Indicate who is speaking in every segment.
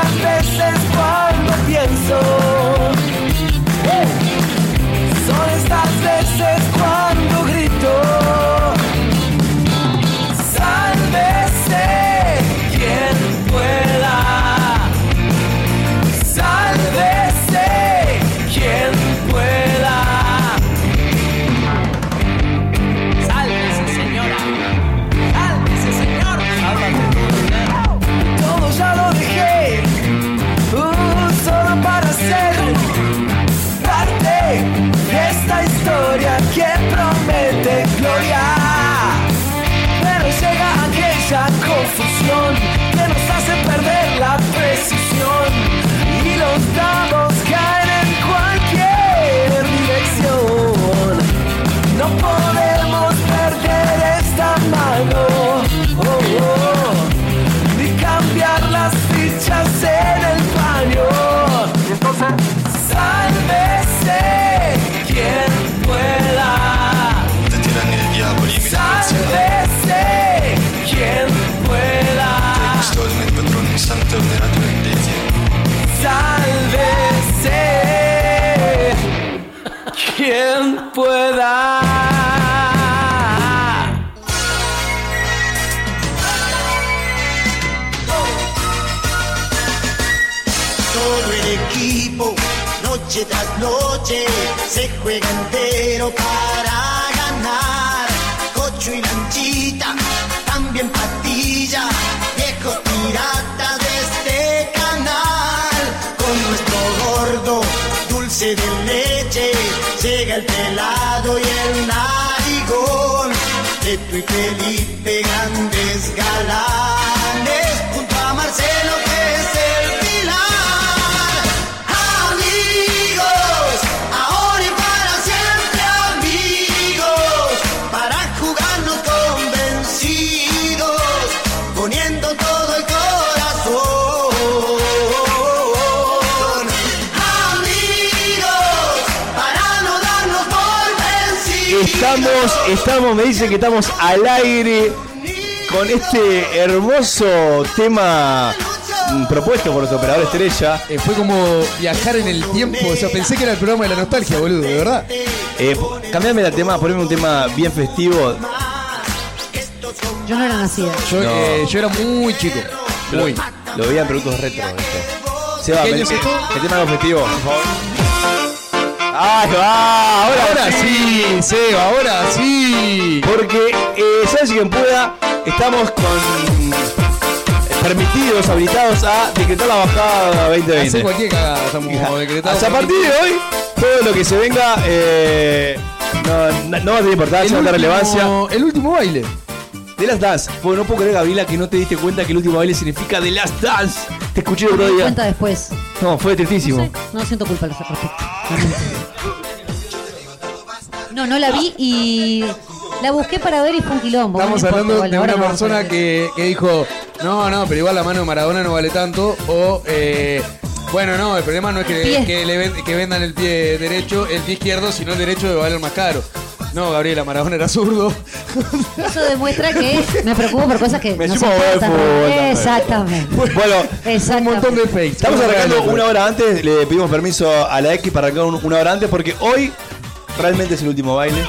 Speaker 1: veces cuando pienso. Son estas veces cuando grito. Sálvese quien pueda. Sálvese quien pueda. Sálvese señora. Sálvese señor. Todo ya lo dejé. uh, solo para ser parte de esta historia que promete gloria. Pero llega aquella confusión que nos hace perder la precisión y los dados caen en cualquier dirección. No podemos perder esta mano. oh, oh, Ni cambiar las fichas en el baño. entonces, sálvese quien pueda.
Speaker 2: Te tiran el diavolo y mi
Speaker 1: Sálvese quien pueda.
Speaker 2: Стольный патрон инстантивный родной леди
Speaker 1: Sálvese quien pueda.
Speaker 3: Todo el equipo, noche tras noche, se juega entero para ganar. Cocho y lanchita, también patilla, viejo pirata de este canal. Con nuestro gordo, dulce de leche, llega el pelado y el narigón. Beto y Felipe, grandes galanes, junto a Marcelo que es el pilar. Amigos, ahora y para siempre amigos, para jugarnos convencidos, poniendo todo el corazón. Amigos, para no darnos por vencidos.
Speaker 4: Estamos, estamos, me dicen que estamos al aire con este hermoso tema mm, propuesto por nuestro operador estrella.
Speaker 5: Eh, fue como viajar en el tiempo. O sea, pensé que era el programa de la nostalgia, boludo, de verdad.
Speaker 4: Eh, p- cambiame el tema, poneme un tema bien festivo.
Speaker 6: Yo no era nacida.
Speaker 5: Yo,
Speaker 4: No.
Speaker 5: eh, yo era muy chico.
Speaker 4: Lo,
Speaker 5: Muy.
Speaker 4: lo veía en productos retro. esto. Seba,
Speaker 5: ¿Qué año
Speaker 4: poneme-
Speaker 5: es esto?
Speaker 4: el tema algo festivo, por favor. ¡Ah, va! Ahora,
Speaker 5: Ahora sí, Seba, ahora sí.
Speaker 4: Porque, eh, ¿sabes quien pueda? Estamos con eh, permitidos, habilitados a decretar la bajada
Speaker 5: Hace
Speaker 4: 2020.
Speaker 5: cualquier cagada, estamos decretados.
Speaker 4: Hasta a partir de hoy, todo lo que se venga eh, no, no- no va a tener
Speaker 5: El
Speaker 4: importancia, no va a tener relevancia.
Speaker 5: último- El último baile.
Speaker 4: The Last Dance. Porque no puedo creer, Gabriela, que no te diste cuenta que el último baile significa The Last Dance. Te escuché el
Speaker 6: Me
Speaker 4: otro
Speaker 6: di
Speaker 4: día.
Speaker 6: cuenta después.
Speaker 4: No, fue tristísimo.
Speaker 6: No, sé, no siento culpa al respecto. No, no la vi y la busqué para ver y fue un quilombo.
Speaker 5: Estamos
Speaker 6: No importa,
Speaker 5: hablando
Speaker 6: igual,
Speaker 5: de
Speaker 6: ahora
Speaker 5: una
Speaker 6: no vamos a
Speaker 5: persona
Speaker 6: ver.
Speaker 5: que, que dijo, no, no, pero igual la mano de Maradona no vale tanto. O, eh, bueno, no, el problema no es
Speaker 6: El
Speaker 5: que,
Speaker 6: pie.
Speaker 5: que le ven- que vendan el pie derecho, el pie izquierdo, sino el derecho de valer más caro. No, Gabriela, Maradona era zurdo.
Speaker 6: Eso demuestra que me preocupo por cosas que
Speaker 4: Me
Speaker 6: no
Speaker 4: chupa
Speaker 6: son
Speaker 4: huevo el
Speaker 6: tantas,
Speaker 4: fútbol,
Speaker 6: ¿no?
Speaker 4: también.
Speaker 6: Exactamente.
Speaker 4: Bueno,
Speaker 5: Un
Speaker 6: Exactamente.
Speaker 5: montón de fakes.
Speaker 4: Estamos
Speaker 5: Un
Speaker 4: arrancando
Speaker 5: regalo.
Speaker 4: una hora antes, le pedimos permiso a la X para arrancar un- una hora antes porque hoy realmente es el último baile.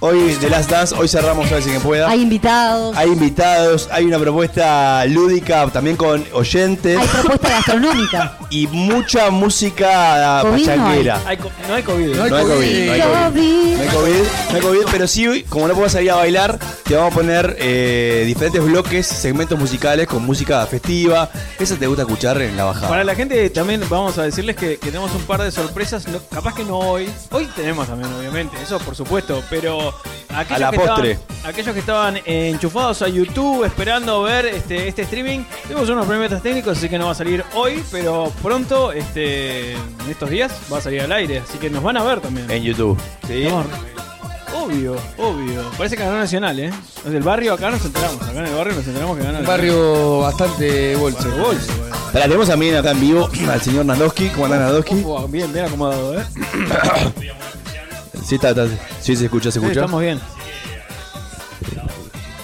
Speaker 4: Hoy de Last Dance, hoy cerramos a ver si que pueda.
Speaker 6: Hay invitados, hay,
Speaker 4: Hay invitados, hay una propuesta lúdica también con oyentes
Speaker 6: propuesta gastronómica.
Speaker 4: y mucha música ah,
Speaker 6: Covid no hay.
Speaker 4: pachanguera.
Speaker 7: Hay co- no hay COVID.
Speaker 5: No hay
Speaker 4: No hay COVID, no hay COVID. No hay COVID, no hay COVID, pero sí, como no podemos salir a bailar, te vamos a poner eh, diferentes bloques, segmentos musicales con música festiva. Esa te gusta escuchar en la bajada.
Speaker 7: Para la gente también vamos a decirles que, que tenemos un par de sorpresas, no- capaz que no hoy, hoy tenemos también obviamente, eso por supuesto, pero aquellos,
Speaker 4: A la
Speaker 7: que,
Speaker 4: postre.
Speaker 7: Estaban, aquellos que estaban eh, enchufados a YouTube esperando ver este, este streaming, tenemos unos problemas técnicos, así que no va a salir hoy, pero pronto, este, en estos días, va a salir al aire, así que nos van a ver también.
Speaker 4: En YouTube. Sí.
Speaker 7: Amor. Obvio, obvio. Parece que ganó Nacional, ¿eh? Desde el barrio acá nos enteramos. Acá en el barrio nos enteramos que ganó
Speaker 5: Un barrio bastante bolso.
Speaker 7: Nacional. Gol.
Speaker 4: Pará, tenemos también acá en vivo al señor Nandoski. ¿Cómo anda Nandoski?
Speaker 7: Ojo, Bien, bien acomodado, ¿eh?
Speaker 4: Sí, está, está. Sí, se escucha, se
Speaker 7: Sí,
Speaker 4: escucha.
Speaker 7: estamos bien.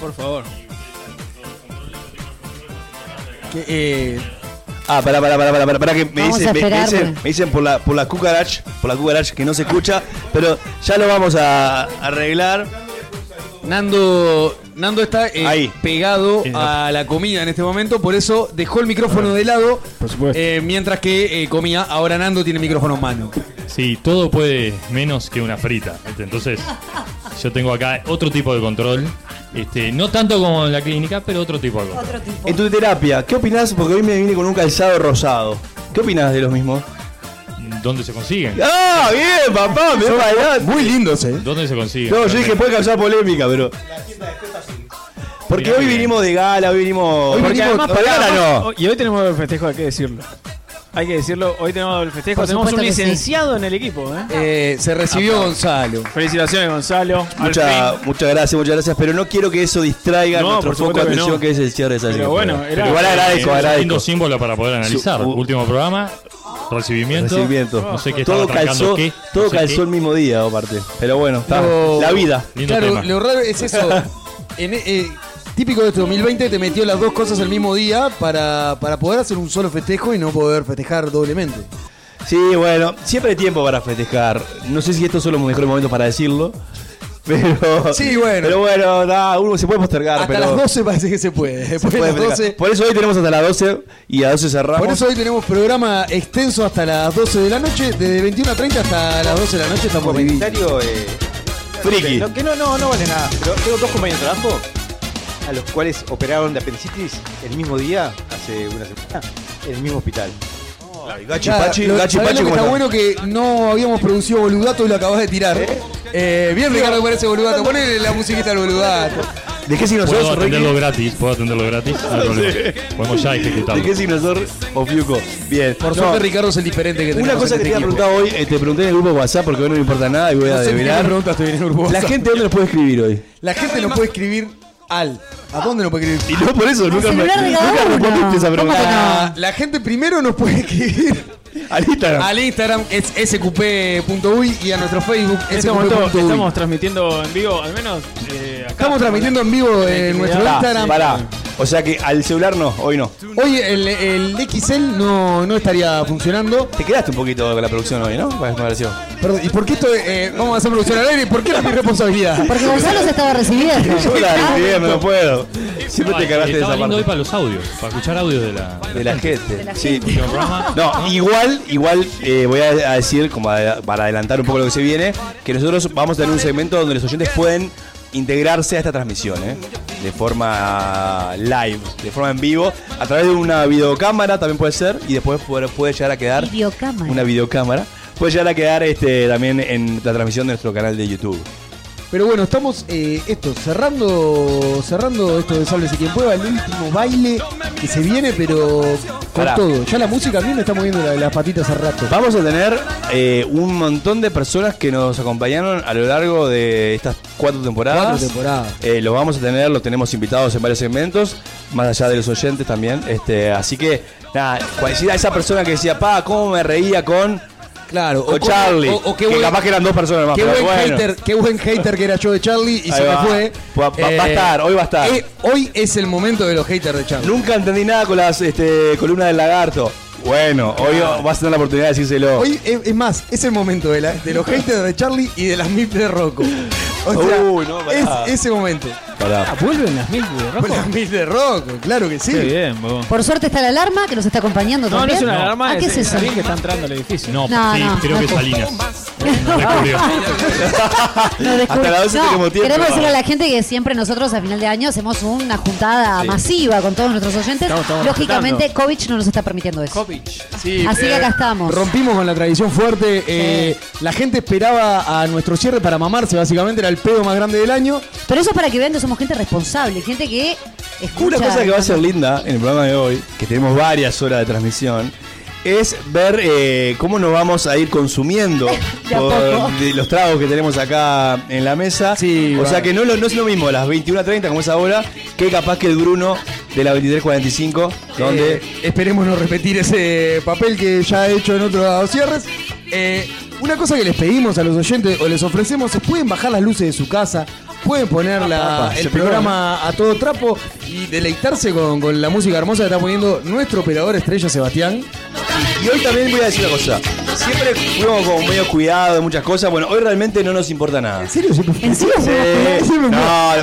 Speaker 7: Por favor.
Speaker 5: Que, eh,
Speaker 4: Ah, pará, pará, pará, pará, pará, pará, que me
Speaker 6: Vamos a
Speaker 4: dicen, me- me,
Speaker 6: esperar,
Speaker 4: dicen,
Speaker 6: porque-
Speaker 4: me dicen por la, por la cucaracha, por la cucaracha que no se escucha, pero ya lo vamos a a arreglar.
Speaker 5: Nando, Nando está eh,
Speaker 4: Ahí.
Speaker 5: pegado a la comida en este momento, por eso dejó el micrófono de lado
Speaker 8: Por supuesto.
Speaker 5: eh, mientras que eh, comía. Ahora Nando tiene el micrófono en mano.
Speaker 8: Sí, todo puede menos que una frita. ¿viste? Entonces, yo tengo acá otro tipo de control. Este, no tanto como en la clínica, pero otro tipo de control.
Speaker 6: Otro tipo.
Speaker 4: En tu terapia, ¿qué opinás? Porque hoy me vine con un calzado rosado. ¿Qué opinás de los mismos?
Speaker 8: ¿Dónde se consiguen?
Speaker 4: ¡Ah, bien, papá! ¡Me va
Speaker 9: Muy lindos, eh.
Speaker 8: ¿Dónde se consiguen?
Speaker 4: No, yo dije, puede causar polémica, pero... Porque
Speaker 8: Mirá
Speaker 4: hoy
Speaker 8: que
Speaker 4: vinimos de gala, hoy vinimos...
Speaker 9: Hoy
Speaker 4: Porque
Speaker 9: vinimos-
Speaker 4: además, para gala no.
Speaker 7: Y hoy tenemos el festejo, hay que decirlo. Hay que decirlo, hoy tenemos el festejo.
Speaker 6: Por
Speaker 7: Tenemos un
Speaker 6: supuesto que sí.
Speaker 7: licenciado en el equipo, ¿eh?
Speaker 5: Eh, se recibió Gonzalo.
Speaker 7: Felicitaciones, Gonzalo. al
Speaker 4: Mucha-
Speaker 7: fin.
Speaker 4: muchas gracias, muchas gracias, pero no quiero que eso distraiga
Speaker 7: No,
Speaker 4: nuestro
Speaker 7: por
Speaker 4: foco de
Speaker 7: supuesto que
Speaker 4: atención
Speaker 7: no.
Speaker 4: que es el cierre de esa
Speaker 7: Pero
Speaker 4: sección.
Speaker 7: bueno, era-
Speaker 4: Pero igual
Speaker 8: Es
Speaker 4: agradezco,
Speaker 8: un
Speaker 4: agradezco.
Speaker 8: lindo símbolo para poder analizar.
Speaker 4: Su- uh,
Speaker 8: Último programa, recibimiento.
Speaker 4: Recibimiento.
Speaker 8: No sé qué
Speaker 4: todo
Speaker 8: estaba
Speaker 4: calzó,
Speaker 8: trancando qué,
Speaker 4: todo
Speaker 8: no sé
Speaker 4: calzó
Speaker 8: qué.
Speaker 4: el mismo día, aparte. Pero bueno, está.
Speaker 5: Pero-
Speaker 4: La vida.
Speaker 8: Lindo
Speaker 5: claro,
Speaker 8: tema.
Speaker 5: lo raro es eso. En, eh, típico de este 2020 te metió las dos cosas el mismo día para, para poder hacer un solo festejo y no poder festejar doblemente.
Speaker 4: Sí, bueno, siempre hay tiempo para festejar. No sé si estos son los mejores momentos para decirlo. Pero.
Speaker 5: Sí, bueno.
Speaker 4: Pero bueno, da, uno se puede postergar,
Speaker 5: Hasta
Speaker 4: pero.
Speaker 5: las 12 parece que se puede. Después
Speaker 4: se
Speaker 5: de
Speaker 4: puede
Speaker 5: las
Speaker 4: festejar.
Speaker 5: 12.
Speaker 4: Por eso hoy tenemos hasta las 12 y a 12 cerramos.
Speaker 5: Por eso hoy tenemos programa extenso hasta las 12 de la noche. Desde 21 a 30 hasta las 12 de la noche estamos viviendo.
Speaker 10: comentario eh,
Speaker 4: Friki.
Speaker 10: lo que no, no, no vale nada. Pero tengo dos compañeros de trabajo a los cuales operaron de apendicitis el mismo día, hace una semana, en el mismo hospital.
Speaker 4: Gachi Pachi,
Speaker 5: lo,
Speaker 4: Gachi
Speaker 5: ¿sabés
Speaker 4: Pachi, ¿cómo
Speaker 5: lo que está
Speaker 4: está?
Speaker 5: bueno que no habíamos producido boludato y lo acabas de tirar. Eh, bien, Ricardo, parece boludato. Ponle la musiquita al boludato.
Speaker 4: ¿De qué signo
Speaker 8: Puedo
Speaker 4: sos,
Speaker 8: atenderlo
Speaker 4: Ricky?
Speaker 8: gratis, puedo atenderlo gratis. No hay problema. Podemos ya
Speaker 4: ¿De
Speaker 8: ejecutarlo.
Speaker 4: qué signo sos, Ofiuco? Bien.
Speaker 5: Por
Speaker 4: No,
Speaker 5: suerte, Ricardo es el diferente que tenemos.
Speaker 4: Una cosa
Speaker 5: en
Speaker 4: que te
Speaker 5: este
Speaker 4: había
Speaker 5: equipo.
Speaker 4: preguntado hoy, eh, te pregunté en el grupo de WhatsApp porque hoy no me importa nada y voy a
Speaker 5: No sé ni qué
Speaker 4: develar.
Speaker 5: preguntas te vienen urbosas.
Speaker 4: La gente, ¿dónde nos puede escribir hoy?
Speaker 5: La gente nos puede escribir al. ¿A dónde nos puede escribir?
Speaker 4: Y no por eso, nunca me,
Speaker 6: celular de cada
Speaker 4: nunca
Speaker 6: uno.
Speaker 4: respondiste esa
Speaker 6: ¿Cómo que
Speaker 4: pregunta.
Speaker 5: La, la gente primero nos puede escribir
Speaker 4: Al Instagram.
Speaker 5: al Instagram, es sqp.uy eh, y a nuestro Facebook,
Speaker 7: En este momento
Speaker 5: sqp.uy.
Speaker 7: estamos transmitiendo en vivo, al menos. eh, acá.
Speaker 5: Estamos transmitiendo en vivo en nuestro
Speaker 4: Pará,
Speaker 5: Instagram.
Speaker 4: pará. O sea que al celular no, hoy no.
Speaker 5: Hoy el, el XL no, no estaría funcionando.
Speaker 4: Te quedaste un poquito con la producción hoy, ¿no? Pues me pareció.
Speaker 5: Perdón, ¿y por qué esto eh, vamos a hacer producción al aire? ¿Por qué era mi responsabilidad?
Speaker 6: Porque Gonzalo se estaba recibiendo.
Speaker 4: Yo la bien, me lo puedo. Siempre te
Speaker 8: Ay,
Speaker 4: cagaste de
Speaker 8: estaba
Speaker 4: esa
Speaker 8: lindo hoy
Speaker 4: parte.
Speaker 8: para los audios, para escuchar audios de la,
Speaker 4: De la gente. Sí.
Speaker 8: del programa.
Speaker 4: No, igual, igual eh, voy a a decir, como a- para adelantar un poco lo que se viene, que nosotros vamos a tener un segmento donde los oyentes pueden integrarse a esta transmisión, ¿eh? de forma live, de forma en vivo, a través de una videocámara también puede ser, y después puede, puede llegar a quedar
Speaker 6: Videocámara.
Speaker 4: una videocámara, puede llegar a quedar este, también en la transmisión de nuestro canal de YouTube.
Speaker 5: Pero bueno, estamos eh, esto, cerrando cerrando esto de Sálvese quien pueda, el último baile que se viene, pero con
Speaker 4: Pará.
Speaker 5: todo. Ya la música a mí me está moviendo la- las patitas hace rato.
Speaker 4: Vamos a tener eh, un montón de personas que nos acompañaron a lo largo de estas cuatro temporadas.
Speaker 5: Cuatro temporadas.
Speaker 4: Eh, lo vamos a tener, lo tenemos invitados en varios segmentos, más allá de los oyentes también. Este, así que, nada, cualquiera esa persona que decía, pa, cómo me reía con.
Speaker 5: Claro,
Speaker 4: O, Charlie.
Speaker 5: O, o qué,
Speaker 4: que
Speaker 5: buen,
Speaker 4: capaz que eran dos personas más.
Speaker 5: qué
Speaker 4: pero
Speaker 5: buen
Speaker 4: bueno.
Speaker 5: hater, qué buen hater que era yo de Charlie y
Speaker 4: Ahí
Speaker 5: se
Speaker 4: va.
Speaker 5: me fue.
Speaker 4: Va- va- va a estar, hoy va a estar.
Speaker 5: eh, hoy es el momento de los haters de Charlie.
Speaker 4: Nunca entendí nada con las este, columnas del lagarto. Bueno, hoy vas a tener la oportunidad de decírselo.
Speaker 5: Hoy, eh, es, es más, es el momento de, la- de los haters de Charlie y de las MIP de Rocco. O sea,
Speaker 4: Uy, no, pará.
Speaker 5: es ese momento.
Speaker 4: Pará.
Speaker 7: Ah, ¿Vuelven las mil de rojo?
Speaker 5: Con las MIP de Rocco, claro que sí.
Speaker 7: Qué bien, vos.
Speaker 6: Por suerte está la alarma que nos está acompañando
Speaker 7: No, no
Speaker 6: también.
Speaker 7: es una alarma,
Speaker 6: ¿Ah, qué es eso?
Speaker 7: alguien que está entrando al edificio. Ah,
Speaker 8: No,
Speaker 6: No,
Speaker 8: sí,
Speaker 6: no,
Speaker 8: creo
Speaker 6: no
Speaker 8: que
Speaker 6: es
Speaker 8: Salinas. No descubrió.
Speaker 6: No, descubrí-
Speaker 4: Hasta las 12
Speaker 6: no,
Speaker 4: tenemos tiempo.
Speaker 6: Queremos decirle a la gente que siempre nosotros a final de año hacemos una juntada masiva con todos nuestros oyentes.
Speaker 7: Estamos- estamos
Speaker 6: Lógicamente, Kovic no nos está permitiendo eso.
Speaker 5: Sí,
Speaker 6: Así que
Speaker 5: eh,
Speaker 6: acá estamos.
Speaker 5: Rompimos con la tradición fuerte. eh, La gente esperaba a nuestro cierre para mamarse, básicamente era el pedo más grande del año.
Speaker 6: Pero eso es para que vean que somos gente responsable, gente que escucha.
Speaker 4: Una cosa que va a ser linda en el programa de hoy, que tenemos varias horas de transmisión, es ver eh, cómo nos vamos a ir consumiendo
Speaker 6: De a
Speaker 4: por-
Speaker 6: poco.
Speaker 4: de los tragos que tenemos acá en la mesa.
Speaker 5: Sí,
Speaker 4: o
Speaker 5: va.
Speaker 4: sea que no, lo- no es lo mismo las 21.30 como es ahora, que capaz que el Bruno de la 23.45, donde...
Speaker 5: Eh, esperemos no repetir ese papel que ya he hecho en otros cierres. Eh, Una cosa que les pedimos a los oyentes o les ofrecemos es pueden bajar las luces de su casa, pueden poner la-
Speaker 4: apa,
Speaker 5: el
Speaker 4: Ah, se pegó,
Speaker 5: programa a todo trapo y deleitarse con, con la música hermosa que está poniendo nuestro operador estrella Sebastián.
Speaker 4: Y hoy también voy a decir una cosa. Siempre fuimos como medio cuidado de muchas cosas. Bueno, hoy realmente no nos importa nada.
Speaker 5: ¿En serio?
Speaker 6: ¿En serio?
Speaker 5: Eh,
Speaker 4: Sí. No,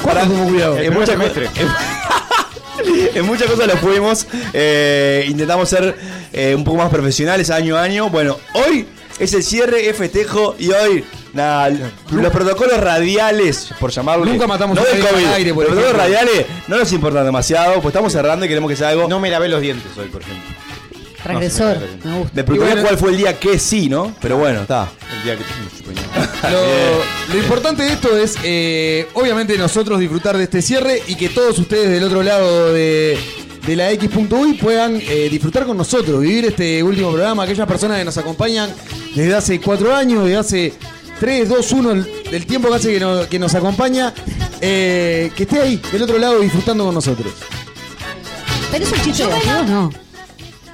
Speaker 4: pará.
Speaker 5: como cuidado.
Speaker 4: En muchas, co- en muchas cosas lo fuimos. eh, intentamos ser eh, un poco más profesionales año a año. Bueno, hoy es el cierre, es festejo y hoy. nada, los protocolos radiales, por llamarlo.
Speaker 5: Nunca matamos
Speaker 4: no
Speaker 5: a
Speaker 4: del
Speaker 5: nadie
Speaker 4: COVID.
Speaker 5: al aire, por
Speaker 4: los protocolos
Speaker 5: ejemplo.
Speaker 4: radiales no nos importan demasiado, pues estamos cerrando y queremos que sea algo.
Speaker 10: No me lavé los dientes hoy, por ejemplo.
Speaker 6: Transgresor, me gusta.
Speaker 4: Me pregunté
Speaker 5: Y bueno-
Speaker 4: cuál fue el día que sí, ¿no? Pero bueno, está.
Speaker 10: El día que
Speaker 5: Lo, lo importante de esto es, eh, obviamente, nosotros disfrutar de este cierre y que todos ustedes del otro lado de, de la X.uy puedan eh, disfrutar con nosotros, vivir este último programa. Aquellas personas que nos acompañan desde hace cuatro años, desde hace tres, dos, uno, el, el tiempo que hace que, no- que nos acompaña, eh, que esté ahí, del otro lado, disfrutando con nosotros.
Speaker 6: ¿Tenés un chiste de o no?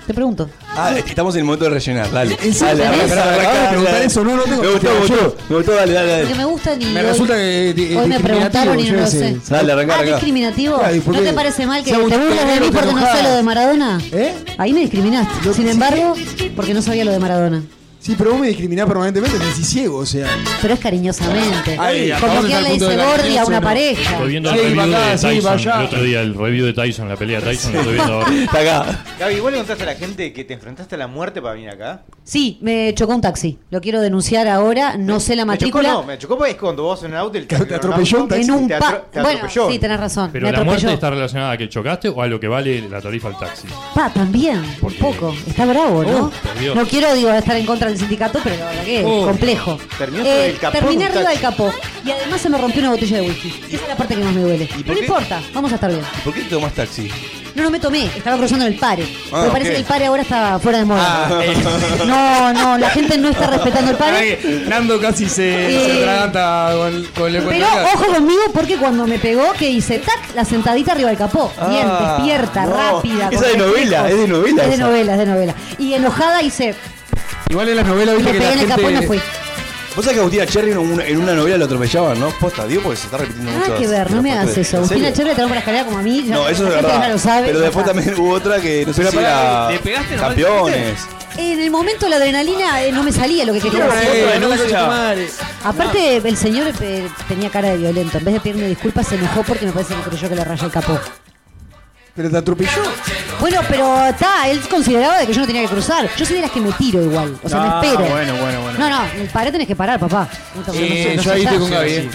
Speaker 6: Te pregunto.
Speaker 4: Ah, estamos en el momento de rellenar, dale.
Speaker 5: ¿En serio?
Speaker 4: Dale, arranca,
Speaker 5: Pará, pará,
Speaker 4: arranca,
Speaker 5: acabas de preguntar
Speaker 4: dale.
Speaker 5: eso, no, no tengo-
Speaker 4: Me gustó, me
Speaker 5: tengo
Speaker 4: gustó, me gustó, dale, dale,
Speaker 6: Porque
Speaker 4: dale.
Speaker 6: me gustan y.
Speaker 5: Me
Speaker 6: hoy-
Speaker 5: resulta que di-
Speaker 6: Hoy me
Speaker 5: discriminativo,
Speaker 6: preguntaron y
Speaker 5: yo
Speaker 6: no lo
Speaker 5: qué sé.
Speaker 6: sé.
Speaker 4: Dale, arrancá,
Speaker 6: ah,
Speaker 4: arrancá.
Speaker 6: discriminativo.
Speaker 5: Claro, ¿y por
Speaker 6: ¿No
Speaker 5: qué?
Speaker 6: te parece mal que
Speaker 5: Se
Speaker 6: te
Speaker 5: aburrió,
Speaker 6: burlas de
Speaker 5: no
Speaker 6: mí
Speaker 5: te
Speaker 6: porque no
Speaker 5: enojás.
Speaker 6: sé lo de Maradona?
Speaker 5: ¿Eh?
Speaker 6: Ahí me discriminaste.
Speaker 5: Lo-
Speaker 6: Sin embargo, porque no sabía lo de Maradona.
Speaker 5: Sí, pero vos me discriminás permanentemente, me decís ciego, o sea.
Speaker 6: Pero es cariñosamente.
Speaker 5: Ahí,
Speaker 6: Como
Speaker 5: acabamos de
Speaker 6: que
Speaker 5: estar
Speaker 6: le
Speaker 5: a punto
Speaker 6: dice
Speaker 5: de la
Speaker 6: Gordi a
Speaker 5: diferencia,
Speaker 6: una
Speaker 5: ¿no?
Speaker 6: pareja.
Speaker 8: Estoy viendo
Speaker 5: Sí,
Speaker 8: el review
Speaker 5: va acá,
Speaker 8: de
Speaker 5: sí, va
Speaker 8: Tyson.
Speaker 5: allá.
Speaker 8: el otro día, el review de Tyson, la pelea de Tyson, lo estoy viendo ahora.
Speaker 4: Está acá.
Speaker 10: Gaby, ¿vos le contaste a la gente que te enfrentaste a la muerte para venir acá?
Speaker 6: Sí, me chocó un taxi. Lo quiero denunciar ahora. No sé la
Speaker 10: Me chocó,
Speaker 6: matrícula.
Speaker 10: no, me chocó porque es cuando vos en el auto y el
Speaker 5: Claro, te atropelló un
Speaker 6: en un
Speaker 10: te,
Speaker 6: pa-
Speaker 10: atro- te
Speaker 6: Bueno,
Speaker 10: atropelló.
Speaker 6: sí, tenés razón.
Speaker 8: Pero
Speaker 6: me
Speaker 8: la
Speaker 6: atropelló.
Speaker 8: muerte está relacionada a que chocaste o a lo que vale la tarifa al taxi.
Speaker 6: Pa, también, un
Speaker 8: Porque-
Speaker 6: poco. Está bravo, ¿no?
Speaker 8: Oh, por Dios.
Speaker 6: no quiero, digo, estar en contra del sindicato, pero la verdad que es
Speaker 8: Oh.
Speaker 6: complejo. Eh,
Speaker 10: Terminó sobre el capó
Speaker 6: terminé
Speaker 10: de un
Speaker 6: arriba del
Speaker 10: taxi.
Speaker 6: capó. Y además se me rompió una botella de whisky. Esa es la parte que más me duele.
Speaker 4: por
Speaker 6: Pero no
Speaker 4: qué?
Speaker 6: importa, vamos a estar bien.
Speaker 4: ¿Por qué te tomás taxi?
Speaker 6: No, no me tomé, estaba cruzando el pare.
Speaker 4: Ah,
Speaker 6: me
Speaker 4: ok.
Speaker 6: parece que el pare ahora está fuera de
Speaker 5: Ah,
Speaker 6: moda. No, no, la gente no está respetando el pare.
Speaker 5: Nando casi se,
Speaker 6: Eh.
Speaker 5: se atraganta con, con el con
Speaker 6: Pero
Speaker 5: el-
Speaker 6: ojo conmigo porque cuando me pegó, que hice tac, la sentadita arriba del capó. Bien,
Speaker 4: Ah,
Speaker 6: despierta,
Speaker 4: no.
Speaker 6: rápida.
Speaker 4: Esa
Speaker 6: con
Speaker 4: de novela,
Speaker 6: reflejos.
Speaker 4: es de novela
Speaker 6: Es de
Speaker 4: esa.
Speaker 6: novela, es de novela. Y enojada hice,
Speaker 5: Igual en las novelas
Speaker 6: le
Speaker 5: viste que la
Speaker 6: pegué en el
Speaker 5: gente...
Speaker 6: capó y me fui.
Speaker 4: Vos sabés que a Agustina Cherry en una, en una novela lo atropellaban, ¿no? Posta, Dios, porque se está repitiendo mucho.
Speaker 6: Nada que ver, no me hagas eso. Agustina Cherry te por la escalera como a mí. ya-
Speaker 4: No, eso es
Speaker 6: la gente
Speaker 4: verdad.
Speaker 6: ya lo sabe,
Speaker 4: pero
Speaker 6: ya
Speaker 4: después
Speaker 6: está.
Speaker 4: también hubo otra que no sé
Speaker 7: Pero
Speaker 4: si
Speaker 7: pará,
Speaker 4: era
Speaker 7: ¿le pegaste nomás?
Speaker 4: campeones.
Speaker 6: En el momento la adrenalina eh, no me salía lo que quería
Speaker 5: Eh,
Speaker 6: hacer.
Speaker 5: no me escucha.
Speaker 6: Aparte, el señor eh, tenía cara de violento. En vez de pedirme disculpas, se enojó porque me parece que creyó que le rayé el capó.
Speaker 5: Pero te atropelló.
Speaker 6: Bueno, pero está, él consideraba de que yo no tenía que cruzar. Yo soy de las que me tiro igual. O sea,
Speaker 7: Ah,
Speaker 6: me espero.
Speaker 7: bueno, bueno, bueno.
Speaker 6: No, no, en el paré tenés que parar, papá. Entonces, no sé, no sé, ya.
Speaker 5: eh.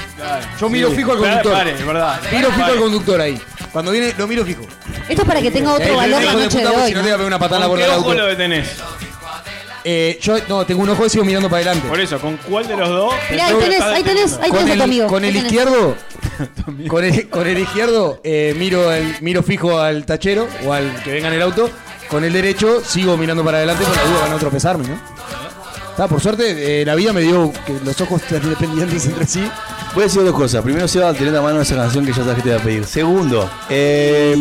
Speaker 5: Yo miro fijo al
Speaker 7: Claro,
Speaker 5: conductor.
Speaker 7: pare, es verdad.
Speaker 5: Miro fijo
Speaker 7: Pare.
Speaker 5: al conductor ahí. Cuando viene, lo miro fijo.
Speaker 6: Esto es para que tenga
Speaker 5: Eh,
Speaker 6: otro valor la
Speaker 5: hijo de
Speaker 6: noche de
Speaker 5: puta, porque
Speaker 6: hoy.
Speaker 5: Si no te
Speaker 6: ¿no?
Speaker 5: voy a pegar una patada en la
Speaker 7: ¿Con
Speaker 5: bola
Speaker 7: qué
Speaker 5: del
Speaker 7: ojo lo
Speaker 5: auto.
Speaker 7: detenés?
Speaker 5: Eh, yo, no, tengo un ojo y sigo mirando para adelante.
Speaker 7: Por eso, ¿con cuál de los dos?
Speaker 6: Mirá, ahí
Speaker 7: Lo
Speaker 6: tenés,
Speaker 7: estás
Speaker 6: ahí tenés, ahí
Speaker 5: Con
Speaker 6: tenés a tu
Speaker 5: el,
Speaker 6: amigo.
Speaker 5: con el
Speaker 6: Ahí tenés.
Speaker 5: izquierdo, con el, con el izquierdo eh, miro, el, miro fijo al tachero o al que venga en el auto. Con el derecho sigo mirando para adelante con la duda para no tropezarme, ¿no? Está, por suerte, eh, la vida me dio que los ojos están dependientes entre sí.
Speaker 4: Voy a decir dos cosas. Primero, Seba, tener la mano esa canción que ya sabes que te voy a pedir. Segundo, eh,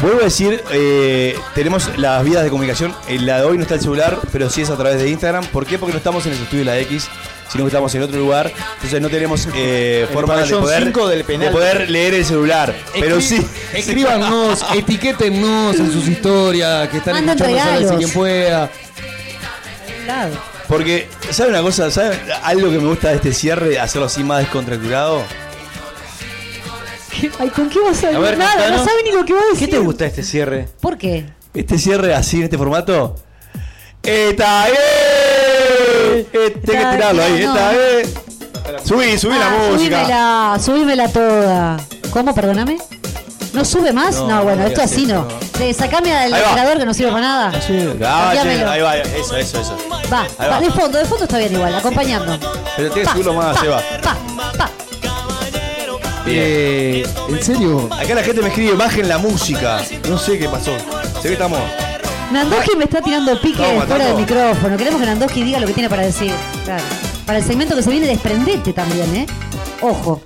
Speaker 4: vuelvo a decir, eh, tenemos las vías de comunicación. En la de hoy no está el celular, pero sí es a través de Instagram. ¿Por qué? Porque no estamos en el estudio de la X, sino que estamos en otro lugar. Entonces no tenemos eh, forma de
Speaker 10: pabellón
Speaker 4: poder,
Speaker 10: 5 del penal.
Speaker 4: de poder leer el celular. Pero
Speaker 5: Escri-
Speaker 4: sí.
Speaker 5: Escríbanos, etiquétennos en sus historias, que están
Speaker 6: Manden
Speaker 5: escuchando a
Speaker 6: regalos.
Speaker 5: quien pueda.
Speaker 4: Porque, ¿sabe una cosa? ¿Sabe algo que me gusta de este cierre? Hacerlo así más descontracturado.
Speaker 6: Ay, ¿con qué vas a
Speaker 4: A ver,
Speaker 6: decir? Nada, no
Speaker 4: contanos.
Speaker 6: sabe ni lo que va a decir.
Speaker 10: ¿Qué te gusta este cierre?
Speaker 6: ¿Por qué?
Speaker 4: Este cierre así en este formato. ¡Está bien! Eh, Tengo que
Speaker 6: Está
Speaker 4: tirarlo ahí.
Speaker 6: bien, no.
Speaker 4: ¡Está bien! Subí, subí la
Speaker 6: Ah,
Speaker 4: música.
Speaker 6: Subímela, subímela toda. ¿Cómo? Perdóname. ¿No sube más? No, bueno, esto así no. Eh, sacame al
Speaker 4: Ahí va.
Speaker 6: operador que no sirve para nada.
Speaker 4: Ah, che,
Speaker 6: Cambiámelo.
Speaker 4: ahí va, eso, eso, eso.
Speaker 6: Va,
Speaker 4: Ahí
Speaker 6: va,
Speaker 4: va.
Speaker 6: de fondo, de fondo está bien igual, acompañando.
Speaker 4: Pero tiene que
Speaker 6: Pa,
Speaker 4: subirlo más,
Speaker 6: pa,
Speaker 4: Seba.
Speaker 6: pa, pa.
Speaker 4: Bien.
Speaker 5: Eh, ¿En serio?
Speaker 4: Acá la gente me escribe, bajen la música. No sé qué pasó. Sé que estamos.
Speaker 6: Nandoji me está tirando pique
Speaker 4: Estamos
Speaker 6: fuera del
Speaker 4: matando.
Speaker 6: micrófono. Queremos que Nandoji diga lo que tiene para decir. Claro. Para el segmento que se viene, desprendete también, ¿eh? Ojo.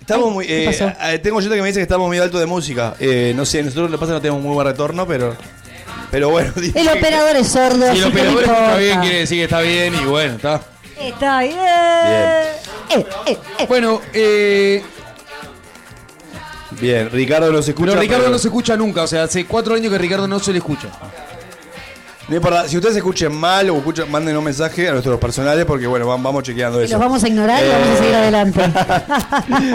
Speaker 4: Estamos
Speaker 6: Ay,
Speaker 4: muy.
Speaker 6: ¿qué
Speaker 4: eh,
Speaker 6: pasó?
Speaker 4: eh, tengo gente que me dice que estamos muy alto de música. Eh, no sé, nosotros lo que pasa es que no tenemos muy buen retorno, pero. Pero bueno, dice
Speaker 6: El
Speaker 4: que-
Speaker 6: operador es sordo.
Speaker 9: Si
Speaker 6: así
Speaker 9: el
Speaker 6: que no
Speaker 9: operador está bien,
Speaker 6: importa.
Speaker 9: quiere decir que está bien y bueno, está.
Speaker 6: Está bien. Eh, eh, eh.
Speaker 5: Bueno, eh,
Speaker 4: Bien, Ricardo nos escucha.
Speaker 5: pero Ricardo no se escucha nunca. O sea, hace cuatro años que Ricardo no se le escucha.
Speaker 4: No importa, si ustedes escuchen mal o escuchan, manden un mensaje a nuestros personales porque, bueno, van- vamos chequeando
Speaker 6: Y
Speaker 4: eso. Eh,
Speaker 6: los vamos a ignorar y vamos a seguir adelante.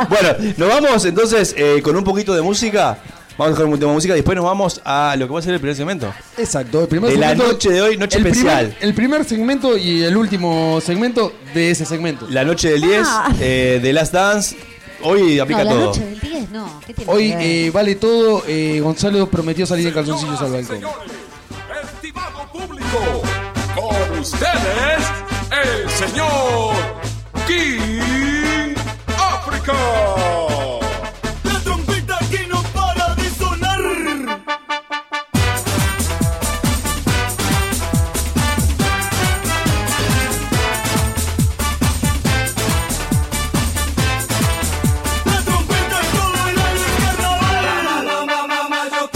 Speaker 4: bueno, nos vamos entonces eh, con un poquito de música. Vamos a dejar un tema de música y después nos vamos a lo que va a ser el primer segmento.
Speaker 5: Exacto, el primer
Speaker 4: De la
Speaker 5: segmento-
Speaker 4: noche de hoy, noche
Speaker 5: el
Speaker 4: especial.
Speaker 5: primer- el primer segmento y el último segmento de ese segmento.
Speaker 4: La noche del 10,
Speaker 6: Ah.
Speaker 4: eh, de Last Dance. Hoy aplica
Speaker 6: no, la
Speaker 4: todo.
Speaker 6: noche del 10, no. ¿Qué tiene
Speaker 5: Hoy
Speaker 6: que ver?
Speaker 5: eh, vale todo. eh, Gonzalo prometió salir en calzoncillos al balcón.
Speaker 1: Estimado público, con ustedes el señor King África. La trompeta que no para de sonar. La trompeta con el aire carnaval.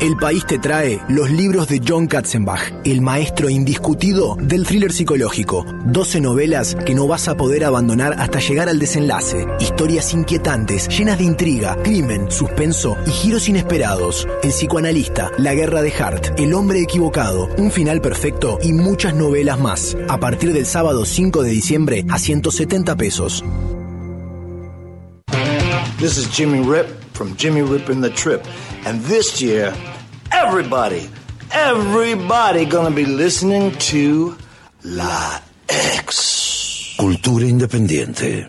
Speaker 3: El País te trae los libros de John Katzenbach, el maestro indiscutido del thriller psicológico. 12 novelas que no vas a poder abandonar hasta llegar al desenlace. Historias inquietantes, llenas de intriga, crimen, suspenso y giros inesperados. El psicoanalista, La guerra de Hart, El hombre equivocado, Un final perfecto y muchas novelas más. A partir del sábado 5 de diciembre a 170 pesos.
Speaker 11: This is Jimmy Rip from Jimmy Rip and the Trip. And this year, everybody, everybody gonna be listening to La X.
Speaker 12: Cultura Independiente.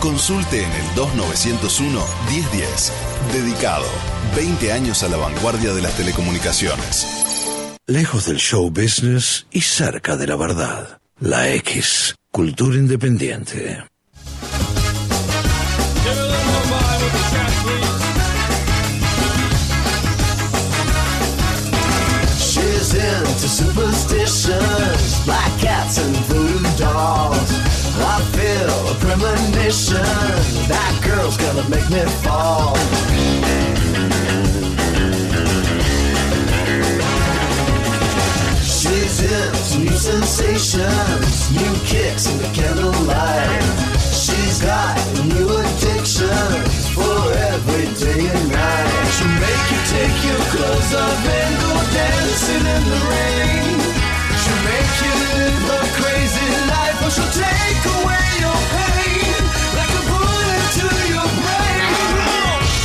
Speaker 12: Consulte en el 2901 1010. Dedicado. 20 años a la vanguardia de las telecomunicaciones.
Speaker 13: Lejos del show business y cerca de la verdad. La X, cultura independiente.
Speaker 1: She's into superstitions, black cats and voodoo dolls. I feel a premonition that girl's gonna make me fall. She's into new sensations, new kicks in the candlelight. She's got a new addiction for every day and night. She'll make you take your clothes off and go dancing in the rain. She'll make you live a crazy life, or she'll take away your pain like a bullet to your brain.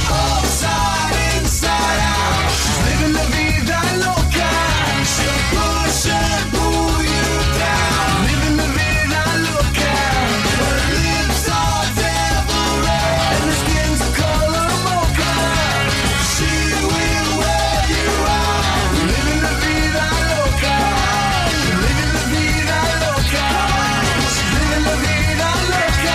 Speaker 1: Upside, inside out, she's living la vida loca. She'll push and pull you down, living la vida loca. Her lips are devil red, and her skin's a color mocha. She will wear you out, living la vida loca, living la vida loca, she's living la vida loca.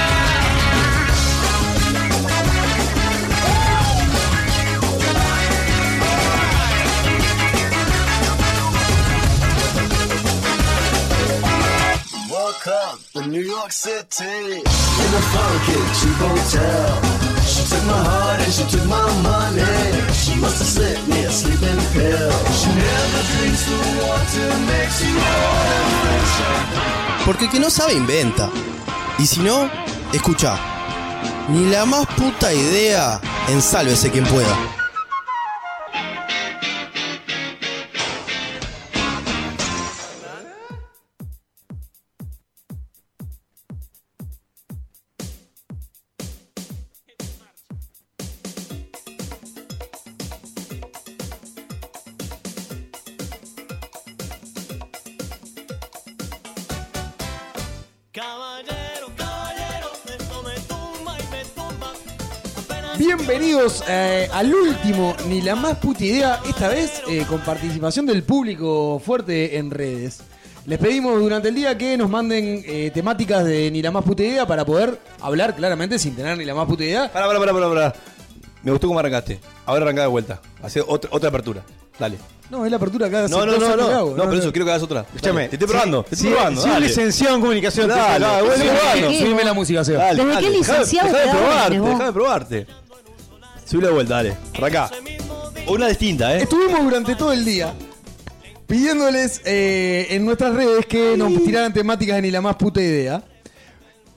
Speaker 1: Woke up in New York City in a funky cheap hotel. She took my heart and she took my money. She must have slipped me a sleeping pill. She never drinks the water makes you hot and fresh.
Speaker 14: Porque el que no sabe inventa. Y si no, escucha. Ni la más puta idea, ensálvese quien pueda.
Speaker 5: Bienvenidos eh, al último, ni la más puta idea, esta vez eh, con participación del público fuerte en redes. Les pedimos durante el día que nos manden eh, temáticas de ni la más puta idea para poder hablar claramente sin tener ni la más puta idea.
Speaker 4: Pará, pará, pará, pará, pará. Me gustó cómo arrancaste. Ahora arrancá de vuelta. Hace otra, otra apertura. Dale.
Speaker 5: No, es la apertura cada
Speaker 4: No, no,
Speaker 5: dos
Speaker 4: no,
Speaker 5: años
Speaker 4: no.
Speaker 5: que hago.
Speaker 4: No, pero eso, quiero que hagas otra.
Speaker 5: Escúchame.
Speaker 4: Te estoy probando, te estoy
Speaker 5: Si-
Speaker 4: probando.
Speaker 5: si es
Speaker 4: dale.
Speaker 5: licenciado en comunicación,
Speaker 4: Dale,
Speaker 5: te-
Speaker 4: dale, bueno,
Speaker 5: Subime-
Speaker 4: probalo.
Speaker 5: subime la música, Seba.
Speaker 4: Dale,
Speaker 5: ¿Desde
Speaker 4: dale,
Speaker 5: qué
Speaker 4: dejá de-
Speaker 5: licenciado
Speaker 4: Dejá de
Speaker 5: te hablan,
Speaker 4: probarte,
Speaker 5: vos?
Speaker 4: dejá de probarte. Subí la vuelta, dale. Arrancá. Una distinta, ¿eh?
Speaker 5: Estuvimos durante todo el día pidiéndoles eh, en nuestras redes que nos tiraran temáticas de ni la más puta idea.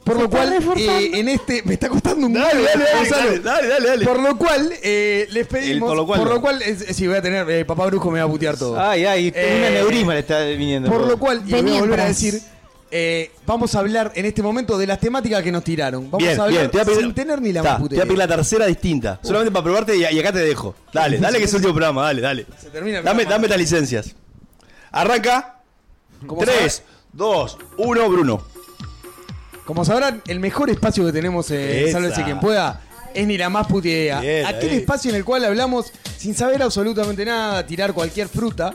Speaker 5: Por lo cual, eh, en este. Me está costando un
Speaker 4: Dale,
Speaker 5: huevo,
Speaker 4: dale, dale,
Speaker 5: Gonzalo.
Speaker 4: dale, dale, dale, dale.
Speaker 5: Por lo cual, eh, les pedimos.
Speaker 15: por lo cual no.
Speaker 5: eh, sí, voy a tener. eh, papá Brujo me va a putear todo.
Speaker 15: Ay, ay, un
Speaker 5: Eh,
Speaker 15: aneurisma le está viniendo.
Speaker 5: Por lo cual, y
Speaker 15: De
Speaker 5: lo voy a volver a
Speaker 15: mientras.
Speaker 5: decir. eh, vamos a hablar en este momento de las temáticas que nos tiraron. Vamos
Speaker 4: Bien,
Speaker 5: a
Speaker 4: bien,
Speaker 5: hablar
Speaker 4: te voy a pedir-
Speaker 5: sin tener ni la
Speaker 4: Está,
Speaker 5: más
Speaker 4: te
Speaker 5: puta
Speaker 4: voy a pedir
Speaker 5: idea.
Speaker 4: la tercera distinta. Solamente para probarte y, y acá te dejo. Dale, dale que es el último programa, dale, dale.
Speaker 5: termina el
Speaker 4: dame, dame estas licencias. Arranca. 3, 2, 1, Bruno.
Speaker 5: Como sabrán, el mejor espacio que tenemos en
Speaker 4: Esa.
Speaker 5: Sálvese Eh, quien pueda es ni la más puta idea.
Speaker 4: Bien,
Speaker 5: Aquel
Speaker 4: ahí.
Speaker 5: espacio en el cual hablamos sin saber absolutamente nada, tirar cualquier fruta.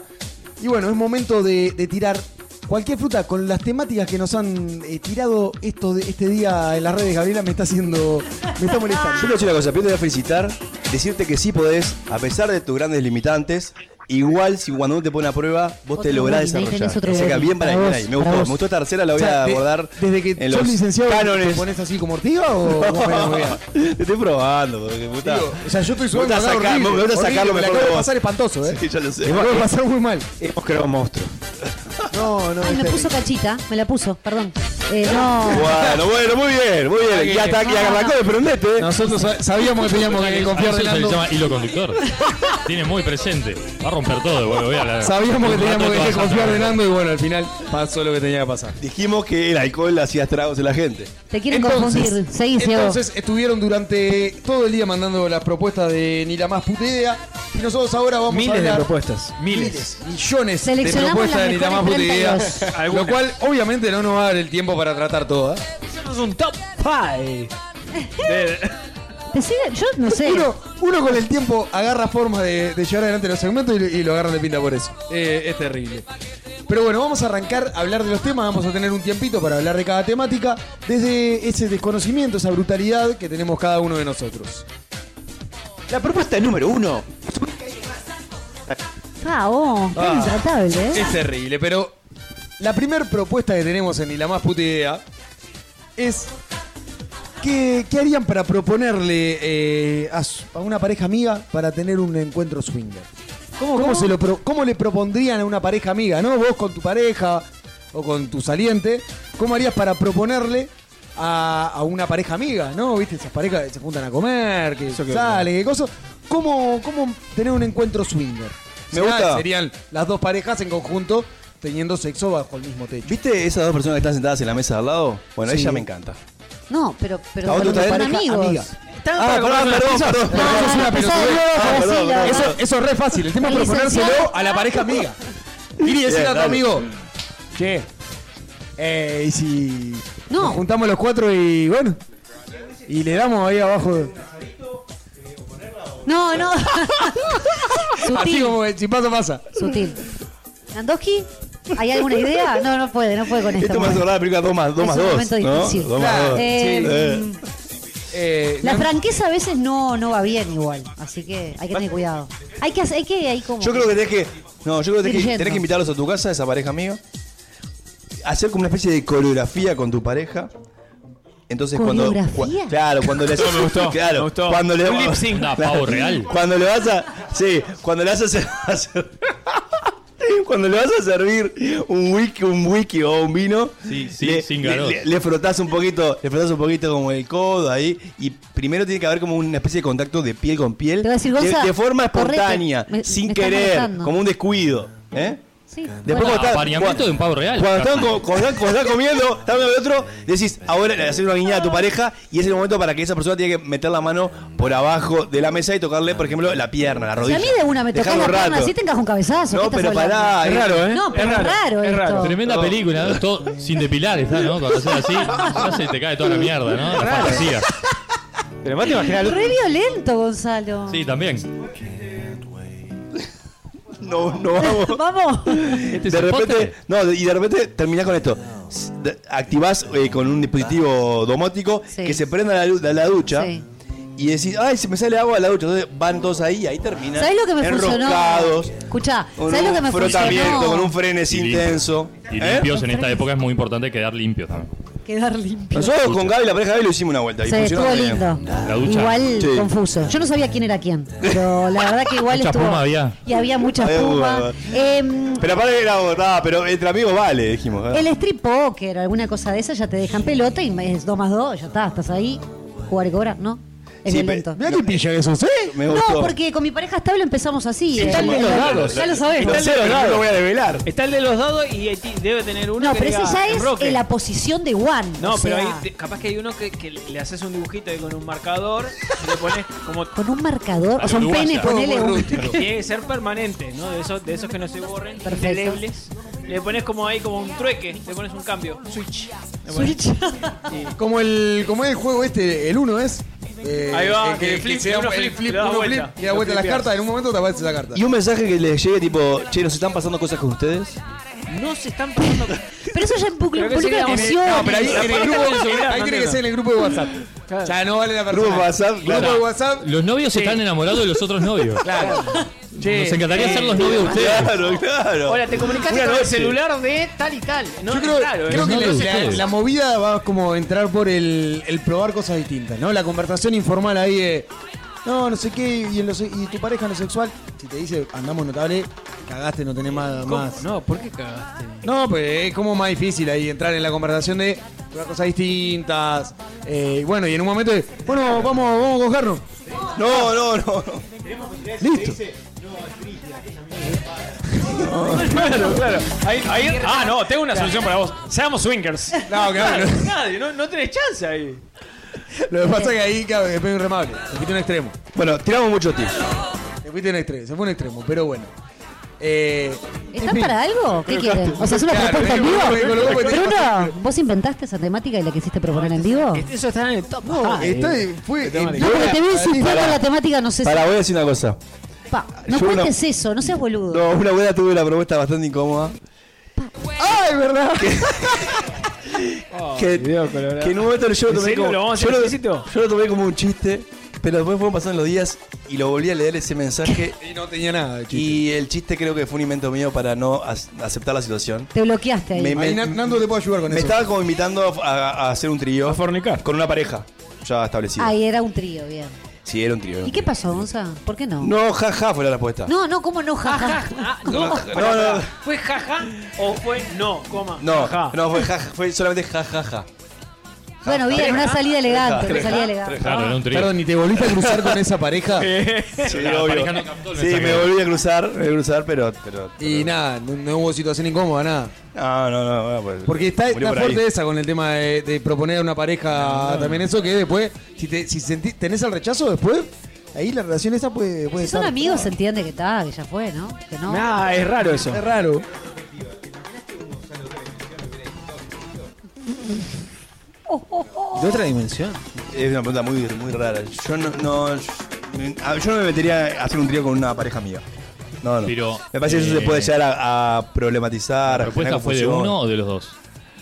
Speaker 5: Y bueno, es momento de, de tirar Cualquier fruta con las temáticas que nos han eh, tirado esto de- este día en las redes, Gabriela, me está haciendo. me está molestando.
Speaker 4: Yo te voy a decir una cosa, primero te voy a felicitar, decirte que sí podés, a pesar de tus grandes limitantes, igual si cuando uno te pone a prueba, vos te
Speaker 5: Otro
Speaker 4: lográs
Speaker 5: gol, ahí
Speaker 4: desarrollar.
Speaker 5: tenés otro
Speaker 4: O sea que
Speaker 5: gol.
Speaker 4: bien para,
Speaker 5: Para
Speaker 4: Miguel
Speaker 5: vos,
Speaker 4: ahí, me
Speaker 5: para
Speaker 4: gustó,
Speaker 5: vos.
Speaker 4: me gustó esta tercera, la voy
Speaker 5: O sea,
Speaker 4: a
Speaker 5: de-
Speaker 4: abordar
Speaker 5: desde que
Speaker 4: en
Speaker 5: sos
Speaker 4: los
Speaker 5: licenciado, ¿te
Speaker 4: cánones.
Speaker 5: pones así como ortiga o
Speaker 4: No.
Speaker 5: cómo era, muy bien?
Speaker 4: Te estoy probando, porque puta.
Speaker 5: Digo, o sea, yo estoy
Speaker 4: Me
Speaker 5: sudando
Speaker 4: gusta
Speaker 5: acá,
Speaker 4: sacar-
Speaker 5: horrible,
Speaker 4: me gusta
Speaker 5: horrible,
Speaker 4: sacar lo
Speaker 5: me la
Speaker 4: mejor
Speaker 5: acabo
Speaker 4: de
Speaker 5: de
Speaker 4: vos.
Speaker 5: pasar espantoso, ¿eh?
Speaker 4: Sí, ya lo sé. Eh,
Speaker 5: Me la acabo de pasar muy mal.
Speaker 10: Hemos creado un monstruo.
Speaker 5: No, no.
Speaker 6: Ay, me puso cachita, me la puso, perdón. Eh,
Speaker 5: Oh.
Speaker 6: no.
Speaker 4: Bueno, bueno, muy bien, muy bien. Y hasta aquí arrancó de prendete.
Speaker 5: Nosotros sa- sabíamos que teníamos que confiar
Speaker 8: A
Speaker 5: en
Speaker 8: eso se le
Speaker 5: Lando.
Speaker 8: llama hilo conductor. Tiene muy presente. Va a romper todo, güey. voy a la-
Speaker 5: Sabíamos que
Speaker 8: un rato
Speaker 5: teníamos que
Speaker 8: todas las
Speaker 5: confiar en
Speaker 8: atrás.
Speaker 5: Nando y bueno, al final pasó lo que tenía que pasar.
Speaker 4: Dijimos que el alcohol hacía estragos en la gente.
Speaker 6: Te quieren confundir. Seguí, Ciego.
Speaker 5: Entonces estuvieron durante todo el día mandando las propuestas de ni la más puta idea. Y nosotros ahora vamos a
Speaker 9: Miles de
Speaker 5: hablar
Speaker 9: propuestas.
Speaker 5: Miles. Millones de
Speaker 9: Seleccionamos
Speaker 5: propuestas
Speaker 9: las
Speaker 5: de ni la más puta
Speaker 9: mejores
Speaker 5: idea.
Speaker 9: 32.
Speaker 5: Lo cual obviamente no nos va a dar el tiempo para tratar ¿eh? todas.
Speaker 7: Hicimos un top 5.
Speaker 6: Decide- yo no sé.
Speaker 5: Uno, uno con el tiempo agarra formas de, de llevar adelante los segmentos y, lo- y lo agarran de pinta por eso. Eh, es terrible. Pero bueno, vamos a arrancar a hablar de los temas, vamos a tener un tiempito para hablar de cada temática, desde ese desconocimiento, esa brutalidad que tenemos cada uno de nosotros.
Speaker 10: La propuesta número uno.
Speaker 6: Ah, oh, qué
Speaker 5: Ah.
Speaker 6: intratable, ¿eh?
Speaker 5: Es terrible, pero la primera propuesta que tenemos en Ni la más puta idea es ¿qué, qué harían para proponerle eh, a, su- a una pareja amiga para tener un encuentro swinger? ¿Cómo,
Speaker 6: cómo?
Speaker 5: se lo pro- cómo le propondrían a una pareja amiga, no? Vos con tu pareja o con tu saliente, ¿cómo harías para proponerle a, a una pareja amiga, no? ¿Viste? Esas parejas que se juntan a comer, que
Speaker 4: que-
Speaker 5: sale, que cosas. ¿Cómo, ¿Cómo tener un encuentro swinger?
Speaker 4: Me gusta.
Speaker 5: Serían las dos parejas en conjunto teniendo sexo bajo el mismo techo.
Speaker 4: ¿Viste esas dos personas que están sentadas en la mesa de al lado? Bueno,
Speaker 5: Sí.
Speaker 4: ella me encanta.
Speaker 6: No, pero, pero
Speaker 4: ¿A vos te
Speaker 6: con
Speaker 4: gusta ver? Pareja
Speaker 6: amigos.
Speaker 4: amiga.
Speaker 6: Están
Speaker 4: Ah,
Speaker 6: para
Speaker 4: pará,
Speaker 6: comer
Speaker 4: perdón,
Speaker 6: una
Speaker 4: perdón.
Speaker 6: pizza. No,
Speaker 5: Eso es una
Speaker 6: no, pesada,
Speaker 5: pelotudez.
Speaker 6: no,
Speaker 5: Ah,
Speaker 6: sí,
Speaker 5: perdón,
Speaker 6: la
Speaker 5: perdón.
Speaker 6: verdad.
Speaker 5: Eso, eso es re fácil. El tema es
Speaker 6: El
Speaker 5: proponérselo
Speaker 6: licenciado-
Speaker 5: a la pareja amiga. Ir y decirle
Speaker 6: Bien,
Speaker 5: a tu
Speaker 6: dale.
Speaker 5: amigo, che, eh, y si
Speaker 6: No.
Speaker 5: nos juntamos los cuatro y bueno, y le damos ahí abajo.
Speaker 6: No, no.
Speaker 5: Así
Speaker 6: Sutil.
Speaker 5: como que si pasa, pasa.
Speaker 6: Sutil. ¿Nandoski? ¿Hay alguna idea? No, no puede, no puede con esto.
Speaker 4: Esto me hace acordar la película 2 más 2.
Speaker 6: Es
Speaker 4: más
Speaker 6: un
Speaker 4: dos,
Speaker 6: momento
Speaker 4: ¿no?
Speaker 6: difícil.
Speaker 4: Dos más
Speaker 6: Claro,
Speaker 4: dos.
Speaker 6: eh,
Speaker 4: Eh.
Speaker 6: La franqueza a veces no, no va bien igual, así que hay que tener cuidado. Hay que hacer- hay que hay como
Speaker 4: Yo creo que tenés que. No, yo creo que tenés que,
Speaker 6: Dirigiendo.
Speaker 4: tenés que invitarlos a tu casa, esa pareja amiga. Hacer como una especie de coreografía con tu pareja. Entonces cuando.
Speaker 6: ¿Coreografía?
Speaker 4: cua- claro, cuando le
Speaker 8: Eso me gustó,
Speaker 4: Claro,
Speaker 8: me gustó.
Speaker 4: Cuando le
Speaker 8: Un lip sync. Ah, pavo real.
Speaker 4: Cuando le vas a. Sí, cuando le vas a hacer. hacer- Cuando le vas a servir un wiki, un whisky o un vino,
Speaker 8: Sí, sí,
Speaker 4: le,
Speaker 8: sin
Speaker 4: le,
Speaker 8: garoto.
Speaker 4: le- le frotás un poquito, le frotás un poquito como el codo ahí, y primero tiene que haber como una especie de contacto de piel con piel,
Speaker 6: a decir,
Speaker 4: de-
Speaker 6: Gonza,
Speaker 4: de, forma
Speaker 6: correte,
Speaker 4: espontánea,
Speaker 6: me-
Speaker 4: sin
Speaker 6: me estás
Speaker 4: querer,
Speaker 6: molestando.
Speaker 4: como un descuido, ¿eh?
Speaker 6: Sí.
Speaker 4: Después
Speaker 8: Bueno,
Speaker 4: cuando están-
Speaker 8: apareamiento
Speaker 4: cuando-
Speaker 8: de un pavo real,
Speaker 4: Cuando
Speaker 8: casi.
Speaker 4: están, co- cuando están- cuando están comiendo, están hablando de otro, decís, ahora le haces una guiñada a tu pareja y es el momento para que esa persona tiene que meter la mano por abajo de la mesa y tocarle, por ejemplo, la pierna, la
Speaker 6: Si
Speaker 4: rodilla.
Speaker 6: a mí de una me tocas
Speaker 4: Dejarlo
Speaker 6: la pierna,
Speaker 4: rato.
Speaker 6: así te encajo un cabezazo.
Speaker 4: No,
Speaker 6: ¿qué estás
Speaker 4: pero
Speaker 6: hablando?
Speaker 4: pará, es raro, ¿eh?
Speaker 6: No, pero es raro, esto.
Speaker 8: Tremenda película, ¿no? Todo sin depilar está, ¿no? Cuando haces así, ya se te cae toda la mierda, ¿no? La fantasía.
Speaker 10: Pero más te imaginas.
Speaker 6: Re violento, Gonzalo.
Speaker 8: Sí, también.
Speaker 4: No, no vamos.
Speaker 6: Vamos.
Speaker 4: de repente, no, de- y de repente terminás con esto. S- de- Activás eh, con un dispositivo domótico
Speaker 6: Sí.
Speaker 4: que se prenda la, lu- la- la ducha.
Speaker 6: Sí.
Speaker 4: Y decís, ay, se me sale agua de la ducha. Entonces van todos ahí y ahí terminan
Speaker 6: ¿Sabes lo que me funcionó?
Speaker 4: enroscados,
Speaker 6: Escuchá,
Speaker 4: con
Speaker 6: ¿sabes lo que
Speaker 4: un
Speaker 6: me
Speaker 4: frotamiento,
Speaker 6: funcionó?
Speaker 4: con un frenesí
Speaker 8: Y limpio.
Speaker 4: intenso.
Speaker 8: Y
Speaker 4: ¿Eh?
Speaker 8: limpios en esta época es muy importante quedar limpios también.
Speaker 6: Quedar limpio.
Speaker 4: Nosotros con Gaby, la pareja de Gaby, lo hicimos una vuelta. Y
Speaker 6: Sí,
Speaker 4: funcionó
Speaker 6: estuvo
Speaker 4: bien.
Speaker 6: lindo.
Speaker 8: La ducha.
Speaker 6: Igual
Speaker 4: Sí.
Speaker 6: confuso. Yo no sabía quién era quién, pero la verdad que igual
Speaker 4: Mucha
Speaker 6: estuvo.
Speaker 4: puma había.
Speaker 6: Y había mucha Em,
Speaker 4: Había
Speaker 6: espuma.
Speaker 4: puma. Pero aparte era agotada, pero entre amigos vale, dijimos. ¿eh?
Speaker 6: el strip poker, alguna cosa de esa, ya te dejan pelota y es 2 más 2, ya está, estás ahí, jugar y cobrar, ¿no? Es
Speaker 4: Sí,
Speaker 6: violento.
Speaker 4: pe- Mirá qué
Speaker 5: pilla que sos, ¿eh?
Speaker 4: Me
Speaker 6: no,
Speaker 4: gustó.
Speaker 6: porque con mi pareja estable empezamos así. eh.
Speaker 7: Está el de los dados.
Speaker 6: Ya lo sabemos.
Speaker 7: Está el de los dados.
Speaker 4: voy a develar.
Speaker 7: Está el de los dados y ahí ti- debe tener uno.
Speaker 6: No,
Speaker 7: que
Speaker 6: pero ese
Speaker 7: diga,
Speaker 6: ya es
Speaker 7: "Enroque".
Speaker 6: en la posición de Juan.
Speaker 7: No,
Speaker 6: o
Speaker 7: pero
Speaker 6: sea,
Speaker 7: ahí te- capaz que hay uno que, que le haces un dibujito ahí con un marcador y le pones como.
Speaker 6: Con un marcador, o sea, un pene, ponele un.
Speaker 7: Tiene que ser permanente, ¿no? De esos, de esos que no se borren,
Speaker 6: Perfecto.
Speaker 7: indelebles. Le pones como ahí, como un trueque, le pones un cambio. Switch. Le pones.
Speaker 6: Switch.
Speaker 5: Como el, como es el juego este, el uno es. eh,
Speaker 7: Ahí va,
Speaker 5: el que,
Speaker 7: el flip,
Speaker 5: que se da
Speaker 7: uno
Speaker 5: un- el
Speaker 7: flip,
Speaker 5: flip,
Speaker 7: le das
Speaker 5: uno
Speaker 7: vuelta.
Speaker 5: flip, y da vuelta
Speaker 7: Lo
Speaker 5: las
Speaker 7: flipeas.
Speaker 5: cartas, en un momento te aparece esa carta.
Speaker 4: Y un mensaje que les llegue tipo, che, nos están pasando cosas con ustedes.
Speaker 16: no se están poniendo.
Speaker 6: Pero eso ya involucra
Speaker 16: Pero que sería-
Speaker 6: emoción.
Speaker 5: No, pero ahí, en el grupo,
Speaker 16: Aparte, no,
Speaker 5: ahí
Speaker 16: no,
Speaker 5: tiene
Speaker 16: no.
Speaker 5: que ser en el grupo de WhatsApp. Ya no vale la persona.
Speaker 8: Grupo WhatsApp,
Speaker 5: Grupo
Speaker 8: claro.
Speaker 5: de WhatsApp.
Speaker 8: Los novios están enamorados de los otros novios.
Speaker 5: Claro.
Speaker 8: Nos encantaría ser los novios de ustedes.
Speaker 4: Claro, claro.
Speaker 16: Hola, te comunicaste con el celular de tal y tal. No,
Speaker 5: Yo creo,
Speaker 7: ¿eh?
Speaker 16: claro,
Speaker 5: creo
Speaker 16: es-
Speaker 5: que
Speaker 16: no
Speaker 5: la-
Speaker 16: sé
Speaker 5: la,
Speaker 16: cómo.
Speaker 5: la movida va como a entrar por el, el probar cosas distintas, ¿no? La conversación informal ahí de. No, no sé qué, y, en lo se- y tu pareja no es sexual. Si te dice andamos notable, cagaste, no tenés más.
Speaker 7: ¿Cómo?
Speaker 5: más.
Speaker 7: No, ¿por qué cagaste?
Speaker 5: No, pues es como más difícil ahí entrar en la conversación de probar cosas distintas. Eh, y bueno, y en un momento de. Bueno, vamos, vamos a cogernos.
Speaker 4: No, no, no.
Speaker 5: Listo.
Speaker 7: Claro, claro. Ahí- ahí- ah, no, tengo una solución para vos. Seamos swingers.
Speaker 5: No, claro.
Speaker 7: Nadie, no, no tenés chance ahí.
Speaker 5: Lo que pasa es que ahí, claro, después un remable. Se fuiste a un extremo.
Speaker 4: Bueno, tiramos mucho tips.
Speaker 5: Se fuiste a un extremo, se fue a un extremo, pero bueno. Eh, en
Speaker 6: ¿Están
Speaker 5: fin.
Speaker 6: para algo? ¿Qué quieren? ¿O sea, es una
Speaker 5: Claro,
Speaker 6: propuesta en
Speaker 5: eh, porque con lo
Speaker 6: vivo?
Speaker 5: poco que tenemos-
Speaker 6: Bruno, ¿vos inventaste esa temática y la quisiste proponer en vivo?
Speaker 16: Eso está en el top.
Speaker 5: No,
Speaker 6: Ay.
Speaker 5: está,
Speaker 7: eh.
Speaker 5: fue.
Speaker 6: No, pero te veo insistiendo en la temática, no sé si...
Speaker 4: Para, voy a decir una cosa.
Speaker 6: Pa, no
Speaker 4: Yo una-
Speaker 6: cuentes eso, no seas boludo.
Speaker 4: No, una buena tuve la propuesta bastante incómoda.
Speaker 5: ¡Ay, verdad!
Speaker 4: que, que en un momento yo lo
Speaker 7: ¿En
Speaker 4: tomé
Speaker 7: serio?
Speaker 4: como,
Speaker 7: ¿Lo vamos a
Speaker 4: yo,
Speaker 7: hacer
Speaker 4: lo,
Speaker 7: explícito?
Speaker 4: yo lo tomé como un chiste, pero después fueron pasando los días y lo volví a leer ese mensaje.
Speaker 5: Y no tenía nada
Speaker 4: Y el chiste creo que fue un invento mío para no as- aceptar la situación.
Speaker 6: Te bloqueaste ahí.
Speaker 4: Me- me-
Speaker 5: Ahí Na- Nando te puedo ayudar con
Speaker 4: Me
Speaker 5: eso.
Speaker 4: estaba como invitando a, a hacer un trío. A fornicar. Con una pareja ya establecida.
Speaker 6: Ahí era un trío, bien.
Speaker 4: Sí, era un trío. era un
Speaker 6: ¿Y qué pasó, Gonza? ¿Por qué no?
Speaker 4: trío. No, jaja fue la respuesta.
Speaker 6: No, no, ¿cómo no? Jaja.
Speaker 4: No, no, no.
Speaker 7: ¿Fue jaja o fue no, coma?
Speaker 4: No, no, fue jaja, fue solamente jajaja.
Speaker 6: Bueno, bien, una salida elegante, una
Speaker 4: Treja,
Speaker 6: salida elegante.
Speaker 4: Claro, era un trío.
Speaker 5: Perdón, ¿y te volviste a cruzar con esa pareja?
Speaker 4: Sí,
Speaker 5: La
Speaker 4: obvio.
Speaker 5: pareja no captó el
Speaker 4: Sí,
Speaker 5: mensaje.
Speaker 4: me volví a cruzar, me volví a cruzar, pero. pero-
Speaker 5: Y nada, no, no hubo situación incómoda, nada.
Speaker 4: No, no, no, bueno, pues,
Speaker 5: Porque está,
Speaker 4: murió
Speaker 5: está
Speaker 4: por ahí.
Speaker 5: fuerte esa con el tema de, de proponer a una pareja también eso, que después, si, te, si sentí- tenés el rechazo después, ahí la relación esa puede, puede
Speaker 6: Si son
Speaker 5: estar-
Speaker 6: amigos, se entiende que está, que ya fue, ¿no? Que no.
Speaker 7: Nah, es raro eso.
Speaker 5: Es raro.
Speaker 4: ¿De otra dimensión? Es una pregunta muy, muy rara. Yo no, no- yo, a- yo no me metería a hacer un trío con una pareja mía. No, no.
Speaker 8: Pero,
Speaker 4: me parece que eso
Speaker 8: eh,
Speaker 4: se puede llegar a, a problematizar.
Speaker 8: ¿La
Speaker 4: a
Speaker 8: propuesta
Speaker 4: generar
Speaker 8: fue de
Speaker 4: confusión.
Speaker 8: uno o de los dos?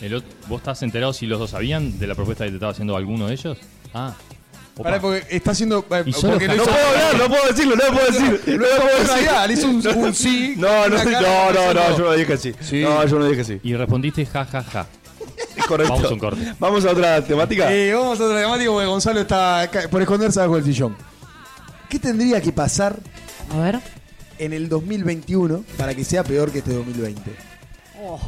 Speaker 8: El ot- ¿Vos estás enterado si los dos sabían de la propuesta que te estaba haciendo alguno de ellos? Ah. Opa.
Speaker 5: Pará, porque está haciendo.
Speaker 8: Y solo
Speaker 5: porque
Speaker 8: jaja.
Speaker 5: hizo-
Speaker 8: No puedo hablar,
Speaker 4: eh, no puedo decirlo, no puedo decir. No
Speaker 5: lo
Speaker 4: puedo
Speaker 5: hizo
Speaker 4: decir.
Speaker 5: real, hizo un, un sí.
Speaker 4: No, no,
Speaker 5: una cara
Speaker 4: no, no,
Speaker 5: diciendo-
Speaker 4: no, yo no dije así. No, yo no dije así.
Speaker 8: Y respondiste jajaja. Ja,
Speaker 4: Es correcto.
Speaker 8: Vamos a un corte.
Speaker 4: Vamos a otra temática.
Speaker 5: Eh, vamos a otra temática porque Gonzalo está ca- por esconderse bajo el sillón. ¿Qué tendría que pasar
Speaker 6: a ver.
Speaker 5: en el 2021 para que sea peor que este 2020?
Speaker 6: Oh.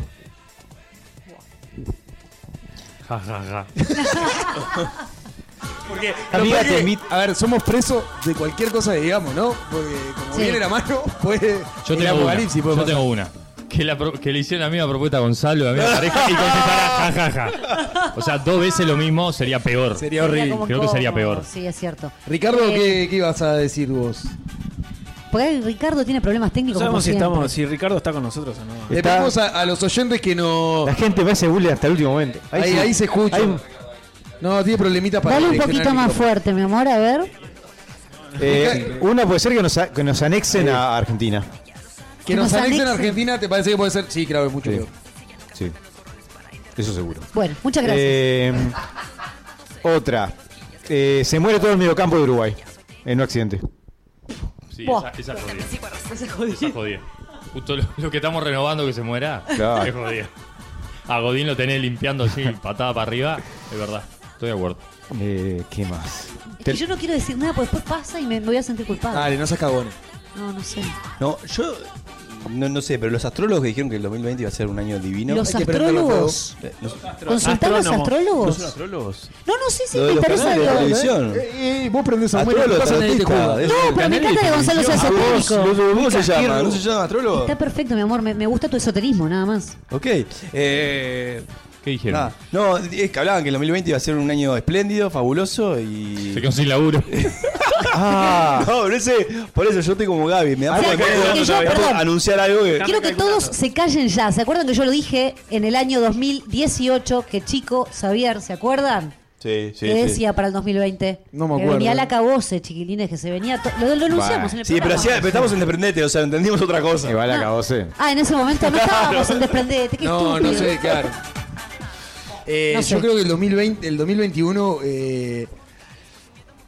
Speaker 8: ja, ja, ja.
Speaker 5: Porque
Speaker 8: Amiga,
Speaker 5: capaz
Speaker 8: te
Speaker 5: que-
Speaker 8: invito-
Speaker 5: a ver, somos presos de cualquier cosa que digamos, ¿no? Porque como
Speaker 8: Sí.
Speaker 5: viene la mano, puede
Speaker 8: Yo
Speaker 5: el
Speaker 8: tengo una.
Speaker 5: apocalipsis puede
Speaker 8: Yo
Speaker 5: pasar.
Speaker 8: tengo una. Que, la pro- que le hicieron la misma propuesta a Gonzalo, a mi pareja, y contestara jajaja. O sea, dos veces lo mismo sería peor.
Speaker 5: Sería horrible.
Speaker 6: como
Speaker 8: Creo que sería
Speaker 6: incómodo,
Speaker 8: peor.
Speaker 6: Sí, es cierto.
Speaker 5: Ricardo,
Speaker 6: Eh,
Speaker 5: ¿qué, qué ibas a decir vos?
Speaker 6: Porque ahí Ricardo tiene problemas
Speaker 7: No
Speaker 6: técnicos. como
Speaker 7: sabemos si
Speaker 6: siempre.
Speaker 7: estamos, si Ricardo está con nosotros o no.
Speaker 5: Le pedimos a, a los oyentes que no.
Speaker 9: La gente va a ese bullying hasta el último momento.
Speaker 5: Ahí, ahí, se escucha.
Speaker 9: ahí-
Speaker 5: No, tiene problemita para
Speaker 6: Dale un
Speaker 5: direccionar
Speaker 6: poquito
Speaker 5: el
Speaker 6: más
Speaker 5: micrófono.
Speaker 6: fuerte, mi amor, a ver.
Speaker 9: Eh, una puede ser que nos, a- que nos anexen a Argentina.
Speaker 5: Que nos anexen a Argentina, ¿te parece que puede ser? Sí, claro, es mucho peor.
Speaker 9: Sí. Eso seguro.
Speaker 6: Bueno, muchas gracias.
Speaker 9: Eh, otra. Eh, se muere todo el mediocampo de Uruguay en un accidente.
Speaker 8: Sí,
Speaker 6: Buah.
Speaker 8: esa, esa es jodida. Esa es jodida. Justo lo, lo que estamos renovando que se muera.
Speaker 9: Claro.
Speaker 8: Es jodida. A Godín lo tenés limpiando así, patada para arriba. Es verdad. Estoy de acuerdo.
Speaker 9: Eh, ¿Qué más?
Speaker 6: Es que yo no quiero decir nada, porque después pasa y me, me voy a sentir culpable.
Speaker 5: Dale, no seas cagón.
Speaker 6: No, no sé.
Speaker 4: No, yo. No, no sé, pero los astrólogos que dijeron que el 2020 iba a ser un año divino.
Speaker 6: Los Hay que prenderlo astrólogos.
Speaker 4: Eh, no-
Speaker 6: ¿Consultá a los
Speaker 4: Astrónomos.
Speaker 6: astrólogos?
Speaker 4: ¿No son astrólogos?
Speaker 6: No, no sé si
Speaker 4: Lo
Speaker 6: me
Speaker 4: de los
Speaker 6: interesa.
Speaker 4: canales de
Speaker 6: algo.
Speaker 4: televisión.
Speaker 5: Eh, vos prendés a muerte,
Speaker 4: Astrólogo,
Speaker 5: pasa nadie te
Speaker 4: tarotista,
Speaker 5: juzga.
Speaker 4: es-
Speaker 6: No, pero me encanta que Gonzalo sea
Speaker 4: Ah, vos,
Speaker 6: esotérico.
Speaker 4: ¿no- ¿Cómo se llama?
Speaker 5: Castirlo.
Speaker 4: ¿No se llama astrólogo?
Speaker 6: Está perfecto, mi amor. Me, me gusta tu esoterismo, nada más.
Speaker 4: Ok. Eh,
Speaker 8: ¿Qué dijeron?
Speaker 4: nada. No, es que hablaban que el 2020 iba a ser un año espléndido, fabuloso y.
Speaker 8: Se quedó sin laburo.
Speaker 4: Ah. No, pero ese, por eso yo estoy como Gaby. Me da
Speaker 6: O sea,
Speaker 4: por
Speaker 6: que- que yo, perdón.
Speaker 4: anunciar algo que.
Speaker 6: Quiero que todos se callen ya. ¿Se acuerdan que yo lo dije en el año 2018 que Chico Xavier, ¿se acuerdan?
Speaker 4: Sí, sí,
Speaker 6: ¿Qué
Speaker 4: sí.
Speaker 6: decía para el 2020?
Speaker 4: No me
Speaker 6: Que
Speaker 4: acuerdo.
Speaker 6: venía la cabose, chiquilines, que se venía. to- Lo, lo anunciamos en el
Speaker 4: Sí, pero,
Speaker 6: programa.
Speaker 4: hacía- pero estamos en Desprendete, o sea, entendimos otra cosa. Igual
Speaker 9: acabó, sí.
Speaker 6: Ah, en ese momento no estábamos en desprendete. Qué
Speaker 5: No, no
Speaker 6: estúpido.
Speaker 5: sé, claro. Eh,
Speaker 6: No sé.
Speaker 5: Yo creo que el, 2020, el 2021, eh,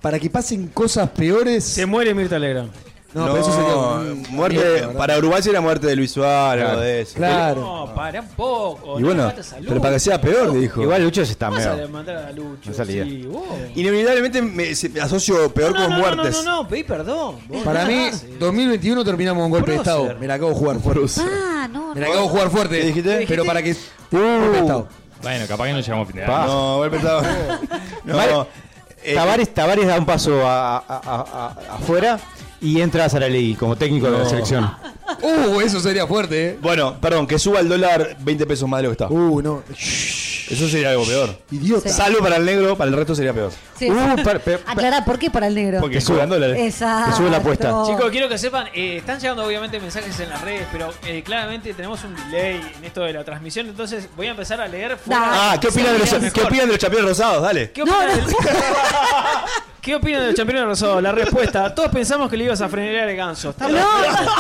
Speaker 5: para que pasen cosas peores. Se
Speaker 7: muere Mirta Legrand.
Speaker 5: No, pero eso sería. un-
Speaker 4: muerte,
Speaker 5: mierda, ¿verdad?
Speaker 4: para Uruguay sería muerte de Luis Suárez,
Speaker 5: Claro.
Speaker 4: algo de eso.
Speaker 5: Claro.
Speaker 7: No, pará un poco.
Speaker 4: Y bueno, pero para que sea peor, le dijo.
Speaker 9: Igual Lucho se está
Speaker 7: Vas a
Speaker 4: medio.
Speaker 7: demandar a Lucho.
Speaker 4: No salía.
Speaker 7: Sí, vos.
Speaker 4: Inevitablemente me se- me asocio peor
Speaker 7: No,
Speaker 4: con
Speaker 7: no, no, no,
Speaker 4: muertes.
Speaker 7: no, no, pedí perdón. vos.
Speaker 5: Para
Speaker 7: No,
Speaker 5: mí,
Speaker 7: no, sí.
Speaker 5: 2021 terminamos con golpe de
Speaker 7: Prócer.
Speaker 5: Estado. Me la acabo de jugar fuerte.
Speaker 6: Ah, no.
Speaker 5: Me la acabo de jugar fuerte. Pero para que.
Speaker 4: Uh.
Speaker 5: golpe de Estado.
Speaker 8: Bueno, capaz que no llegamos a fin de
Speaker 9: Pa.
Speaker 8: año.
Speaker 9: No,
Speaker 4: golpe de Estado.
Speaker 9: Mal- Tavares, Tavares da un paso a- a- a- a- afuera y entra a Saralegui como técnico de la
Speaker 4: No.
Speaker 9: selección.
Speaker 5: Uh, eso sería fuerte, eh.
Speaker 4: Bueno, perdón, que suba el dólar 20 pesos más de lo que está.
Speaker 5: Uh, no.
Speaker 4: Eso sería algo peor.
Speaker 5: Idiota.
Speaker 4: Salvo para el negro, para el resto sería peor. Uh,
Speaker 6: Sí. Ah, Aclará, ¿por qué para el negro?
Speaker 4: Porque suban dólares.
Speaker 6: Exacto.
Speaker 4: Que suba la apuesta.
Speaker 7: Chicos, quiero que sepan, eh, están llegando obviamente mensajes en las redes, pero eh, claramente tenemos un delay en esto de la transmisión, entonces voy a empezar a leer. fuera-
Speaker 4: Ah, ¿qué opinan, de los, ¿qué opinan de los campeones rosados? Dale.
Speaker 7: ¿Qué opinan, del... ¿Qué opinan del campeón rosado? La respuesta, todos pensamos que le ibas a frenar el ganso. Está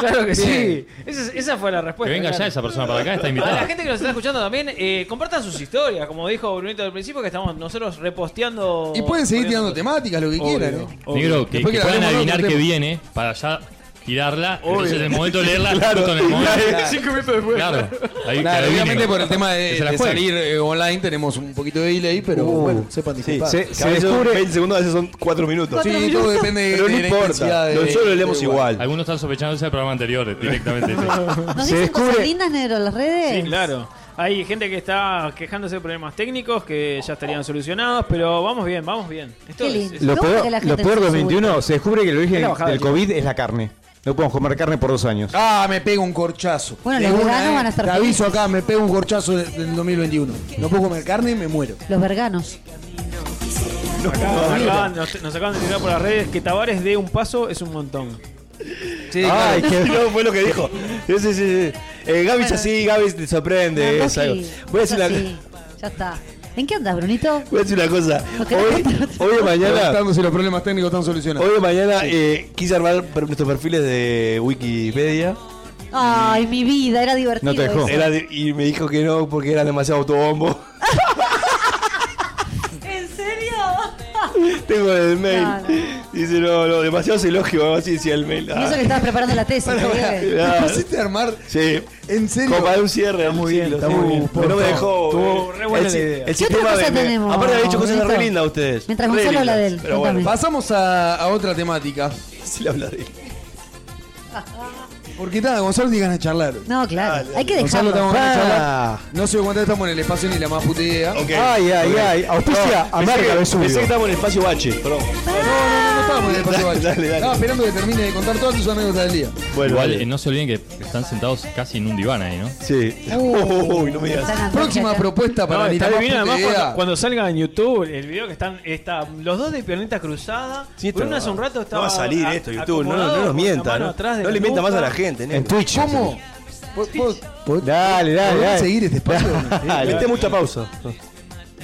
Speaker 7: Claro que sí. Esa, es- esa fue la
Speaker 8: Que
Speaker 7: respuesta.
Speaker 8: venga
Speaker 7: claro.
Speaker 8: ya esa persona para acá, está
Speaker 7: A la
Speaker 8: invitada.
Speaker 7: gente que nos está escuchando también, eh, compartan sus historias, como dijo Brunito al principio, que estamos nosotros reposteando.
Speaker 5: Y pueden seguir tirando temáticas, lo que
Speaker 7: Obvio,
Speaker 5: quieran. eh.
Speaker 8: Negro, que,
Speaker 5: Después
Speaker 8: que
Speaker 5: la
Speaker 8: puedan
Speaker 5: hablemos en otro
Speaker 8: adivinar que
Speaker 5: tema.
Speaker 8: viene para ya tirarla.
Speaker 5: Obvio.
Speaker 8: Entonces, en el momento de leerla,
Speaker 5: Claro.
Speaker 8: justo en el momento.
Speaker 5: Claro.
Speaker 8: Cinco minutos después. Claro. Ahí, que
Speaker 5: Claro,
Speaker 8: adivinen.
Speaker 5: obviamente por el tema
Speaker 8: Que
Speaker 5: de,
Speaker 8: se la
Speaker 5: de
Speaker 8: juegue.
Speaker 5: salir eh, online tenemos un poquito de delay, pero bueno, sepan
Speaker 4: Sí,
Speaker 5: disculpar.
Speaker 4: Uh, se, se descubre 20 segundos a veces son 4 minutos.
Speaker 5: Sí, Cuatro todo minutos. depende
Speaker 4: Pero no
Speaker 5: de la
Speaker 4: importa,
Speaker 5: intensidad de-
Speaker 4: nosotros lo leemos igual.
Speaker 8: Algunos están sospechando ese programa anterior eh, directamente.
Speaker 6: ¿Nos dicen cosas lindas, negro, en las redes?
Speaker 7: Sí, claro. Hay gente que está quejándose de problemas técnicos que ya estarían solucionados, pero vamos bien, vamos bien. Esto
Speaker 6: Qué
Speaker 7: es-
Speaker 6: lindo.
Speaker 7: es-
Speaker 9: Lo peor, lo peor del 21 se descubre que el
Speaker 7: Es
Speaker 9: origen
Speaker 7: la bajada,
Speaker 9: del
Speaker 7: tío.
Speaker 9: COVID es la carne. No podemos comer carne por dos años.
Speaker 5: Ah, me pego un corchazo.
Speaker 6: Bueno,
Speaker 5: De
Speaker 6: los
Speaker 5: una,
Speaker 6: veganos
Speaker 5: eh.
Speaker 6: van a estar
Speaker 5: Te aviso acá, me pego un corchazo del 2021. No puedo comer carne y me muero.
Speaker 6: Los verganos.
Speaker 7: Acá nos acaban- nos, nos acaban de tirar por las redes que Tavares dé un paso es un montón.
Speaker 4: Ay, qué no, fue lo que dijo. Sí, sí, sí. Eh, Gaby es así, Gaby te sorprende.
Speaker 6: No,
Speaker 4: es algo.
Speaker 6: sí,
Speaker 4: Voy a decir
Speaker 6: eso
Speaker 4: una,
Speaker 6: sí, Ya está. ¿En qué andas, Brunito?
Speaker 4: voy a decir una cosa. Hoy, hoy de mañana,
Speaker 5: Preguntando si los problemas técnicos están solucionados.
Speaker 4: hoy de mañana eh, quise armar per- nuestros perfiles de Wikipedia.
Speaker 6: Ay, mi vida, era divertido. eso.
Speaker 4: Era de- y me dijo que no porque era demasiado autobombo.
Speaker 6: ¿En serio?
Speaker 4: Tengo el mail.
Speaker 6: No,
Speaker 4: Dice, no, no, demasiado elogio. Algo así decía el mail.
Speaker 6: Y eso
Speaker 4: Ah.
Speaker 6: que estabas preparando la tesis.
Speaker 4: Pará, pará.
Speaker 6: Felipe.
Speaker 4: Claro.
Speaker 5: ¿Te pusiste a armar?
Speaker 4: Sí.
Speaker 5: ¿En serio?
Speaker 4: Como para un cierre. Está muy bien,
Speaker 5: está muy bien.
Speaker 4: Pero no me dejó.
Speaker 5: Estuvo
Speaker 4: eh,
Speaker 5: re buena
Speaker 4: el,
Speaker 5: la idea.
Speaker 4: el
Speaker 5: ¿Qué
Speaker 4: sistema
Speaker 5: otra cosa
Speaker 4: de- me-
Speaker 5: tenemos,
Speaker 4: Aparte, había dicho cosas re
Speaker 5: Benito?
Speaker 4: lindas a ustedes.
Speaker 5: Mientras
Speaker 4: Re
Speaker 5: Gonzalo
Speaker 4: lindas.
Speaker 5: habla de él,
Speaker 4: Pero bueno,
Speaker 5: Pasamos a, a otra temática.
Speaker 4: Sí, le habla de él.
Speaker 5: Porque nada, Gonzalo tiene ganas de charlar.
Speaker 6: No, claro. Hay que
Speaker 5: Gonzalo
Speaker 6: dejarlo.
Speaker 5: tenemos ganas de
Speaker 9: charlar.
Speaker 5: No sé cuánto estamos en el espacio ni la más puta idea.
Speaker 4: Ok.
Speaker 9: Ay, ay,
Speaker 4: Ok.
Speaker 9: ay. Auspicia
Speaker 4: No,
Speaker 9: a
Speaker 4: pensé
Speaker 9: Marca
Speaker 4: que-
Speaker 9: Vesubio.
Speaker 4: Pensé que estábamos en el espacio bache. Perdón.
Speaker 5: No estábamos en el espacio
Speaker 4: Dale,
Speaker 5: bache.
Speaker 4: dale, dale.
Speaker 5: Estaba esperando que termine de contar todas tus anécdotas del día.
Speaker 4: Bueno,
Speaker 8: Igual,
Speaker 4: vale.
Speaker 8: eh, no se olviden que están sentados casi en un diván ahí, ¿no?
Speaker 4: Sí.
Speaker 5: Uy,
Speaker 4: no me
Speaker 7: digas.
Speaker 5: Próxima propuesta para
Speaker 7: No,
Speaker 5: ni
Speaker 7: está
Speaker 5: la más
Speaker 7: divino,
Speaker 5: puta
Speaker 7: además,
Speaker 5: idea.
Speaker 7: cuando, cuando salga en YouTube el video que están está, los dos de piernita cruzada.
Speaker 4: Sí, esto
Speaker 7: Bruno
Speaker 4: no
Speaker 7: hace
Speaker 4: va.
Speaker 7: un rato
Speaker 4: No
Speaker 7: estaba
Speaker 4: va a salir
Speaker 7: a-
Speaker 4: esto, YouTube. No,
Speaker 7: acomodado
Speaker 4: no nos
Speaker 7: con la
Speaker 4: mienta.
Speaker 7: mano
Speaker 4: No,
Speaker 7: atrás de
Speaker 4: no
Speaker 7: la
Speaker 4: le mienta más
Speaker 7: nuca.
Speaker 4: a la gente.
Speaker 9: En Twitch.
Speaker 5: ¿Cómo? ¿Vos- vos-
Speaker 9: Dale, dale,
Speaker 5: ¿Podemos
Speaker 9: dale.
Speaker 5: seguir este espacio?
Speaker 9: Dale.
Speaker 4: Viste mucha pausa.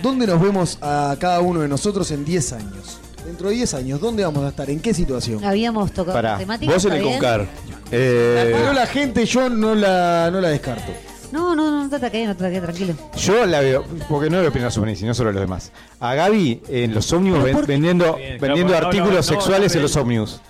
Speaker 5: ¿Dónde nos vemos a cada uno de nosotros en 10 años? Dentro de 10 años, ¿dónde vamos a estar? ¿En qué situación?
Speaker 6: Habíamos tocado
Speaker 5: Pará,
Speaker 6: temática.
Speaker 5: vos en
Speaker 6: ¿está
Speaker 5: el
Speaker 6: bien?
Speaker 5: Concar.
Speaker 9: Eh,
Speaker 5: Pero la gente yo no la, no la descarto.
Speaker 6: No, no, no, no te ataqué, no te ataqué, tranquilo.
Speaker 9: Yo la veo, porque no lo opino sobre mí, sino sobre los demás. A Gaby en los ómnibus ven- vendiendo,
Speaker 6: Bien, claro,
Speaker 9: vendiendo
Speaker 6: no, no,
Speaker 9: artículos
Speaker 6: no,
Speaker 9: sexuales
Speaker 6: no,
Speaker 9: en los ómnibus.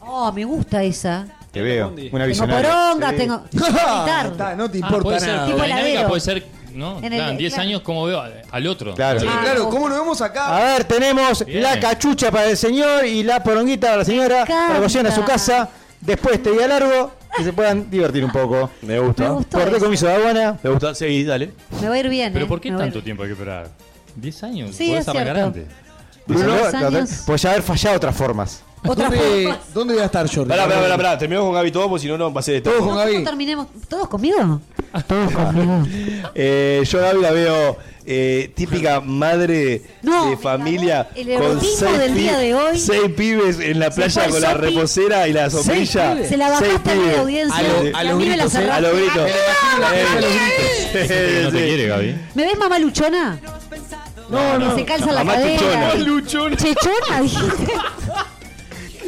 Speaker 6: Oh, me gusta esa.
Speaker 9: Te veo. Una
Speaker 6: Tengo
Speaker 9: visionaria.
Speaker 6: poronga,
Speaker 9: Sí.
Speaker 6: tengo. Guitarra.
Speaker 5: no te
Speaker 8: Ah, puede
Speaker 5: importa
Speaker 8: ser,
Speaker 5: nada.
Speaker 8: por
Speaker 6: Tipo
Speaker 8: dinámica
Speaker 6: heladero.
Speaker 8: puede ser, ¿no?
Speaker 6: En el-
Speaker 8: Claro, En 10
Speaker 6: claro.
Speaker 8: años, ¿cómo veo al, al otro?
Speaker 9: Claro.
Speaker 8: Sí.
Speaker 5: Claro, ¿cómo nos vemos acá?
Speaker 9: A ver, tenemos
Speaker 8: Bien.
Speaker 9: la cachucha para el señor y la poronguita para la señora. Para que vayan a su casa. Después te día largo que se puedan divertir un poco.
Speaker 4: Me gusta.
Speaker 6: Me gustó
Speaker 9: Corté
Speaker 6: eso.
Speaker 9: comiso de aduana.
Speaker 4: Me gusta. Seguí, dale.
Speaker 6: Me va a ir bien.
Speaker 8: Pero
Speaker 6: eh,
Speaker 8: ¿por qué
Speaker 6: me va a ir
Speaker 8: tanto tiempo hay que esperar? 10 años,
Speaker 6: Sí,
Speaker 8: podés
Speaker 6: es
Speaker 8: arrancar
Speaker 6: cierto.
Speaker 8: antes.
Speaker 9: Bruno,
Speaker 6: Dos
Speaker 9: no,
Speaker 6: años.
Speaker 9: pues ya haber fallado otras formas.
Speaker 5: ¿Dónde, ¿Dónde voy a estar, Jordi?
Speaker 4: Pará, pará, pará, pará. Terminamos con Gaby todo, porque si no, no va a ser de todo.
Speaker 5: Todos con
Speaker 6: bien. ¿Cómo terminemos? ¿Todos conmigo?
Speaker 5: Todos conmigo.
Speaker 4: Eh, yo a Gaby la veo eh, típica madre
Speaker 6: No,
Speaker 4: de familia
Speaker 6: el erotismo del
Speaker 4: pi-
Speaker 6: día de hoy.
Speaker 4: seis pibes en la
Speaker 6: Se
Speaker 4: playa
Speaker 6: fue
Speaker 4: con la
Speaker 6: Sofi.
Speaker 4: reposera y la
Speaker 6: Seis
Speaker 4: sombrilla.
Speaker 6: pibes. Se la bajaste
Speaker 4: Seis
Speaker 6: a media
Speaker 4: pibes.
Speaker 6: audiencia A lo- y a a los mí me la gritos, ¿eh?
Speaker 4: A
Speaker 6: cerraste.
Speaker 4: los gritos.
Speaker 6: Me la imagino la
Speaker 4: Eh,
Speaker 6: gente a los
Speaker 4: sí,
Speaker 8: No te
Speaker 4: sí.
Speaker 8: quiere, Gaby.
Speaker 6: ¿Me ves mamá luchona? No, no. Se calza la cadera.
Speaker 7: Luchona.
Speaker 6: Chechona, dijiste.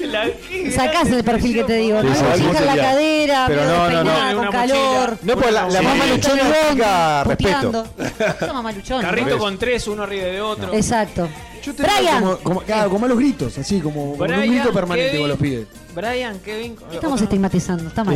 Speaker 7: La-
Speaker 6: Sacás el perfil que te digo,
Speaker 9: Sí,
Speaker 6: ¿no?
Speaker 9: sí, sí,
Speaker 6: Chicas
Speaker 9: sí,
Speaker 6: la
Speaker 9: sí.
Speaker 6: cadera,
Speaker 9: Pero
Speaker 6: medio
Speaker 9: no, no, no.
Speaker 6: despeinada,
Speaker 9: Una
Speaker 6: con calor.
Speaker 9: No, pues la, la
Speaker 6: Sí.
Speaker 9: mamá luchona
Speaker 6: Está el
Speaker 9: significa
Speaker 6: puteando.
Speaker 9: respeto.
Speaker 6: Esa mamá luchona.
Speaker 7: Carrito con tres, uno arriba de otro.
Speaker 6: Exacto.
Speaker 7: Brian.
Speaker 5: Como, como, claro, como a los gritos, así, como, como
Speaker 7: Brian,
Speaker 5: un grito permanente
Speaker 7: Kevin.
Speaker 5: con los pibes.
Speaker 7: Brian, Kevin. ¿Qué
Speaker 6: Estamos estigmatizando, está mal.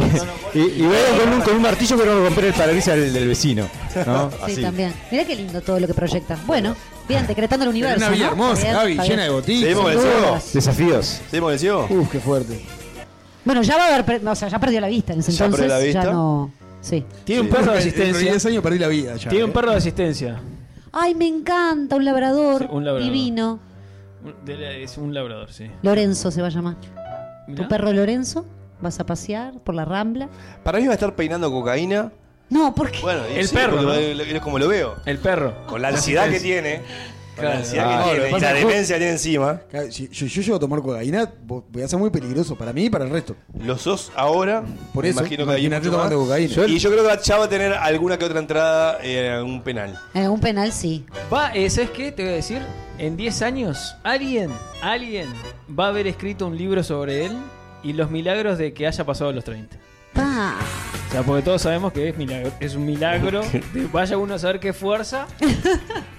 Speaker 10: Y, y veo con un, con un martillo pero no romper el parabrisas del, del vecino. ¿no?
Speaker 6: Sí,
Speaker 10: Así.
Speaker 6: también. Mirá qué lindo todo lo que proyectan. Bueno, bien, decretando el universo.
Speaker 5: una vida
Speaker 6: ¿no?
Speaker 5: hermosa,
Speaker 6: Está bien,
Speaker 5: Gaby,
Speaker 6: está
Speaker 5: llena de
Speaker 6: bien.
Speaker 5: botitas.
Speaker 4: ¿Seguimos con el
Speaker 5: Sin
Speaker 4: ciego?
Speaker 5: dudas.
Speaker 10: Desafíos.
Speaker 4: ¿Seguimos con el ciego?
Speaker 5: Uf, qué fuerte.
Speaker 6: Bueno, ya va a haber, per- o sea, ya perdió la vista en ese
Speaker 4: Ya
Speaker 6: entonces.
Speaker 4: perdió la vista.
Speaker 6: ya no. Sí.
Speaker 7: Tiene un perro de
Speaker 5: Con
Speaker 7: asistencia.
Speaker 5: 10 años perdí la vida ya. ¿eh?
Speaker 7: Tiene un perro de asistencia.
Speaker 6: Ay, me encanta, un labrador,
Speaker 7: Sí, un labrador.
Speaker 6: divino.
Speaker 7: Un- de la- Es un labrador, sí.
Speaker 6: Lorenzo se va a llamar.
Speaker 7: Mirá.
Speaker 6: ¿Tu perro Lorenzo? ¿Vas a pasear por la rambla?
Speaker 4: Para mí va a estar peinando cocaína.
Speaker 6: No, porque.
Speaker 4: Bueno, y
Speaker 7: El
Speaker 4: sí,
Speaker 7: perro,
Speaker 4: porque
Speaker 7: ¿no?
Speaker 4: lo- lo- es como lo veo.
Speaker 7: El perro.
Speaker 4: Con la ansiedad que tiene. Con la ansiedad
Speaker 5: Ah,
Speaker 4: que
Speaker 5: lo
Speaker 4: tiene.
Speaker 5: que
Speaker 4: Y
Speaker 5: pasa
Speaker 4: la
Speaker 5: es que-
Speaker 4: demencia que tiene encima.
Speaker 5: Claro, Si si yo llego a tomar cocaína, vo- voy a ser muy peligroso para mí y para el resto.
Speaker 4: Los sos ahora.
Speaker 5: Por
Speaker 4: me
Speaker 5: eso,
Speaker 4: Imagino que hay
Speaker 5: imagínate
Speaker 4: mucho
Speaker 5: tomando
Speaker 4: más.
Speaker 5: cocaína.
Speaker 4: Yo- Y yo creo que la chava va a tener alguna que otra entrada en algún penal.
Speaker 6: En un penal sí.
Speaker 7: Va, eh, ¿sabes qué? Te voy a decir. En 10 años, alguien, alguien va a haber escrito un libro sobre él y los milagros de que haya pasado los 30.
Speaker 6: Pa.
Speaker 7: O sea, porque todos sabemos que es milagro, es un milagro. de vaya uno a saber qué fuerza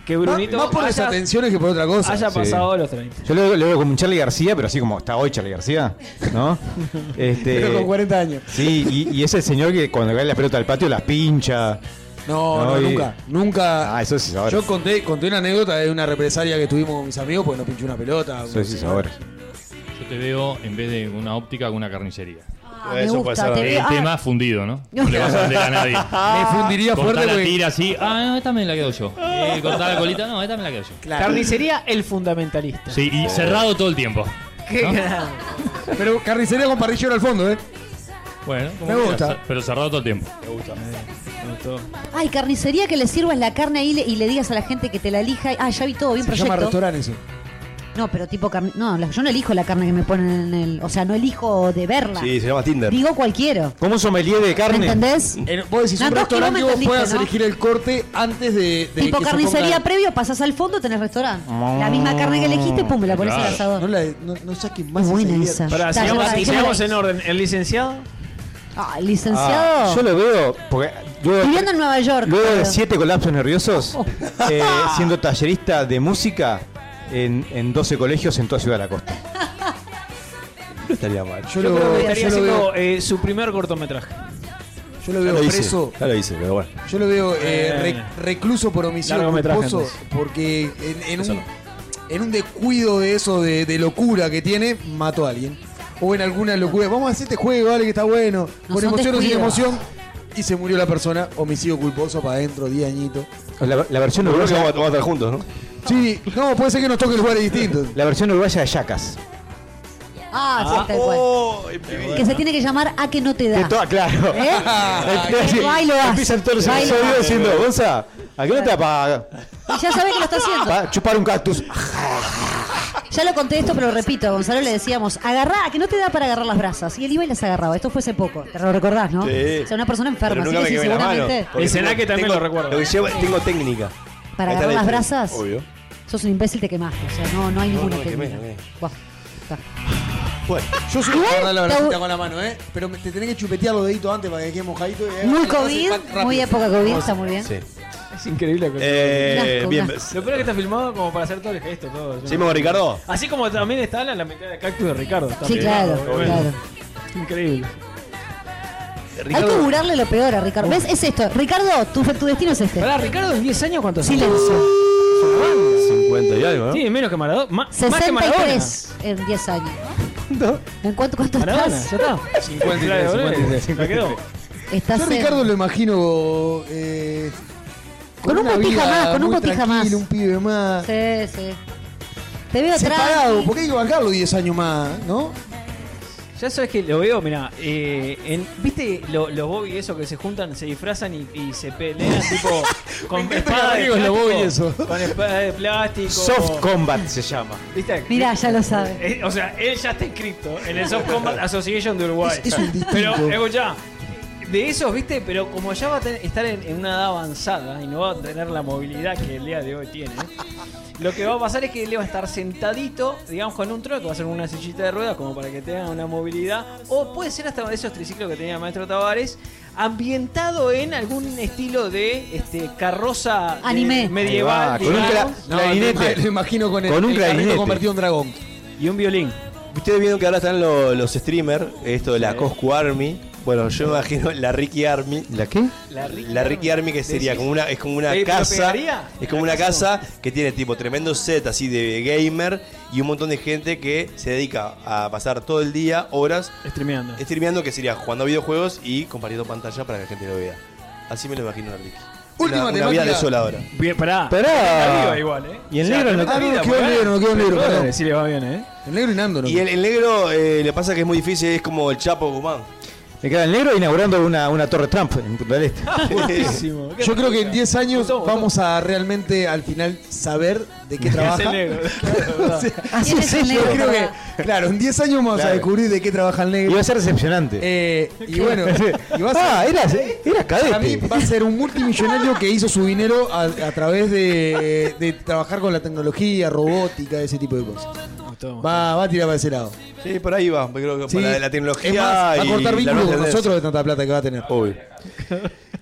Speaker 7: que Brunito
Speaker 5: Más por las
Speaker 7: haya-
Speaker 5: atenciones que por otra cosa.
Speaker 7: haya
Speaker 10: Sí.
Speaker 7: pasado los 30.
Speaker 10: Yo lo, lo veo como un Charlie García, pero así como está hoy Charlie García, ¿no? Este,
Speaker 5: Pero con 40 años.
Speaker 10: Sí, y, y es el señor que cuando cae la pelota al patio las pincha.
Speaker 5: No, no,
Speaker 10: y-
Speaker 5: nunca. Nunca.
Speaker 10: Ah, eso sí, ahora.
Speaker 5: Yo conté, conté una anécdota de una represalia que tuvimos con mis amigos porque no pinché una pelota.
Speaker 10: Eso sí, ahora.
Speaker 8: Yo te veo en vez de una óptica con una carnicería.
Speaker 6: Ah, me Eso puede gusta, ser. te
Speaker 8: El
Speaker 6: veo-
Speaker 8: tema
Speaker 6: ah.
Speaker 8: fundido, ¿no? No le vas a hacer a nadie.
Speaker 5: Me fundiría
Speaker 8: Cortá
Speaker 5: fuerte
Speaker 8: la
Speaker 5: porque-
Speaker 8: tira así. Ah, no, esta me la quedo yo. Eh, cortá la colita. No, esta me la quedo yo.
Speaker 7: Carnicería el fundamentalista.
Speaker 8: Sí, y cerrado todo el tiempo.
Speaker 7: Qué
Speaker 8: ¿no?
Speaker 7: grande.
Speaker 5: Pero carnicería con parrillero al fondo, ¿eh?
Speaker 8: Bueno, como
Speaker 5: Me
Speaker 8: quieras,
Speaker 5: gusta.
Speaker 8: cer- Pero cerrado todo el tiempo.
Speaker 7: Me gusta. Me gustó.
Speaker 6: Ay, carnicería que le sirvas la carne ahí le- y le digas a la gente que te la elija. Ah, ya vi todo, bien
Speaker 5: Se llama
Speaker 6: proyecto.
Speaker 5: restaurante eso.
Speaker 6: No, pero tipo carne. No, la- yo no elijo la carne que me ponen en el. O sea, no elijo de verla.
Speaker 4: Sí, se llama Tinder.
Speaker 6: Digo cualquiera.
Speaker 10: Como un sommelier de
Speaker 6: ¿Me entendés?
Speaker 5: En- vos decís un
Speaker 6: Nando,
Speaker 5: restaurante
Speaker 6: que
Speaker 5: que
Speaker 6: vos me
Speaker 5: vos puedas
Speaker 6: entendiste, ¿no?
Speaker 5: elegir el corte antes de. de
Speaker 6: tipo
Speaker 5: que se
Speaker 6: carnicería
Speaker 5: ponga-
Speaker 6: previo, pasás al fondo, tenés restaurante. La misma carne que elegiste, pum, me la pones al
Speaker 5: Claro.
Speaker 6: asador.
Speaker 5: No, la, no, no saquen más
Speaker 6: buena
Speaker 5: idea.
Speaker 6: esa.
Speaker 7: Pará,
Speaker 6: Está,
Speaker 7: sigamos,
Speaker 6: ya va,
Speaker 7: sigamos
Speaker 6: dejémosla
Speaker 7: en orden. ¿El licenciado?
Speaker 6: Ah,
Speaker 10: Ah,
Speaker 6: licenciado.
Speaker 10: yo lo veo, porque luego,
Speaker 6: Viviendo en Nueva York.
Speaker 10: luego de
Speaker 6: claro. Oh.
Speaker 10: siete colapsos nerviosos, eh, siendo tallerista de música en, en 12 colegios en toda Ciudad de la Costa.
Speaker 4: No estaría mal.
Speaker 5: Yo,
Speaker 7: Yo
Speaker 5: lo,
Speaker 7: creo que
Speaker 5: yo
Speaker 7: estaría
Speaker 5: lo veo,
Speaker 7: haciendo eh, su primer cortometraje.
Speaker 5: yo lo veo
Speaker 4: ya lo hice,
Speaker 5: preso.
Speaker 4: Ya lo hice, pero bueno.
Speaker 5: Yo lo veo eh,
Speaker 7: Eh,
Speaker 5: rec- recluso por homicidio
Speaker 7: largometraje,
Speaker 5: culposo
Speaker 7: entonces.
Speaker 5: porque en, en
Speaker 4: Eso
Speaker 5: un,
Speaker 4: no.
Speaker 5: en un descuido de eso, de, de locura que tiene, mató a alguien. O en alguna locura. Vamos a hacer este juego, vale, que está bueno.
Speaker 6: No
Speaker 5: con
Speaker 6: son
Speaker 5: emoción o sin
Speaker 6: descuidos.
Speaker 5: emoción. Y se murió la persona. Homicidio culposo para adentro, 10 añitos.
Speaker 10: La, la versión
Speaker 4: Yo creo
Speaker 10: uruguaya,
Speaker 4: que vamos a, vamos a estar juntos, ¿no?
Speaker 5: Sí, no, puede ser que nos toque lugares distintos.
Speaker 10: la versión uruguaya de Yacas.
Speaker 6: Ah, sí, tal cual. Que se tiene que llamar a que no te da.
Speaker 10: claro.
Speaker 6: ¿Eh?
Speaker 10: Sí,
Speaker 6: Ahí lo das.
Speaker 10: Empiezan todos los
Speaker 6: Ahí lo
Speaker 10: episodios
Speaker 6: das.
Speaker 10: diciendo, Gonza, ¿a qué no te apaga
Speaker 6: Y ya sabe que lo está haciendo.
Speaker 10: para chupar un cactus?
Speaker 6: Ya lo conté esto, pero lo repito, a Gonzalo le decíamos, agarrá, a que no te da para agarrar las brasas. Y él iba y las agarraba. Esto fue hace poco. Te lo recordás, ¿no?
Speaker 4: Sí.
Speaker 6: O sea, una persona
Speaker 4: Pero
Speaker 6: enferma, así
Speaker 4: nunca
Speaker 6: que
Speaker 4: me
Speaker 6: sí,
Speaker 4: quemé la mano.
Speaker 6: seguramente.
Speaker 4: porque
Speaker 7: El Senac
Speaker 4: tengo-
Speaker 7: también
Speaker 4: tengo-
Speaker 7: lo recuerda.
Speaker 4: que llevo- tengo técnica.
Speaker 6: Para
Speaker 4: Ahí está
Speaker 6: agarrar
Speaker 4: la
Speaker 6: las
Speaker 4: diferencia.
Speaker 6: brasas.
Speaker 4: Obvio.
Speaker 6: Sos un imbécil, te quemaste. O sea, no, no hay
Speaker 4: No,
Speaker 6: ninguna
Speaker 4: no,
Speaker 6: técnica.
Speaker 4: quemé, quemé.
Speaker 6: Buah, está.
Speaker 4: Bueno,
Speaker 5: Yo soy
Speaker 6: Igual,
Speaker 5: guardar la
Speaker 6: te
Speaker 5: bracita
Speaker 6: abu-
Speaker 5: con la mano, ¿eh? Pero me- te tenés que chupetear los deditos antes para que quede mojadito. y-
Speaker 6: Muy
Speaker 5: y-
Speaker 6: COVID,
Speaker 5: rápido.
Speaker 6: muy época COVID, está muy bien.
Speaker 4: sí.
Speaker 7: Es increíble.
Speaker 4: Eh,
Speaker 6: Con
Speaker 4: bien,
Speaker 6: gas.
Speaker 7: Lo peor es que está filmado como para hacer todo el gesto. Todo.
Speaker 4: ¿seguimos con Ricardo?
Speaker 7: Así como también está la, la mitad de cactus de Ricardo. está
Speaker 6: Sí,
Speaker 7: filmado,
Speaker 6: claro,
Speaker 7: obviamente.
Speaker 6: claro.
Speaker 7: Increíble.
Speaker 6: Hay que curarle lo peor a Ricardo. ¿Ves? Es esto. Ricardo, tu, tu destino es este.
Speaker 7: Pará, Ricardo en 10 años cuántos años?
Speaker 6: Silencio.
Speaker 4: 50 y algo, ¿no?
Speaker 7: Sí, menos que Maradona. Má- Más que Maradona.
Speaker 6: 63 en 10 años. ¿En cuánto, cuánto
Speaker 7: Maradona,
Speaker 6: estás?
Speaker 7: ya está.
Speaker 5: 53,
Speaker 7: Claro,
Speaker 5: 53,
Speaker 7: boludo. La quedó.
Speaker 6: Estás
Speaker 5: Yo a
Speaker 6: en-
Speaker 5: Ricardo lo imagino eh,
Speaker 6: Con un
Speaker 5: una
Speaker 6: botija
Speaker 5: vida
Speaker 6: más, con un
Speaker 5: muy
Speaker 6: botija más.
Speaker 5: tranquila, un pibe más.
Speaker 6: Sí, sí. Te veo
Speaker 5: Separado,
Speaker 6: atrás.
Speaker 5: porque hay que bancarlo 10 años más, ¿no?
Speaker 7: Ya sabes que lo veo, mirá. eh, en- ¿Viste lo- los Bobby eso que se juntan, se disfrazan y, y se pelean tipo con espada de
Speaker 5: amigos los
Speaker 7: plástico?
Speaker 5: Bobby eso.
Speaker 7: Con espada de plástico.
Speaker 10: Soft Combat se llama.
Speaker 7: ¿Viste?
Speaker 6: Mirá, ya lo sabe.
Speaker 7: Eh, O sea, él ya está inscrito en el Soft Combat Association de Uruguay.
Speaker 5: Es- es un distinto.
Speaker 7: Pero, escuchá, de esos, ¿viste? Pero como ya va a tener- estar en, en una edad avanzada y no va a tener la movilidad que el día de hoy tiene, lo que va a pasar es que él va a estar sentadito, digamos, con un trono, que va a ser una sillita de ruedas, como para que tenga una movilidad. O puede ser hasta esos triciclos que tenía el maestro Tavares, ambientado en algún estilo de este, carroza de-
Speaker 6: Anime.
Speaker 7: medieval.
Speaker 5: Ahí va, con un
Speaker 7: digamos.
Speaker 5: cla- clarinete. Lo imagino con el- Con un el carrito clarinete. convertido en dragón.
Speaker 7: Y un violín.
Speaker 4: Ustedes vieron que ahora están los, los streamers, esto de la Coscu Army. Bueno, yo me imagino la Ricky Army. ¿La qué? La Ricky, Army que sería como una, es como una
Speaker 7: Eh, pero
Speaker 4: casa.
Speaker 7: pegaría.
Speaker 4: Es como una casa que tiene tipo tremendo set así de gamer y un montón de gente que se dedica a pasar todo el día, horas.
Speaker 7: Streameando.
Speaker 4: Streameando que sería jugando a videojuegos y compartiendo pantalla para que la gente lo vea. Así me lo imagino la Ricky.
Speaker 5: Última
Speaker 4: una, una vida
Speaker 5: temática.
Speaker 4: desoladora.
Speaker 7: Bien, pará.
Speaker 5: Pará.
Speaker 7: Está viva igual, ¿eh?
Speaker 4: Y el negro no-
Speaker 7: tremenda
Speaker 4: Ah, no,
Speaker 7: vida,
Speaker 4: quedó
Speaker 7: porque-
Speaker 4: negro, no quedó
Speaker 7: Pero
Speaker 4: negro,
Speaker 7: bueno,
Speaker 4: perdón.
Speaker 7: Sí le va bien, ¿eh?
Speaker 5: El negro y Nando.
Speaker 4: Y el, el negro eh, le pasa que es muy difícil, es como el Chapo Guzmán.
Speaker 9: Me queda el negro inaugurando una, una torre Trump en Punta del Este.
Speaker 7: Buenísimo.
Speaker 5: Yo creo que en 10 años vamos a realmente al final saber de qué trabaja. O sea,
Speaker 9: Así Ah, es el negro,
Speaker 5: Yo creo
Speaker 9: verdad.
Speaker 5: que, claro, en 10 años vamos a
Speaker 9: Claro.
Speaker 5: descubrir de qué trabaja el negro.
Speaker 9: Y va a ser decepcionante.
Speaker 5: Eh, y bueno, y va a ser-
Speaker 9: ah, eras, eras cadete.
Speaker 5: Para mí va a ser un multimillonario que hizo su dinero a, a través de, de trabajar con la tecnología, robótica, ese tipo de cosas. Va, va a tirar para ese lado.
Speaker 4: Sí, por ahí va, creo que
Speaker 5: Sí.
Speaker 4: para la, la
Speaker 5: Es
Speaker 4: tecnología.
Speaker 5: más, va a
Speaker 4: y
Speaker 5: cortar
Speaker 4: la
Speaker 5: vínculos
Speaker 4: nueva
Speaker 5: con
Speaker 4: tendencia.
Speaker 5: nosotros de tanta plata que va a tener.
Speaker 4: Obvio.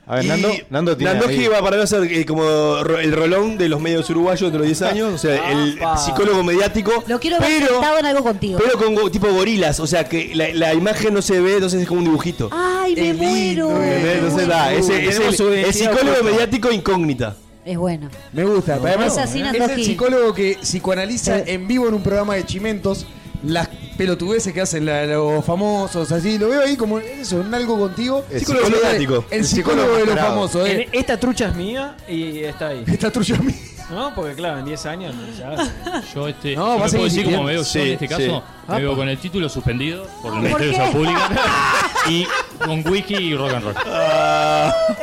Speaker 9: A ver, Nando, Nando tiene. ahí-
Speaker 4: Nandoji va para mí a ser eh, como ro- el rolón de los medios uruguayos de los 10 años, o sea, el
Speaker 6: Apa.
Speaker 4: psicólogo mediático,
Speaker 6: Lo quiero ver sentado en algo contigo.
Speaker 4: pero con go- tipo gorilas, o sea, que la, la imagen no se ve, entonces es como un dibujito.
Speaker 6: Ay, me muero.
Speaker 4: ¿Entendés? Entonces, da, ese- ese
Speaker 5: Tenemos
Speaker 4: es
Speaker 5: su
Speaker 4: el, el
Speaker 5: identidad
Speaker 4: psicólogo
Speaker 5: oculta.
Speaker 4: mediático incógnita.
Speaker 6: Es bueno.
Speaker 5: Me gusta. pero además,
Speaker 6: Es así,
Speaker 5: es
Speaker 6: Nandoji.
Speaker 5: el psicólogo que psicoanaliza en vivo en un programa de chimentos las pelotudeces que hacen la- los famosos, así. Lo veo ahí como eso, en algo contigo.
Speaker 7: El psicólogo
Speaker 5: de-
Speaker 7: mediático.
Speaker 5: El psicólogo de los famosos, eh.
Speaker 7: En- Esta trucha es mía y está ahí.
Speaker 5: Esta trucha es mía.
Speaker 7: No, porque claro, en 10 años ya.
Speaker 8: Yo este.
Speaker 7: No,
Speaker 8: yo
Speaker 7: vas a
Speaker 8: puedo decir
Speaker 7: insistir.
Speaker 8: cómo me veo
Speaker 7: Sí,
Speaker 8: yo en este caso.
Speaker 7: sí.
Speaker 8: Me
Speaker 7: Apa.
Speaker 8: veo con el título suspendido por el
Speaker 7: ¿Por
Speaker 8: Ministerio de
Speaker 7: qué?
Speaker 8: Salud Pública y con wiki y rock and roll.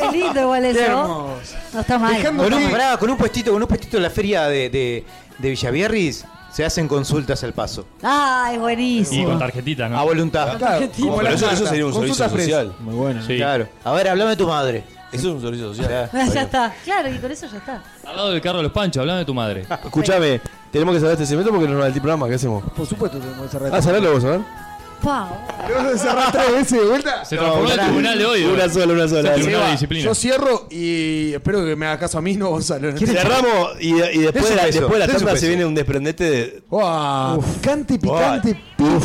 Speaker 6: Es lindo igual
Speaker 8: Qué
Speaker 6: eso.
Speaker 8: hermoso.
Speaker 6: No está mal.
Speaker 10: Con un, pará, con un puestito, con un puestito de la feria de, de, de Villavierris se hacen consultas al paso.
Speaker 6: Ah, es
Speaker 8: Y con
Speaker 6: buenísimo.
Speaker 8: tarjetita, ¿no?
Speaker 10: A voluntad.
Speaker 8: Claro, como
Speaker 10: Pero
Speaker 8: la
Speaker 10: eso, eso
Speaker 8: carta.
Speaker 10: sería un
Speaker 8: Consulta
Speaker 10: servicio
Speaker 8: fresca.
Speaker 10: social.
Speaker 7: Muy bueno.
Speaker 10: Claro. A ver, hablame de tu madre.
Speaker 4: Eso es un servicio
Speaker 10: social.
Speaker 6: ya está. Claro, y con eso ya está.
Speaker 8: Al lado del carro de los panchos, hablando de tu madre.
Speaker 4: Escúchame, tenemos que cerrar este segmento porque no nos da el programa, ¿qué hacemos?
Speaker 5: Por supuesto, tenemos que
Speaker 4: Ah, cerrarlo vos, a ver.
Speaker 6: Pa.
Speaker 5: ¿Lo cerrar tres veces de vuelta?
Speaker 8: Se transformó en tribunal de hoy. ¿eh?
Speaker 4: Una sola, una sola.
Speaker 5: Seba,
Speaker 4: Seba,
Speaker 5: Yo cierro y espero que me haga caso a mí, no Gonzalo.
Speaker 4: Cerramos y, y después, de la, después de la tanda se viene un desprendete de.
Speaker 5: ¡Wow! Picante, picante,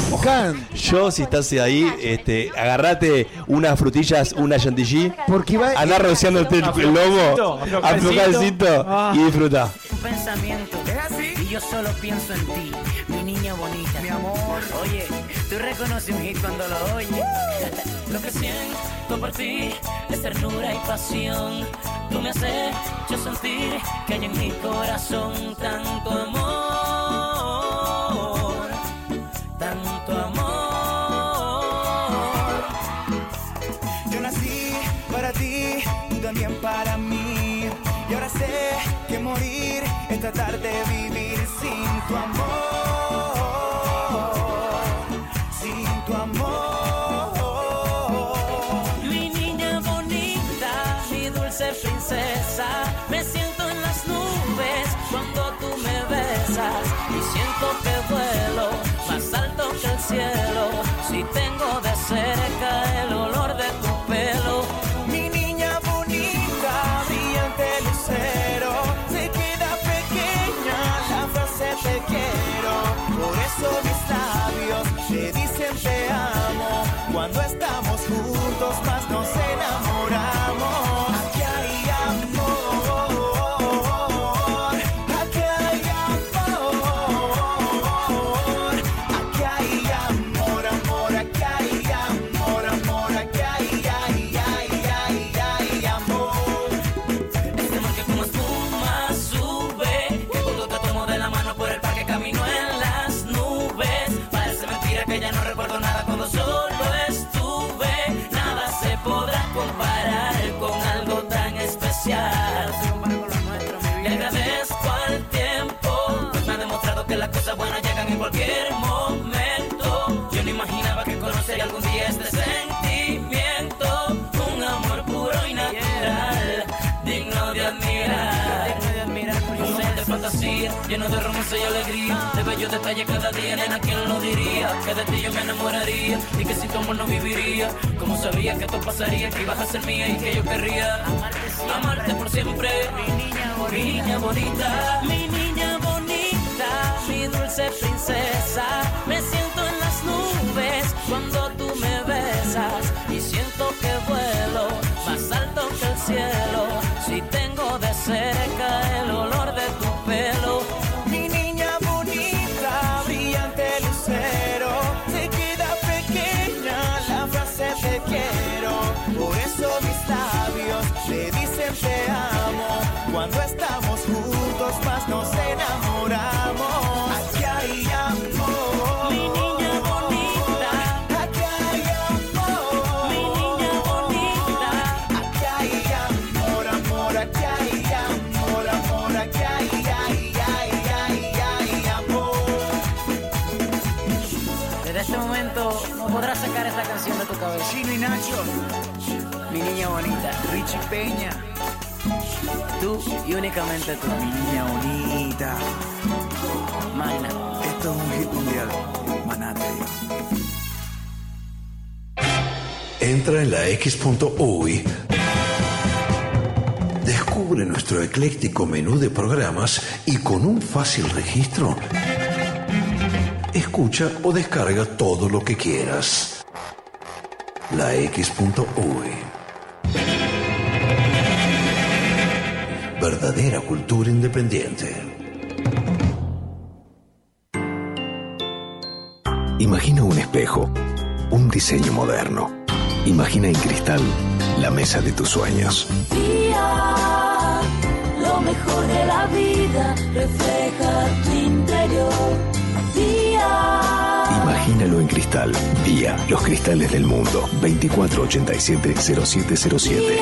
Speaker 5: picante.
Speaker 4: Yo, si estás ahí, este, agarrate unas frutillas, una chantilly.
Speaker 5: Porque va
Speaker 4: Andá rociando el, el, el lomo,
Speaker 1: Aflojá el
Speaker 4: aflojá el
Speaker 1: cinto.
Speaker 4: cinto
Speaker 1: Ah.
Speaker 4: y disfruta.
Speaker 17: un pensamiento y yo solo pienso en ti, mi niña bonita. Mi amor, oye, tú reconoces un hit cuando lo oyes. lo que siento por ti es ternura y pasión. Tú me haces yo sentir que hay en mi corazón tanto amor, tanto amor.
Speaker 18: Yo nací para ti, tú también para mí. Y ahora sé que morir es tratar de vivir sin tu amor. Sin tu amor.
Speaker 17: Mi niña bonita, mi dulce princesa, me siento en las nubes cuando tú me besas y siento que vuelo más alto que el cielo. Si tengo de cerca el olor de tu pelo,
Speaker 18: Mi niña bonita, brillante lucero, se queda pequeña la frase te quiero. Por eso mis labios te dicen te amo. Cuando estamos juntos más nos enamoramos. Aquí hay amor, aquí hay amor, aquí hay amor.
Speaker 17: Pues este lleno de romance y alegría. De bellos detalles cada día, nena, ¿quién lo diría? Que de ti yo me enamoraría y que si tu amor no viviría. Como sabía que esto pasaría, que ibas a ser mía y que yo querría amarte por siempre. Mi niña bonita,
Speaker 1: mi niña bonita, mi dulce princesa. Me siento en las nubes cuando tú me besas y siento que vuelo más alto que el cielo. Si tengo de cerca el olor de tu pelo. Mi niña bonita, brillante lucero, te queda pequeña la frase te quiero. Por eso mis labios le dicen te amo. Cuando estamos juntos más nos enamoramos. Aquí hay amor. Mi niña bonita. Aquí hay amor. Mi niña bonita. Aquí hay amor, amor, aquí hay amor, amor, aquí hay, ay, ay, ay, ay, amor.
Speaker 17: Desde este momento no podrás sacar esta canción de tu cabeza. Chino y Nacho. Mi niña bonita. Richie Peña. Tú y únicamente tú. Mi niña bonita. Magna.
Speaker 1: Esto es un hit mundial. Manate.
Speaker 13: Entra en la X.UI. Descubre nuestro ecléctico menú de programas y con un fácil registro, escucha o descarga todo lo que quieras. La X.UI. Verdadera cultura independiente.
Speaker 19: Imagina un espejo, un diseño moderno. Imagina en cristal la mesa de tus sueños.
Speaker 1: Día, lo mejor de la vida refleja tu interior. Día,
Speaker 19: Imagínalo en cristal. Día, los cristales del mundo. 2487-0707.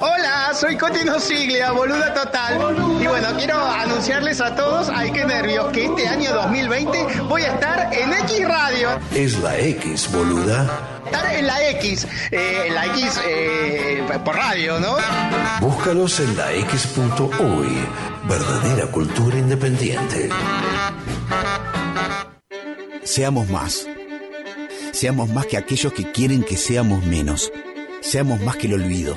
Speaker 2: Hola, soy Cotino Siglia, boluda total. Y bueno, quiero anunciarles a todos, ay qué nervios, que este año 2020 voy a estar en X Radio.
Speaker 13: Es la X, boluda.
Speaker 2: Estar en la X, eh, en la X eh, por radio, ¿no?
Speaker 13: Búscalos en la X.uy. Verdadera cultura independiente.
Speaker 20: Seamos más. Seamos más que aquellos que quieren que seamos menos. Seamos más que el olvido,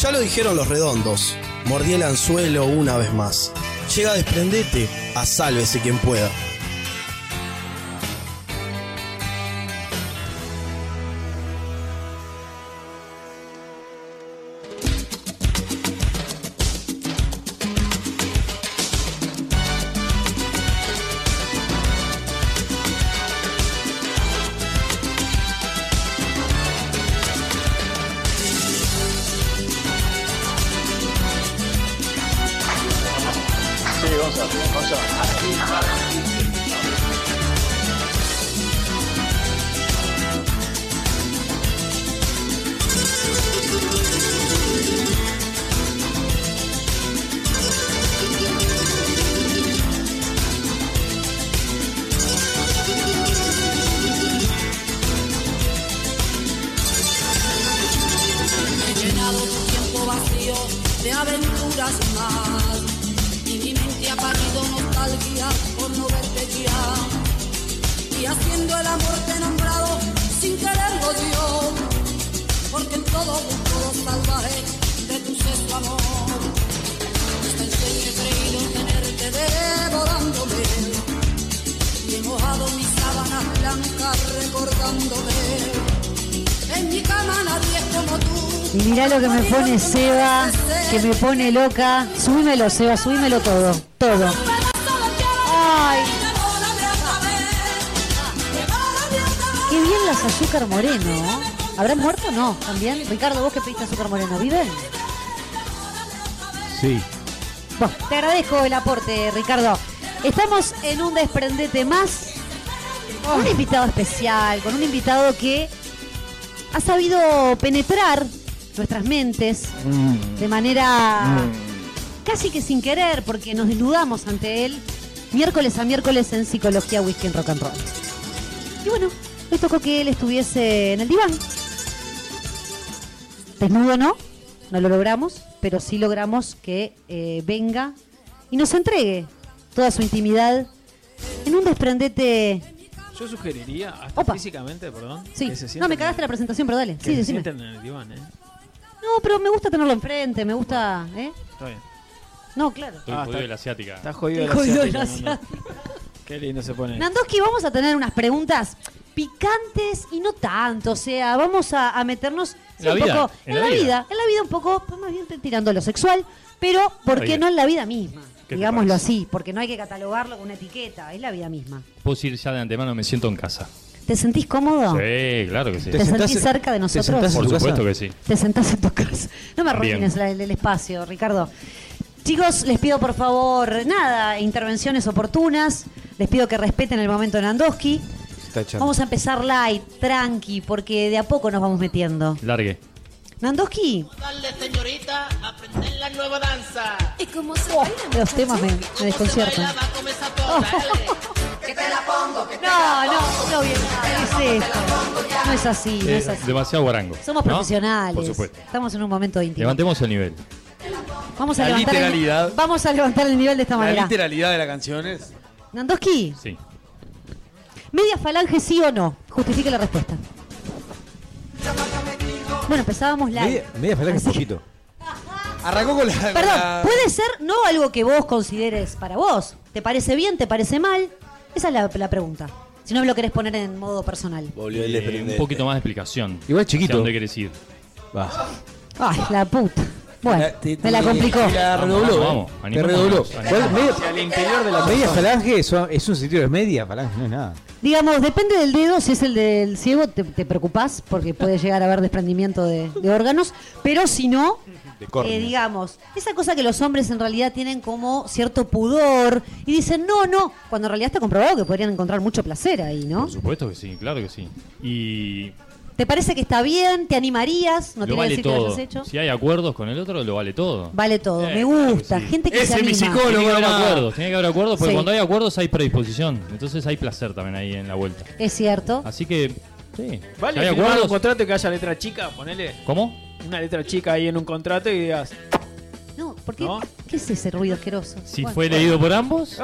Speaker 3: Ya lo dijeron los redondos. Mordí el anzuelo una vez más. Llega a desprendete, a sálvese quien pueda.
Speaker 21: Sí, Gonzalo,
Speaker 2: de aventuras más. Y mi mente ha parido nostalgia por no verte ya. Y haciendo el amor te he nombrado sin quererlo yo. Porque en todo gusto salvaje de tu sexto amor. Hasta en sueño he creído tenerte devorándome. Y he mojado mis sábanas blancas recordándome. En mi cama nadie es como tú.
Speaker 6: Y mirá lo que me pone Seba, que me pone loca. Subímelo, Seba, subímelo todo. Todo. Ay. Qué bien las azúcar moreno. ¿eh? ¿Habrán muerto o no? También. Ricardo, vos que pediste azúcar moreno, ¿viven?
Speaker 10: Sí.
Speaker 6: Bueno, te agradezco el aporte, Ricardo. Estamos en un desprendete más. Con un invitado especial, con un invitado que ha sabido penetrar nuestras mentes de manera casi que sin querer, porque nos desnudamos ante él miércoles a miércoles en Psicología Whisky en Rock and Roll. Y bueno, nos tocó que él estuviese en el diván. Desnudo no, no lo logramos, pero sí logramos que eh, venga y nos entregue toda su intimidad en un desprendete.
Speaker 7: Yo sugeriría, hasta físicamente, perdón.
Speaker 6: Sí,
Speaker 7: que se sienten
Speaker 6: no me
Speaker 7: en-
Speaker 6: cagaste la presentación, pero dale.
Speaker 7: que
Speaker 6: Sí,
Speaker 7: se
Speaker 6: decime.
Speaker 7: sienten en el diván, ¿eh?
Speaker 6: No, pero me gusta tenerlo enfrente, me gusta. ¿eh?
Speaker 7: Está bien. Ah,
Speaker 6: No, claro.
Speaker 8: Estoy jodido de la asiática.
Speaker 7: Está jodido de
Speaker 6: Estoy
Speaker 7: la
Speaker 6: jodido de
Speaker 7: asiática.
Speaker 6: la
Speaker 7: no, no. Qué lindo se pone.
Speaker 6: Nandoski, vamos a tener unas preguntas picantes y no tanto, o sea, vamos a, a meternos
Speaker 8: La
Speaker 6: un
Speaker 8: vida,
Speaker 6: poco
Speaker 8: en
Speaker 6: en,
Speaker 8: la
Speaker 6: la,
Speaker 8: vida.
Speaker 6: vida. en la vida un poco, pues, más bien tirando a lo sexual, pero ¿por
Speaker 8: Está
Speaker 6: qué
Speaker 8: bien.
Speaker 6: no en la vida misma?
Speaker 8: ¿Qué te
Speaker 6: Digámoslo
Speaker 8: parece?
Speaker 6: así, porque no hay que catalogarlo con una etiqueta, es la vida misma.
Speaker 8: Puedo decir ya de antemano, me siento en casa.
Speaker 6: ¿Te sentís cómodo?
Speaker 8: Sí, claro que sí.
Speaker 6: ¿Te, sentís cerca de nosotros?
Speaker 8: Por supuesto que sí.
Speaker 6: Te sentás en tu casa. No me
Speaker 8: Bien.
Speaker 6: arruines la- el, el espacio, Ricardo. Chicos, les pido por favor, nada, intervenciones oportunas. Les pido que respeten el momento de Nandoski.
Speaker 10: Está echando.
Speaker 6: Vamos a empezar light, tranqui, porque de a poco nos vamos metiendo.
Speaker 8: Largue.
Speaker 6: Nandoski,
Speaker 2: Dale, señorita, aprender la nueva danza. Y cómo se baila,
Speaker 6: los temas me, me desconciertan.
Speaker 2: con esa pota, Que te la pongo, que te
Speaker 6: No, no, no bien, no es esto. No es así, no
Speaker 8: Eh,
Speaker 6: es así.
Speaker 8: demasiado guarango.
Speaker 6: Somos
Speaker 8: ¿no?
Speaker 6: profesionales.
Speaker 8: Por supuesto.
Speaker 6: Estamos en un momento íntimo.
Speaker 8: Levantemos el nivel.
Speaker 6: Vamos a,
Speaker 8: La
Speaker 6: levantar
Speaker 8: literalidad.
Speaker 6: El, vamos a levantar el nivel de esta
Speaker 8: La
Speaker 6: manera.
Speaker 22: literalidad de la canción es.
Speaker 6: Nandoski.
Speaker 8: Sí.
Speaker 6: ¿Media falange sí o no? Justifique la respuesta. Bueno, empezábamos la.
Speaker 10: Media, media falange es poquito.
Speaker 5: Arrancó con la. con
Speaker 6: Perdón,
Speaker 5: la-
Speaker 6: puede ser no algo que vos consideres para vos. ¿Te parece bien? ¿Te parece mal? Esa es la, la pregunta. Si no me lo querés poner en modo personal.
Speaker 8: Eh, un poquito más de explicación.
Speaker 22: Igual es chiquito.
Speaker 8: ¿A dónde querés ir?
Speaker 6: Ay, la puta. Bueno, me la complicó.
Speaker 22: La redobló.
Speaker 8: Vamos,
Speaker 22: eh.
Speaker 8: vamos,
Speaker 22: Te
Speaker 8: animémonos,
Speaker 22: redobló.
Speaker 8: animémonos.
Speaker 22: Igual media-
Speaker 8: Hacia el interior de la
Speaker 22: media
Speaker 8: persona.
Speaker 22: falange es un- es un sentido de media falange, no es nada.
Speaker 6: Digamos, depende del dedo, si es el del ciego, te, te preocupás porque puede llegar a haber desprendimiento de, de órganos, pero si no,
Speaker 10: De
Speaker 6: eh, digamos, esa cosa que los hombres en realidad tienen como cierto pudor y dicen no, no, cuando en realidad está comprobado que podrían encontrar mucho placer ahí, ¿no?
Speaker 8: Por supuesto que sí, claro que sí. Y
Speaker 6: ¿Te parece que está bien? ¿Te animarías? No te
Speaker 8: lo
Speaker 6: voy a
Speaker 8: vale
Speaker 6: decir que lo
Speaker 8: todo. Eh,
Speaker 6: hayas hecho.
Speaker 8: Si hay acuerdos con el otro, lo vale todo.
Speaker 6: Vale todo, me gusta, gente que se
Speaker 8: Ese es
Speaker 6: anima.
Speaker 8: mi Tiene que haber acuerdos, tiene que haber acuerdos, porque
Speaker 6: Sí.
Speaker 8: cuando hay acuerdos hay predisposición. Entonces hay placer también ahí en la vuelta.
Speaker 6: Es cierto.
Speaker 8: Así que, sí.
Speaker 7: Vale,
Speaker 8: Si hay
Speaker 7: firmar un
Speaker 8: acuerdos.
Speaker 7: contrato que haya letra chica, ponele
Speaker 8: ¿Cómo?
Speaker 7: una letra chica ahí en un contrato y digas.
Speaker 6: No, ¿por qué? ¿Qué es ese ruido asqueroso?
Speaker 8: Si
Speaker 6: Bueno.
Speaker 8: fue leído por ambos,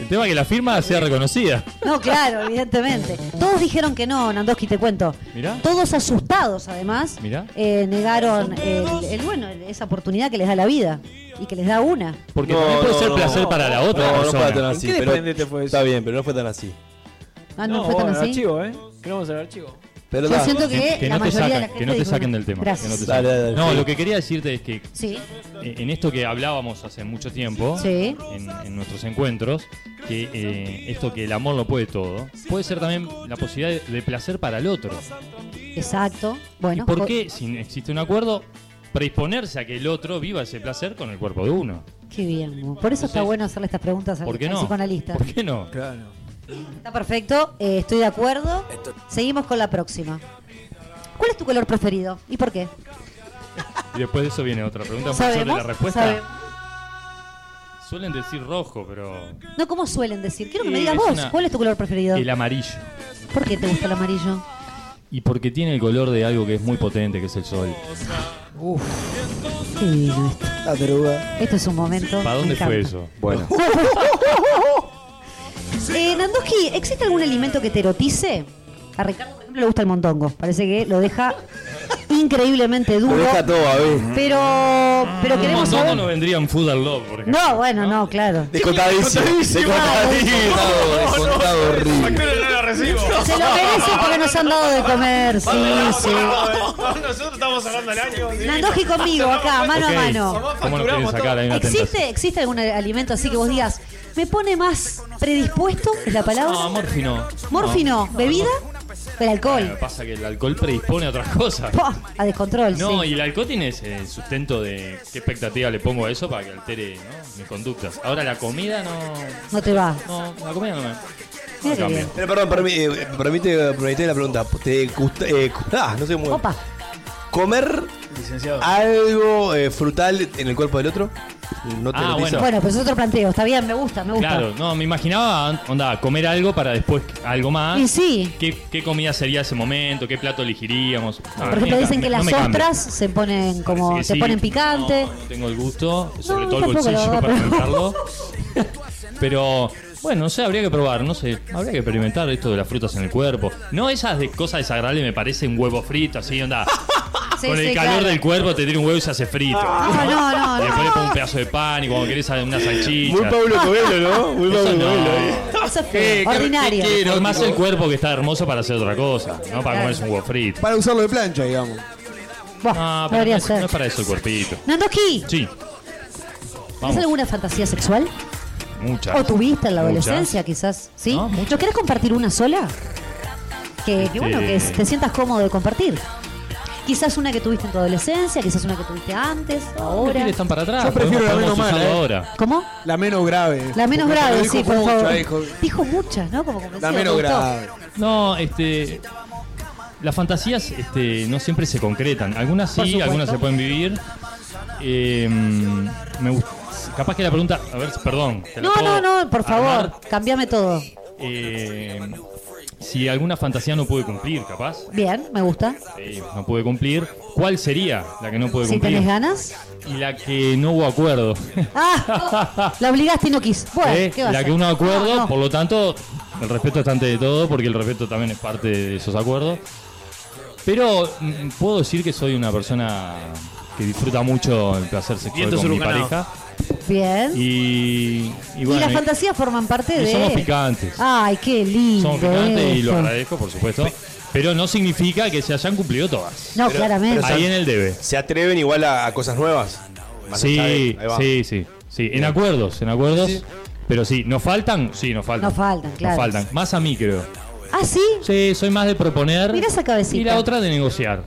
Speaker 8: el tema es que la firma sea reconocida.
Speaker 6: No, claro, evidentemente. Todos dijeron que no, Nandoski, te cuento.
Speaker 8: Mirá.
Speaker 6: Todos asustados, además,
Speaker 8: Mirá.
Speaker 6: eh, negaron el, el- bueno, el- esa oportunidad que les da la vida y que les da una.
Speaker 8: Porque también puede ser placer para la otra
Speaker 4: No, no
Speaker 8: persona.
Speaker 4: fue tan
Speaker 8: ¿En
Speaker 4: así.
Speaker 8: qué
Speaker 4: pero-
Speaker 8: desprendete
Speaker 4: Está bien, pero no fue tan así.
Speaker 6: Ah, no, fue tan
Speaker 7: el
Speaker 6: así.
Speaker 7: archivo, ¿eh? Queremos el archivo.
Speaker 4: Pero
Speaker 6: Yo
Speaker 4: da.
Speaker 6: siento que, la
Speaker 8: no
Speaker 6: mayoría
Speaker 8: te
Speaker 6: de la
Speaker 8: saquen,
Speaker 6: gente
Speaker 8: que no te
Speaker 6: dijo
Speaker 8: saquen
Speaker 6: no.
Speaker 8: del tema. que
Speaker 6: Gracias.
Speaker 8: no, te
Speaker 4: Dale,
Speaker 8: saquen.
Speaker 4: dale,
Speaker 8: No,
Speaker 4: sí.
Speaker 8: lo que quería decirte es que
Speaker 6: Sí.
Speaker 8: eh, en esto que hablábamos hace mucho tiempo,
Speaker 6: Sí.
Speaker 8: en, en nuestros encuentros, que eh, esto que el amor lo puede todo, puede ser también la posibilidad de, de placer para el otro.
Speaker 6: Exacto. Bueno,
Speaker 8: ¿Y por
Speaker 6: jo-
Speaker 8: qué, si existe un acuerdo, predisponerse a que el otro viva ese placer con el cuerpo de uno?
Speaker 6: qué bien. Mo. Por eso está
Speaker 8: Entonces,
Speaker 6: bueno hacerle estas preguntas al,
Speaker 8: ¿Por qué
Speaker 6: al
Speaker 8: no?
Speaker 6: psicoanalista.
Speaker 8: ¿Por qué no? Claro.
Speaker 6: Está perfecto, eh, estoy de acuerdo. Seguimos con la próxima. ¿Cuál es tu color preferido y por qué?
Speaker 8: Y después de eso viene otra pregunta sobre
Speaker 6: ¿Sabemos?
Speaker 8: la respuesta.
Speaker 6: Sabemos.
Speaker 8: Suelen decir rojo, pero
Speaker 6: No, como suelen decir. Quiero que me
Speaker 8: Y
Speaker 6: digas
Speaker 8: es
Speaker 6: vos,
Speaker 8: una-
Speaker 6: ¿cuál es tu color preferido?
Speaker 8: el amarillo.
Speaker 6: ¿Por qué te gusta el amarillo?
Speaker 8: y porque tiene el color de algo que es muy potente, que es el sol.
Speaker 6: Uf. Qué divino esto. Esto es un momento.
Speaker 8: ¿Para dónde
Speaker 6: me encanta.
Speaker 8: fue eso? Bueno.
Speaker 6: Eh, Nandoji, ¿existe algún alimento que te erotice? A Ricardo, por ejemplo, le gusta el montongo. Parece que lo deja increíblemente duro.
Speaker 8: deja todo, a ver.
Speaker 6: Pero, pero
Speaker 8: Un
Speaker 6: queremos
Speaker 8: montón Mm, no
Speaker 6: saber.
Speaker 8: nos vendría un Food and Love, por ejemplo.
Speaker 6: No, bueno, no, claro.
Speaker 4: Descontadísimo. Descontadísimo. Descontado horrible.
Speaker 6: Se lo merecen porque nos han dado de comer. Sí, sí.
Speaker 7: Nosotros estamos cerrando el año.
Speaker 6: Nandoji conmigo, acá, mano
Speaker 8: Ok.
Speaker 6: a mano.
Speaker 8: ¿Cómo nos quieren sacar? Hay una tentación.
Speaker 6: ¿Existe, ¿Existe algún alimento así que vos digas, me pone más predispuesto? ¿Es la palabra?
Speaker 8: No, morfino.
Speaker 6: Morfino, bebida, el
Speaker 8: Lo
Speaker 6: alcohol.
Speaker 8: que pasa es que el alcohol predispone a otras cosas.
Speaker 6: Pah, A descontrol, sí.
Speaker 8: No, y el alcohol tiene ese sustento de qué expectativa le pongo a eso para que altere ¿no? mis conductas. Ahora la comida no.
Speaker 6: No te va.
Speaker 8: No, la comida no me.
Speaker 6: Mira qué
Speaker 8: cambia.
Speaker 6: bien.
Speaker 4: Pero perdón, permi- eh, permite, permite la pregunta. ¿Te gusta, eh, cu- ah, no sé cómo-
Speaker 6: Opa.
Speaker 4: ¿Comer algo eh, frutal en el cuerpo del otro? ¿No te
Speaker 8: Ah,
Speaker 4: erotiza?
Speaker 6: Bueno, pero es otro planteo. Está bien, me gusta, me gusta.
Speaker 8: Claro, no, me imaginaba, onda, comer algo para después algo más.
Speaker 6: Y sí.
Speaker 8: ¿Qué, qué comida sería ese momento? ¿Qué plato elegiríamos? No,
Speaker 6: Por
Speaker 8: me
Speaker 6: ejemplo, dicen
Speaker 8: cambia,
Speaker 6: que
Speaker 8: no
Speaker 6: las
Speaker 8: me cambia.
Speaker 6: ostras se ponen como
Speaker 8: que
Speaker 6: se
Speaker 8: sí.
Speaker 6: ponen picante.
Speaker 8: No tengo el gusto, sobre
Speaker 6: No,
Speaker 8: todo el
Speaker 6: tampoco, la
Speaker 8: bolsillo
Speaker 6: verdad,
Speaker 8: para
Speaker 6: pero-
Speaker 8: comprarlo. Pero bueno, no sé, habría que probar, no sé, habría que experimentar esto de las frutas en el cuerpo. No esas de cosas desagradables me parecen huevo frito, así onda.
Speaker 6: Sí,
Speaker 8: Con el
Speaker 6: sí,
Speaker 8: calor
Speaker 6: claro. Ah.
Speaker 8: del cuerpo te tira un huevo y se hace frito.
Speaker 6: No, no, no,
Speaker 8: Y
Speaker 6: no.
Speaker 8: después le pones un pedazo de pan y cuando querés una salchicha.
Speaker 4: Muy Pablo Coelho, ¿no? Muy
Speaker 8: Eso
Speaker 4: Pablo
Speaker 8: no.
Speaker 4: Coelho. ahí.
Speaker 6: Eso es feo, ordinario.
Speaker 8: más el cuerpo que está hermoso para hacer otra cosa, no para comerse un huevo frito.
Speaker 5: Para usarlo de plancha, digamos.
Speaker 8: Ah, pero
Speaker 6: debería
Speaker 8: no, es-
Speaker 6: ser.
Speaker 8: no es para eso el cuerpito.
Speaker 6: Nandoki,
Speaker 8: Sí.
Speaker 6: ¿es
Speaker 8: Vamos,
Speaker 6: alguna fantasía sexual?
Speaker 8: muchas.
Speaker 6: ¿O tuviste en la
Speaker 8: Muchas.
Speaker 6: adolescencia, quizás? ¿Sí? ¿No querés compartir una sola? Que, que bueno, que
Speaker 8: Este-
Speaker 6: te sientas cómodo de compartir. Quizás una que tuviste en tu adolescencia, quizás una que tuviste antes,
Speaker 8: Los
Speaker 6: ahora.
Speaker 8: pibes están para atrás.
Speaker 5: Yo prefiero la
Speaker 8: podemos-
Speaker 5: menos
Speaker 8: podemos
Speaker 5: mala.
Speaker 8: usarlo
Speaker 5: eh.
Speaker 8: ahora.
Speaker 6: ¿Cómo?
Speaker 5: La menos grave.
Speaker 6: La menos
Speaker 5: Porque
Speaker 6: grave,
Speaker 5: dijo
Speaker 6: sí, por
Speaker 5: mucho,
Speaker 6: favor.
Speaker 5: dijo.
Speaker 6: Dijo muchas, ¿no? Como convencida,
Speaker 5: La menos
Speaker 6: me gustó.
Speaker 5: grave.
Speaker 8: No, este. Las fantasías este, no siempre se concretan. Algunas
Speaker 6: Por
Speaker 8: sí,
Speaker 6: supuesto.
Speaker 8: algunas se pueden vivir. Eh, me gust- Capaz que la pregunta. A ver, perdón. te la
Speaker 6: No,
Speaker 8: puedo
Speaker 6: no, no, por
Speaker 8: armar.
Speaker 6: favor, cambiame todo.
Speaker 8: Eh, si alguna fantasía no pude cumplir, capaz.
Speaker 6: Bien, me gusta.
Speaker 8: eh, no pude cumplir. ¿Cuál sería la que no pude
Speaker 6: Si
Speaker 8: cumplir?
Speaker 6: tenés ganas.
Speaker 8: Y la que no hubo acuerdo.
Speaker 6: Ah, la obligaste y no quis. Bueno,
Speaker 8: ¿Eh?
Speaker 6: ¿qué va a
Speaker 8: La
Speaker 6: hacer?
Speaker 8: que uno acuerdo,
Speaker 6: No, no.
Speaker 8: por lo tanto, el respeto está ante de todo, porque el respeto también es parte de esos acuerdos. Pero mm, puedo decir que soy una persona que disfruta mucho el placer sexual
Speaker 7: Vientos
Speaker 8: con mi
Speaker 7: huracanados.
Speaker 8: pareja.
Speaker 6: Bien.
Speaker 8: Y, y
Speaker 6: Y,
Speaker 8: bueno,
Speaker 6: las
Speaker 8: y-
Speaker 6: fantasías forman parte
Speaker 8: y
Speaker 6: de.
Speaker 8: somos picantes.
Speaker 6: Ay, qué lindo.
Speaker 8: Somos picantes y lo
Speaker 6: esto.
Speaker 8: agradezco, por supuesto. Pero no significa que se hayan cumplido todas.
Speaker 6: No, claramente.
Speaker 8: Ahí en el debe.
Speaker 4: ¿Se atreven igual a, a cosas nuevas? Más allá de-
Speaker 8: Sí,
Speaker 4: ahí va.
Speaker 8: sí, sí, sí. En acuerdos, en acuerdos. Pero sí, ¿nos faltan? Sí, nos faltan.
Speaker 6: Nos faltan, claro.
Speaker 8: Nos faltan. Más a mí, creo.
Speaker 6: Ah, sí.
Speaker 8: Sí, soy más de proponer.
Speaker 6: Mirá esa cabecita.
Speaker 8: Y la otra de negociar.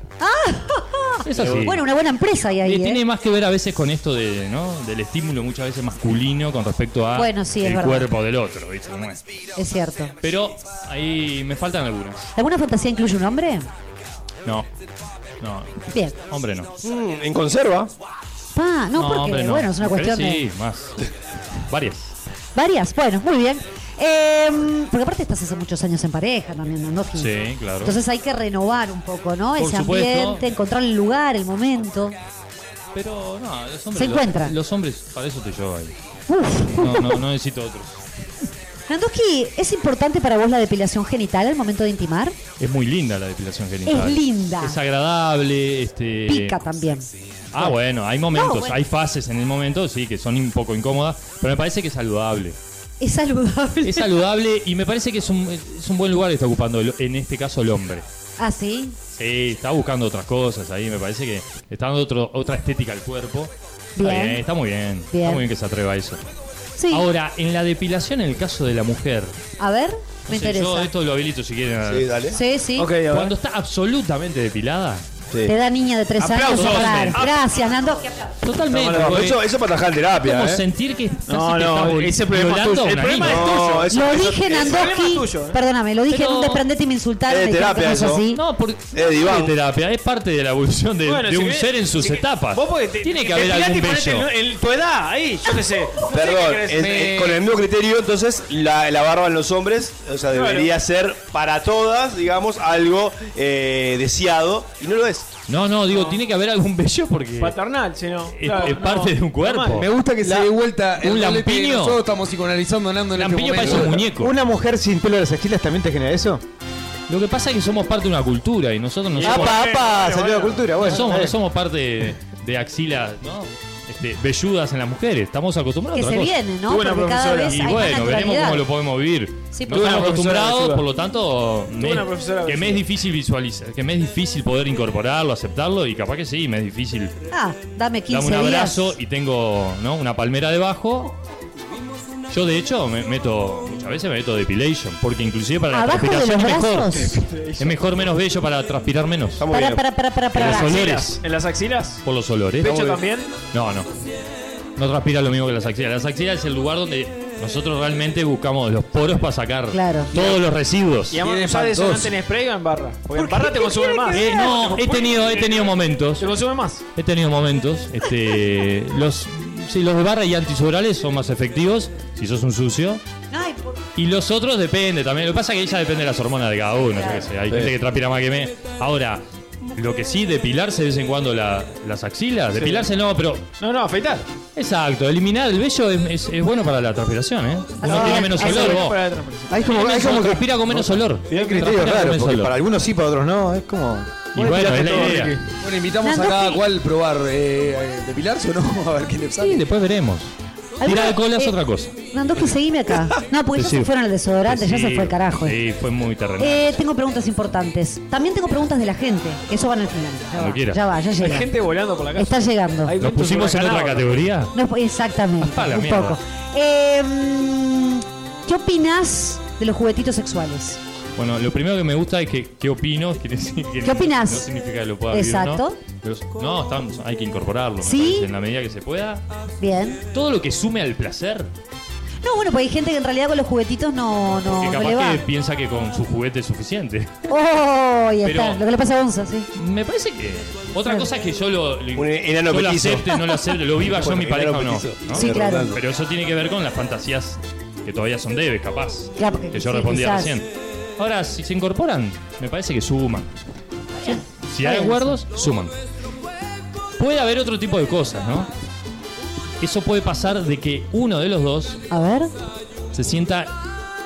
Speaker 8: Es así.
Speaker 6: Ah, Bueno, una buena empresa hay ahí.
Speaker 8: Eh,
Speaker 6: ¿eh?
Speaker 8: Tiene más que ver a veces con esto de, ¿no? del estímulo muchas veces masculino con respecto a
Speaker 6: Bueno, sí, es
Speaker 8: el
Speaker 6: verdad.
Speaker 8: cuerpo del otro, ¿viste? cómo es?
Speaker 6: Es cierto.
Speaker 8: Pero ahí me faltan algunas.
Speaker 6: ¿Alguna fantasía incluye un hombre?
Speaker 8: No. No.
Speaker 6: Bien.
Speaker 8: Hombre no.
Speaker 4: Mm, ¿En conserva?
Speaker 6: Ah, no, porque
Speaker 8: hombre, no.
Speaker 6: bueno, es una
Speaker 8: Mujeres
Speaker 6: cuestión de.
Speaker 8: Sí, más. Varias.
Speaker 6: Varias, bueno, muy bien. Eh, porque aparte estás hace muchos años en pareja también, ¿no? Noji?
Speaker 8: Sí, claro.
Speaker 6: Entonces hay que renovar un poco, ¿no?
Speaker 8: Por
Speaker 6: Ese
Speaker 8: supuesto.
Speaker 6: ambiente, encontrar el lugar, el momento.
Speaker 8: Pero no, los hombres.
Speaker 6: Se
Speaker 8: lo-
Speaker 6: encuentran.
Speaker 8: Los, hombres, para eso te llevo ahí.
Speaker 6: Uf.
Speaker 8: No, no, no necesito otros.
Speaker 6: Nandoski, ¿es importante para vos la depilación genital al momento de intimar?
Speaker 8: Es muy linda la depilación genital.
Speaker 6: Es linda.
Speaker 8: Es agradable, este.
Speaker 6: Pica también.
Speaker 8: Ah, bueno, hay momentos,
Speaker 6: No, bueno.
Speaker 8: hay fases en el momento, sí, que son un poco incómodas, pero me parece que es saludable.
Speaker 6: Es saludable.
Speaker 8: Es saludable y me parece que es un, es un buen lugar que está ocupando, el- en este caso, el hombre.
Speaker 6: Ah, sí.
Speaker 8: Sí, está buscando otras cosas ahí, me parece que está dando otro, otra estética al cuerpo. Está,
Speaker 6: Bien.
Speaker 8: bien, está muy bien,
Speaker 6: Bien.
Speaker 8: está muy bien que se atreva a eso.
Speaker 6: Sí.
Speaker 8: Ahora, en la depilación, en el caso de la mujer,
Speaker 6: A ver, me
Speaker 8: no sé, yo
Speaker 6: interesa.
Speaker 8: esto lo habilito si quieren.
Speaker 6: Sí, sí.
Speaker 8: Cuando está absolutamente depilada,
Speaker 4: Sí.
Speaker 6: Te da niña de tres
Speaker 4: Aplausos.
Speaker 6: años. a parar.
Speaker 4: Aplausos.
Speaker 6: Gratracias, Nando.
Speaker 8: Totalmente.
Speaker 4: No, no,
Speaker 8: porque
Speaker 4: eso, eso para trabajar en terapia.
Speaker 8: ¿Cómo
Speaker 4: ¿eh?
Speaker 8: sentir que estás
Speaker 4: No,
Speaker 8: que
Speaker 4: no,
Speaker 8: estás vol-
Speaker 4: ese problema es
Speaker 8: violando
Speaker 4: tuyo.
Speaker 8: a
Speaker 4: El
Speaker 8: una
Speaker 4: problema
Speaker 8: niña?
Speaker 4: es tuyo. eso-
Speaker 6: lo
Speaker 4: eso-
Speaker 6: dije
Speaker 4: el
Speaker 6: en
Speaker 4: problema es
Speaker 6: Andoski.
Speaker 4: tuyo, ¿eh?
Speaker 6: Perdóname, lo dije en
Speaker 8: Pero-
Speaker 6: un desprendete y me insultaron.
Speaker 4: Es
Speaker 6: me dijeron que
Speaker 4: terapia
Speaker 6: no es
Speaker 4: eso.
Speaker 6: así.
Speaker 8: No, porque
Speaker 4: Eh,
Speaker 8: no
Speaker 4: diván.
Speaker 8: es terapia, es parte de la evolución de,
Speaker 7: Bueno,
Speaker 8: de
Speaker 7: si
Speaker 8: un
Speaker 7: querés-
Speaker 8: ser en sus
Speaker 7: si que-
Speaker 8: etapas.
Speaker 7: Vos porque te-
Speaker 8: Tiene
Speaker 7: te
Speaker 8: que haber
Speaker 7: tirate
Speaker 8: algún
Speaker 7: y ponete
Speaker 8: bello.
Speaker 7: en- en tu edad, ahí, yo qué sé. No sé
Speaker 4: Perdón,
Speaker 7: qué querés.
Speaker 4: en-
Speaker 7: Me-
Speaker 4: en- con el mismo criterio, entonces la, la barba en los hombres, o sea, debería ser para todas, digamos, algo eh, deseado y no lo es.
Speaker 8: No, no, digo, tiene que haber algún bello porque.
Speaker 7: Paternal, si no.
Speaker 8: Es- es parte de un cuerpo.
Speaker 5: Me gusta que se dé vuelta el
Speaker 8: un
Speaker 5: rolete que
Speaker 8: lampiño.
Speaker 5: Nosotros estamos psicoanalizando Nando en este
Speaker 8: Lampiño
Speaker 5: momento.
Speaker 8: parece un muñeco.
Speaker 5: Una
Speaker 8: mujer sin pelo de las axilas también te genera eso? Lo que pasa es que somos parte de una cultura y nosotros no
Speaker 9: Y
Speaker 8: somos.
Speaker 9: apa, apa, salió la cultura, bueno,
Speaker 8: No somos,
Speaker 9: está
Speaker 8: no
Speaker 9: bien.
Speaker 8: somos parte de, de axilas, ¿no? Este, velludas en las mujeres, estamos acostumbrados
Speaker 6: Que
Speaker 8: a
Speaker 6: se
Speaker 8: otra cosa.
Speaker 6: viene, ¿no? Tuve una Porque cada profesora. vez hay
Speaker 8: y
Speaker 6: más
Speaker 8: bueno, veremos
Speaker 6: naturalidad.
Speaker 8: cómo lo podemos vivir.
Speaker 6: Sí,
Speaker 8: no
Speaker 6: porque-
Speaker 8: estamos
Speaker 6: Tuve una profesora
Speaker 8: acostumbrados,
Speaker 6: velluda.
Speaker 8: por lo tanto, me-
Speaker 7: una profesora
Speaker 8: que me es difícil visualizar, que me es difícil poder incorporarlo, aceptarlo y capaz que sí, me es difícil.
Speaker 6: Ah, dame 15
Speaker 8: Dame un
Speaker 6: días.
Speaker 8: abrazo y tengo ¿no? una palmera debajo. Yo de hecho me meto, muchas veces me meto depilation, porque inclusive para la
Speaker 6: ¿Abajo de
Speaker 8: transpiración
Speaker 6: los
Speaker 8: es mejor.
Speaker 6: brazos?
Speaker 8: Es mejor menos bello para transpirar menos.
Speaker 6: Para, para, para, para,
Speaker 8: Por los
Speaker 6: para.
Speaker 8: olores.
Speaker 7: ¿En las axilas?
Speaker 8: Por los olores.
Speaker 7: ¿Pecho Estamos bien.
Speaker 8: No, no. No transpira lo mismo que las axilas. Las axilas es el lugar donde nosotros realmente buscamos los poros para sacar
Speaker 7: Claro.
Speaker 8: todos los residuos.
Speaker 7: Y además, ¿usás desodorante en spray o en barra? Porque en barra te consume más.
Speaker 8: Eh, no, he tenido, he tenido momentos. ¿Te
Speaker 7: consume más?
Speaker 8: He tenido momentos. Este, los, sí, los de barra y antisobrales son más efectivos si sos un sucio.
Speaker 6: Ay, por-
Speaker 8: Y los otros depende también. Lo que pasa es que ya depende de las hormonas de cada uno. yo qué sé. Hay gente que transpira más que me. Ahora, lo que sí, depilarse de vez en cuando la- las axilas.
Speaker 7: Sí.
Speaker 8: Depilarse no, pero.
Speaker 7: No, no, afeitar.
Speaker 8: Exacto, eliminar el vello es, es- es bueno para la transpiración, ¿eh? Uno
Speaker 7: Ah,
Speaker 8: tiene menos
Speaker 7: hace
Speaker 8: olor,
Speaker 7: bien
Speaker 8: vos.
Speaker 7: para la transpiración.
Speaker 9: Hay como, hay
Speaker 8: Menos-
Speaker 9: como que
Speaker 8: transpira con menos olor.
Speaker 9: Tiene un criterio
Speaker 8: Transpira con
Speaker 9: raro,
Speaker 8: menos
Speaker 9: porque
Speaker 8: olor.
Speaker 9: para algunos sí, para otros no. Es como.
Speaker 8: Y bueno, es la idea.
Speaker 5: Bueno, invitamos a
Speaker 9: Nando,
Speaker 5: cada
Speaker 9: sí.
Speaker 5: cual probar eh, eh, depilarse o no, a ver qué le sale.
Speaker 8: Sí, después veremos. Tira de
Speaker 6: eh,
Speaker 8: cola es otra cosa.
Speaker 6: Nandoki, seguime acá. No, porque ya
Speaker 8: Sí.
Speaker 6: se fueron al desodorante, ya se
Speaker 8: Sí,
Speaker 6: fue el carajo.
Speaker 8: Sí, fue muy terrenal.
Speaker 6: Eh, tengo preguntas importantes. También tengo preguntas de la gente. Eso van al final. Ya
Speaker 8: Cuando
Speaker 6: va,
Speaker 8: quiera.
Speaker 6: ya, va, ya llega.
Speaker 7: Hay gente volando por la casa.
Speaker 6: Está llegando.
Speaker 8: ¿Nos pusimos en otra categoría?
Speaker 6: No, pues, exactamente.
Speaker 8: Pa' Ah, la
Speaker 6: un
Speaker 8: mierda.
Speaker 6: poco. Eh, mm, ¿Qué opinás de los juguetitos sexuales?
Speaker 8: Bueno, lo primero que me gusta es que qué opino. quiere decir que
Speaker 6: ¿Qué opinás?
Speaker 8: No significa que lo pueda vivir,
Speaker 6: Exacto.
Speaker 8: ¿no? Pero, no, estamos- hay que incorporarlo, me
Speaker 6: ¿Sí?
Speaker 8: parece, en la medida que se pueda.
Speaker 6: Bien.
Speaker 8: Todo lo que sume al placer,
Speaker 6: No, bueno, pues hay gente que en realidad con los juguetitos no, no,
Speaker 8: que
Speaker 6: no le va.
Speaker 8: capaz que piensa que con su juguete es suficiente.
Speaker 6: Oh, ahí
Speaker 8: Pero-
Speaker 6: está. Lo que le pasa a Gonza, sí.
Speaker 8: Me parece que. Otra cosa es que yo lo, lo-
Speaker 4: enano
Speaker 8: yo lo
Speaker 4: petizo.
Speaker 8: acepte, no lo acepte, lo viva yo en mi
Speaker 4: Bueno,
Speaker 8: pareja
Speaker 4: enano
Speaker 8: o no,
Speaker 4: petizo.
Speaker 8: ¿no?
Speaker 4: Sí, claro.
Speaker 8: Pero eso tiene que ver con las fantasías que todavía son debes, capaz.
Speaker 6: Ya, porque-
Speaker 8: que yo
Speaker 6: sí,
Speaker 8: respondía
Speaker 6: quizás.
Speaker 8: recién. Ahora, si se incorporan, me parece que suman. Si hay
Speaker 6: Bueno,
Speaker 8: acuerdos, suman. Puede haber otro tipo de cosas, ¿no? Eso puede pasar de que uno de los dos
Speaker 6: A ver.
Speaker 8: se sienta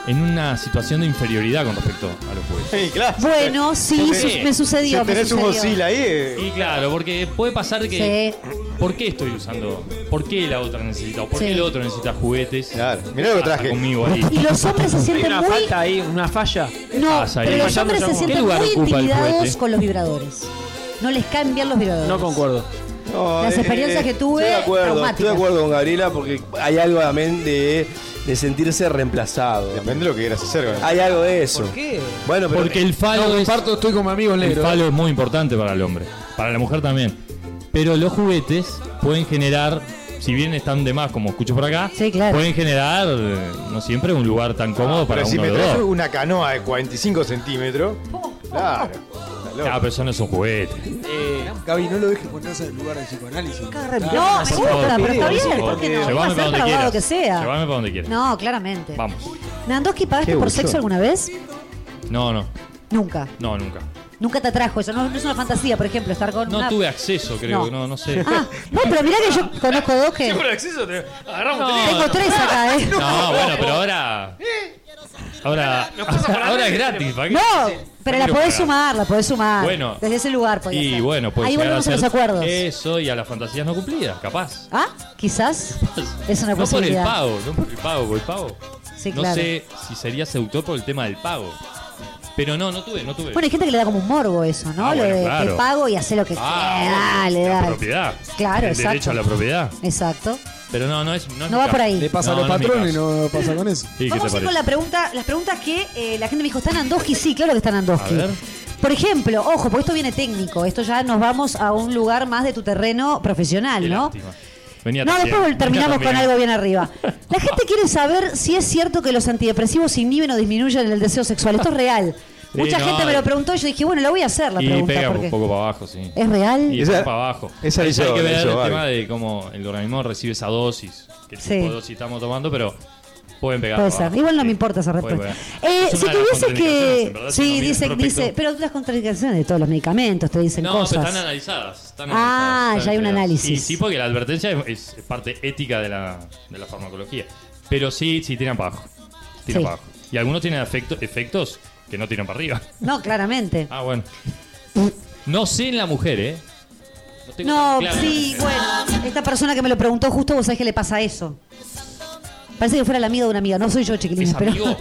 Speaker 8: en una situación de inferioridad con respecto a los juegos.
Speaker 6: Bueno, Eh, sí,
Speaker 8: Sí.
Speaker 6: su- me sucedió. me sucedió.
Speaker 8: Y claro, porque puede pasar que. ¿Por qué estoy usando? ¿Por qué la otra necesita? ¿O por qué
Speaker 6: Sí.
Speaker 8: el otro necesita juguetes? Claro,
Speaker 10: mirá lo que traje.
Speaker 8: conmigo ahí.
Speaker 6: Y los hombres se sienten
Speaker 7: una
Speaker 6: muy-
Speaker 7: falta ahí, una falla.
Speaker 6: No, pero los hombres se sienten muy intimidados
Speaker 7: juguete?
Speaker 6: con los vibradores. No les caen bien los vibradores.
Speaker 7: No concuerdo.
Speaker 4: No, eh,
Speaker 6: Las experiencias que tuve,
Speaker 4: Estoy de acuerdo, estoy de
Speaker 6: traumáticas.
Speaker 4: acuerdo con Gabriela porque hay algo también de, de sentirse reemplazado. Depende de lo que quieras hacer. Hay algo de eso. ¿Por
Speaker 7: qué?
Speaker 4: Bueno, pero
Speaker 8: Porque el falo
Speaker 4: No,
Speaker 8: es.
Speaker 5: comparto, estoy con mi amigo en
Speaker 8: el
Speaker 5: negro.
Speaker 8: falo es muy importante para el hombre. Para la mujer también. Pero los juguetes pueden generar. Si bien están de más, como escucho por acá, pueden generar eh, no siempre un lugar tan
Speaker 9: Ah,
Speaker 8: cómodo para
Speaker 10: Pero si
Speaker 8: uno
Speaker 10: me
Speaker 8: de los
Speaker 10: traes
Speaker 8: dos.
Speaker 10: una canoa de 45 centímetros. Claro.
Speaker 8: Ah, pero eso no es un juguete.
Speaker 5: Eh, Gaby, no lo dejes ponerse en el lugar del psicoanálisis.
Speaker 6: No, me gusta, pero está bien, ¿por qué no? Vas a
Speaker 8: Llevame para
Speaker 6: ser
Speaker 8: donde
Speaker 6: trabado
Speaker 8: quieras.
Speaker 6: que sea.
Speaker 8: Llevame para donde quieras.
Speaker 6: No, claramente.
Speaker 8: Vamos.
Speaker 6: Nandoski, ¿pagaste
Speaker 8: Qué
Speaker 6: por
Speaker 8: buchón.
Speaker 6: sexo alguna vez?
Speaker 8: No, no.
Speaker 6: Nunca.
Speaker 8: No, nunca.
Speaker 6: Nunca te atrajo eso. No, no es una fantasía, por ejemplo, estar con
Speaker 8: No
Speaker 6: una...
Speaker 8: tuve acceso, creo.
Speaker 6: No.
Speaker 8: No, no, sé.
Speaker 6: Ah, no, pero mirá que yo conozco dos que...
Speaker 7: Siempre el acceso te agarramos.
Speaker 8: No,
Speaker 7: teléfono.
Speaker 8: no.
Speaker 6: Tengo tres acá, ¿eh?
Speaker 8: No, bueno, pero ahora. Ahora, ahora es gratis. ¿para qué?
Speaker 6: No,
Speaker 8: ¿Para
Speaker 6: pero
Speaker 8: qué
Speaker 6: la
Speaker 8: lo
Speaker 6: podés
Speaker 8: pagás?
Speaker 6: sumar, la podés sumar.
Speaker 8: Bueno.
Speaker 6: Desde ese lugar podés
Speaker 8: Y
Speaker 6: hacer.
Speaker 8: bueno, pues.
Speaker 6: Ahí volvemos a los acuerdos.
Speaker 8: Eso y a las fantasías no cumplidas, capaz.
Speaker 6: Ah, quizás. Es una
Speaker 8: No por el
Speaker 6: posibilidad.
Speaker 8: pago, no por el pago, por el pago.
Speaker 6: Sí,
Speaker 8: no
Speaker 6: claro.
Speaker 8: sé si sería seductor por el tema del pago. Pero no, no tuve, no tuve.
Speaker 6: Bueno, hay gente que le da como un morbo eso, ¿no?
Speaker 8: pues. Ah,
Speaker 6: lo
Speaker 8: bueno,
Speaker 6: de
Speaker 8: claro.
Speaker 6: te pago y hacer lo que
Speaker 8: Ah,
Speaker 6: quieras. Dale,
Speaker 8: la
Speaker 6: dale.
Speaker 8: propiedad.
Speaker 6: Claro,
Speaker 8: el
Speaker 6: exacto.
Speaker 8: derecho a la propiedad.
Speaker 6: Exacto.
Speaker 8: Pero no, no es. No, es
Speaker 6: No
Speaker 8: mi
Speaker 6: va
Speaker 8: caso.
Speaker 6: por ahí.
Speaker 5: Le pasa
Speaker 8: No,
Speaker 5: a los
Speaker 8: no es mi
Speaker 5: patrones,
Speaker 8: caso.
Speaker 5: no pasa con eso.
Speaker 8: ¿Y qué te
Speaker 6: Vamos a ir
Speaker 8: parece?
Speaker 6: con la pregunta, las preguntas que eh, la gente me dijo, ¿están Andoski? Sí, claro que están Andoski.
Speaker 8: A ver.
Speaker 6: Por ejemplo, ojo, porque esto viene técnico, esto ya nos vamos a un lugar más de tu terreno profesional,
Speaker 8: Qué
Speaker 6: ¿no?
Speaker 8: lástima. Venía
Speaker 6: No,
Speaker 8: también.
Speaker 6: después terminamos
Speaker 8: Venía
Speaker 6: con
Speaker 8: también.
Speaker 6: algo bien arriba. La gente quiere saber si es cierto que los antidepresivos inhiben o disminuyen el deseo sexual. Esto es real.
Speaker 8: Sí,
Speaker 6: Mucha
Speaker 8: no,
Speaker 6: gente me
Speaker 8: y-
Speaker 6: lo preguntó y yo dije, bueno, la voy a hacer la
Speaker 8: Y
Speaker 6: pregunta.
Speaker 8: pega un
Speaker 6: porque-
Speaker 8: poco para abajo, sí.
Speaker 6: ¿Es real?
Speaker 8: Y
Speaker 6: Esa-
Speaker 8: pega para abajo.
Speaker 10: esa
Speaker 8: Hay-
Speaker 10: hizo-
Speaker 8: hay que ver
Speaker 10: hizo
Speaker 8: el
Speaker 10: Babi.
Speaker 8: tema de cómo el organismo recibe esa dosis, qué
Speaker 6: Sí.
Speaker 8: tipo de dosis estamos tomando, pero pueden pegar.
Speaker 6: Puede
Speaker 8: para
Speaker 6: ser.
Speaker 8: abajo.
Speaker 6: Igual no me importa esa
Speaker 8: Puede
Speaker 6: respuesta.
Speaker 8: pegar.
Speaker 6: Eh,
Speaker 8: Es
Speaker 6: si
Speaker 8: una de las
Speaker 6: tuviese
Speaker 8: contraindicaciones, en
Speaker 6: que.
Speaker 8: verdad, si uno
Speaker 6: Sí,
Speaker 8: mira
Speaker 6: dice,
Speaker 8: al respecto.
Speaker 6: dice. Pero las contraindicaciones de todos los medicamentos te dicen
Speaker 8: No, pero
Speaker 6: cosas.
Speaker 8: están analizadas. están
Speaker 6: Ah,
Speaker 8: analizadas,
Speaker 6: ya hay un
Speaker 8: analizadas.
Speaker 6: análisis.
Speaker 8: Sí, sí, porque la advertencia es, es parte ética de la, de la farmacología. Pero sí, sí, tiran para abajo. Tiran
Speaker 6: Sí.
Speaker 8: para abajo. Y algunos tienen afecto- efectos que no tiran para arriba.
Speaker 6: No, claramente.
Speaker 8: Ah, bueno. No sé en la mujer, ¿eh? tengo
Speaker 6: No,
Speaker 8: tan claro.
Speaker 6: sí, bueno. Esta persona que me lo preguntó justo, vos sabés que le pasa eso. Parece que fuera el amigo de una amiga. No soy yo, chiquilines,
Speaker 8: ¿Es
Speaker 6: pero.
Speaker 8: amigo?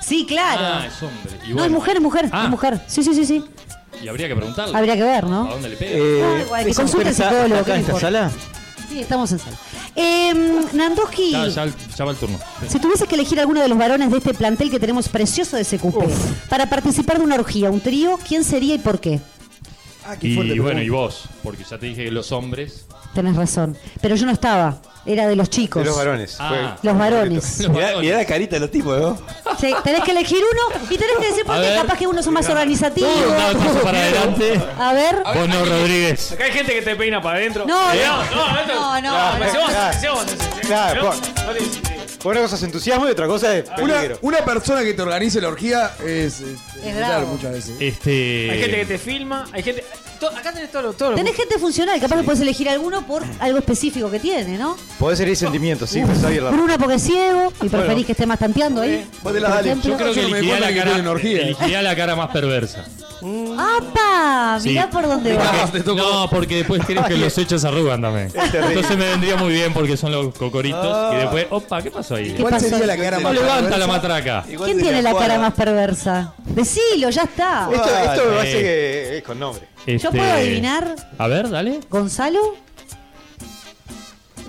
Speaker 6: sí, claro.
Speaker 8: Ah, es hombre.
Speaker 6: No,
Speaker 8: Y
Speaker 6: es
Speaker 8: bueno, Ah,
Speaker 6: mujer, es mujer, es mujer. Sí, sí, sí, sí.
Speaker 8: Y habría que preguntarle.
Speaker 6: Habría que ver, ¿no?
Speaker 8: ¿A dónde le pega?
Speaker 6: Eh, igual, que esa consulte mujer al está- psicólogo, está ¿qué acá le en esta importa?
Speaker 8: sala?
Speaker 6: Sí, estamos en sala. Eh, Nandoski,
Speaker 8: Ya, ya, Ah, ya va el turno.
Speaker 6: si tuvieses que elegir alguno de los varones de este plantel que tenemos precioso de SQP para participar de una orgía, un trío, ¿quién sería y por Ah, qué?
Speaker 8: y
Speaker 6: fuerte
Speaker 8: bueno,
Speaker 6: pregunta.
Speaker 8: y vos, porque ya te dije que los hombres.
Speaker 6: Tenés razón. Pero yo no estaba. Era de los chicos.
Speaker 8: Ah.
Speaker 6: Los varones.
Speaker 4: Mirá, mirá la carita de los tipos, ¿no?
Speaker 6: Sí, tenés que elegir uno y tenés que decir por
Speaker 4: A
Speaker 6: qué.
Speaker 4: ver.
Speaker 6: Capaz que unos son más organizativos.
Speaker 8: Todo, todo, todo
Speaker 6: Otros-
Speaker 8: para adelante.
Speaker 6: A ver.
Speaker 8: Bono Rodríguez.
Speaker 7: Acá hay gente que te peina para adentro.
Speaker 6: No,
Speaker 7: Eh,
Speaker 6: no.
Speaker 7: no,
Speaker 6: No,
Speaker 7: esto-
Speaker 6: no,
Speaker 7: Claro,
Speaker 6: no.
Speaker 7: pensé vos,
Speaker 10: Claro.
Speaker 7: pensé vos,
Speaker 10: Claro,
Speaker 7: pensé vos.
Speaker 10: por- Por una cosa es entusiasmo y otra cosa es
Speaker 5: Una,
Speaker 10: peligro.
Speaker 5: una persona que te organice la orgía es, es, es
Speaker 7: bravo.
Speaker 5: claro, muchas veces.
Speaker 8: Este.
Speaker 7: Hay gente que te filma, hay gente. to- acá tenés todo lo. Todo lo-
Speaker 6: Tenés gente funcional. Capaz que podés elegir alguno por algo específico que tiene, ¿no?
Speaker 10: Podés herir sentimientos, sí,
Speaker 6: pues
Speaker 10: pero sabía
Speaker 6: Por una porque es ciego y preferís que esté más tanteando ahí. por ejemplo.
Speaker 8: Yo creo que
Speaker 5: Yo no me di
Speaker 8: elegiría
Speaker 5: cuenta
Speaker 8: la,
Speaker 5: que estoy en
Speaker 8: cara,
Speaker 5: orgía.
Speaker 8: elegiría la cara más perversa.
Speaker 6: ¡Apa! Mirá
Speaker 8: Sí.
Speaker 6: por dónde
Speaker 8: Porque-
Speaker 6: va.
Speaker 8: No, porque después crees que los hechos arrugan también.
Speaker 6: terrible.
Speaker 8: Entonces me vendría muy bien porque son los cocoritos. Y después, opa, ¿qué pasó ahí?
Speaker 6: ¿Qué ¿Cuál pasó sería
Speaker 5: la cara
Speaker 8: No
Speaker 5: más
Speaker 8: levanta
Speaker 5: perversa?
Speaker 8: la matraca.
Speaker 6: ¿Quién tiene la cara más perversa? Decilo, ya está.
Speaker 10: Esto, esto me
Speaker 8: Vale.
Speaker 10: parece que es con nombre.
Speaker 6: eh. ¿Yo puedo adivinar?
Speaker 8: Este, A ver, dale.
Speaker 6: ¿Gonzalo?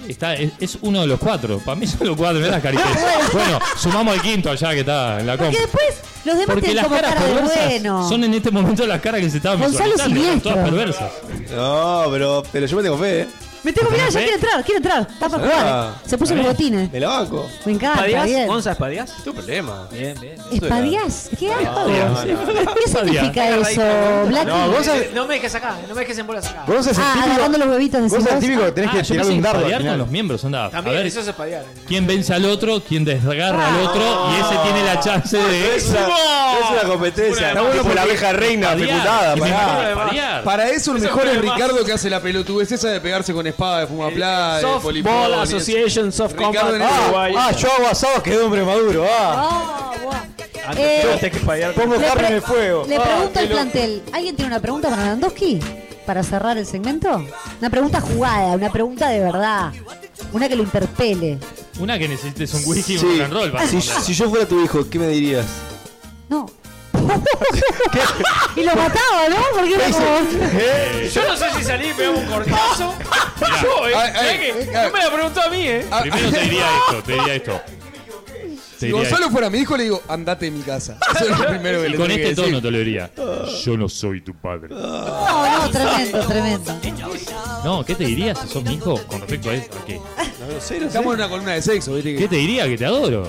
Speaker 8: Está, es, es uno de los cuatro. Para mí son los cuatro, mirá las
Speaker 6: Ah,
Speaker 8: caritas. bueno, sumamos al quinto allá que está en la
Speaker 6: Porque
Speaker 8: compra.
Speaker 6: después los demás
Speaker 8: Porque
Speaker 6: tienen
Speaker 8: las
Speaker 6: como
Speaker 8: caras
Speaker 6: cara de
Speaker 8: perversas
Speaker 6: bueno.
Speaker 8: son en este momento las caras que se estaban
Speaker 6: Gonzalo
Speaker 8: visualizando. son
Speaker 6: Siniestro.
Speaker 8: Todas perversas.
Speaker 4: No, pero, pero yo me tengo fe, ¿eh?
Speaker 6: Me tengo, mirá, ya
Speaker 4: ¿Eh?
Speaker 6: quiere entrar, quiere entrar. Está para jugar.
Speaker 4: Ah,
Speaker 6: Se puso
Speaker 4: ¿eh?
Speaker 6: los botines.
Speaker 4: Me la banco.
Speaker 6: Me encanta, bien.
Speaker 7: ¿Espadías? ¿Gonza Espadías?
Speaker 4: Tu problema.
Speaker 7: Bien, bien.
Speaker 6: ¿Espadías? ¿Qué hago? ¿Qué significa
Speaker 7: Agarra ahí,
Speaker 6: eso,
Speaker 7: Gonza.
Speaker 6: Blacky?
Speaker 7: No, Gonza- no me dejes acá, no me dejes en bolas acá.
Speaker 6: ah, agarrando los huevitos de
Speaker 8: Ah, yo pensé en espadear con los miembros, andaba. A
Speaker 7: También,
Speaker 8: ver,
Speaker 7: eso es ¿eh? espadear.
Speaker 8: quién vence al otro, quién desgarra al
Speaker 6: Ah.
Speaker 8: otro, y ese tiene la chance de.
Speaker 4: Es una, es una competencia. Está bueno por la abeja reina, fecundada, pará.
Speaker 5: Para eso el
Speaker 4: Eso
Speaker 5: mejor
Speaker 4: fue
Speaker 5: es
Speaker 4: lo demás.
Speaker 5: Ricardo que hace la pelotudez esa de pegarse con espada de fumaplá, de
Speaker 7: Softball
Speaker 5: poliponia.
Speaker 7: Association Soft
Speaker 5: Ricardo
Speaker 7: Combat
Speaker 5: en el-
Speaker 7: Uruguay.
Speaker 5: Ah, yo hago asado, quedó hombre maduro.
Speaker 6: Ah,
Speaker 8: Ah,
Speaker 6: Eh,
Speaker 10: Pongo
Speaker 6: le
Speaker 10: carne en
Speaker 6: pre-
Speaker 10: el fuego.
Speaker 6: Le
Speaker 10: Ah,
Speaker 6: pregunto
Speaker 10: qué
Speaker 6: al
Speaker 10: loco.
Speaker 6: plantel, ¿alguien tiene una pregunta para Nandoski? Para cerrar el segmento. Una pregunta jugada, una pregunta de verdad. Una que lo interpele.
Speaker 8: Una que necesites un whisky y
Speaker 4: Sí.
Speaker 8: un rock and roll. para
Speaker 4: Si,
Speaker 8: responder.
Speaker 4: si yo fuera tu hijo, ¿qué me dirías?
Speaker 6: y lo mataba, ¿no? Porque era como...
Speaker 7: Eh, Yo no sé si salí, pegamos un cortazo. Yo, eh,
Speaker 5: Ay, ay,
Speaker 7: mirá que no me la preguntó a mí, eh.
Speaker 8: Primero te diría esto, te diría esto. Te
Speaker 5: Ah, Si
Speaker 8: diría
Speaker 5: Gonzalo fuera mi hijo, le digo, andate de mi casa. Eso es lo primero que
Speaker 8: esto.
Speaker 5: le
Speaker 8: Y con
Speaker 5: tengo
Speaker 8: este
Speaker 5: que decir. Ah.
Speaker 8: tono te lo diría. Yo no soy tu padre.
Speaker 6: No, no, tremendo, tremendo.
Speaker 8: No, ¿qué te diría si sos mi hijo con respecto a esto? ¿A qué?
Speaker 5: Estamos en una columna de sexo, ¿viste?
Speaker 8: ¿Qué te diría? Que te adoro.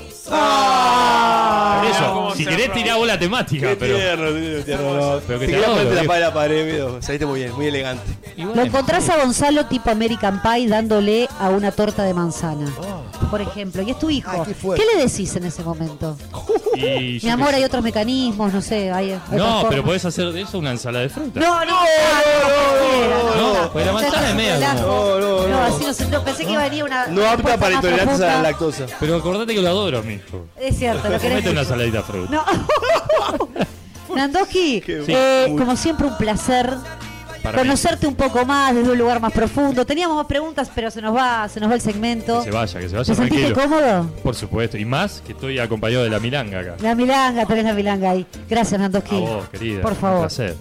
Speaker 8: Por eso, si querés tirar bola temática, pero. Pero que
Speaker 4: Te
Speaker 8: te
Speaker 4: quedas
Speaker 8: adoro,
Speaker 4: frente a la
Speaker 8: viejo.
Speaker 4: pared, la pared, miedo. Saliste muy bien, muy elegante.
Speaker 6: Lo encontrás a Gonzalo tipo American Pie dándole a una torta de manzana. Por ejemplo, y es tu hijo. qué, le decís en ese momento?
Speaker 8: Y yo
Speaker 6: Mi amor,
Speaker 8: qué sé.
Speaker 6: hay otros mecanismos, no sé, hay otras
Speaker 8: No,
Speaker 6: formas.
Speaker 8: pero podés hacer de eso una ensalada de fruta.
Speaker 6: No, no, no, no,
Speaker 8: no, no, porque la manzana es media,
Speaker 6: No,
Speaker 8: no,
Speaker 6: no,
Speaker 8: no, no.
Speaker 6: así no sé, no, pensé que venía una.
Speaker 8: No apta
Speaker 6: respuesta
Speaker 8: para
Speaker 6: más
Speaker 8: intolerantes
Speaker 6: profunda.
Speaker 8: a la
Speaker 4: Lactosa.
Speaker 8: Pero acordate que lo adoro, mi hijo.
Speaker 6: Es cierto, lo querés.
Speaker 8: Comete una
Speaker 6: mucho.
Speaker 8: saladita de fruta.
Speaker 6: No. Nandoji,
Speaker 8: Sí.
Speaker 6: eh, como siempre un placer
Speaker 8: Para mí.
Speaker 6: conocerte un poco más desde un lugar más profundo. Teníamos más preguntas, pero se nos va, se nos va el segmento.
Speaker 8: Que se vaya, que se
Speaker 6: ¿Te
Speaker 8: vaya
Speaker 6: sentiste
Speaker 8: tranquilo.
Speaker 6: cómodo?
Speaker 8: Por supuesto, y más que estoy acompañado de la milanga acá.
Speaker 6: La milanga, tenés la milanga ahí. Gracias, Nandoji.
Speaker 8: A vos, querida.
Speaker 6: Por
Speaker 8: un
Speaker 6: favor.
Speaker 8: placer.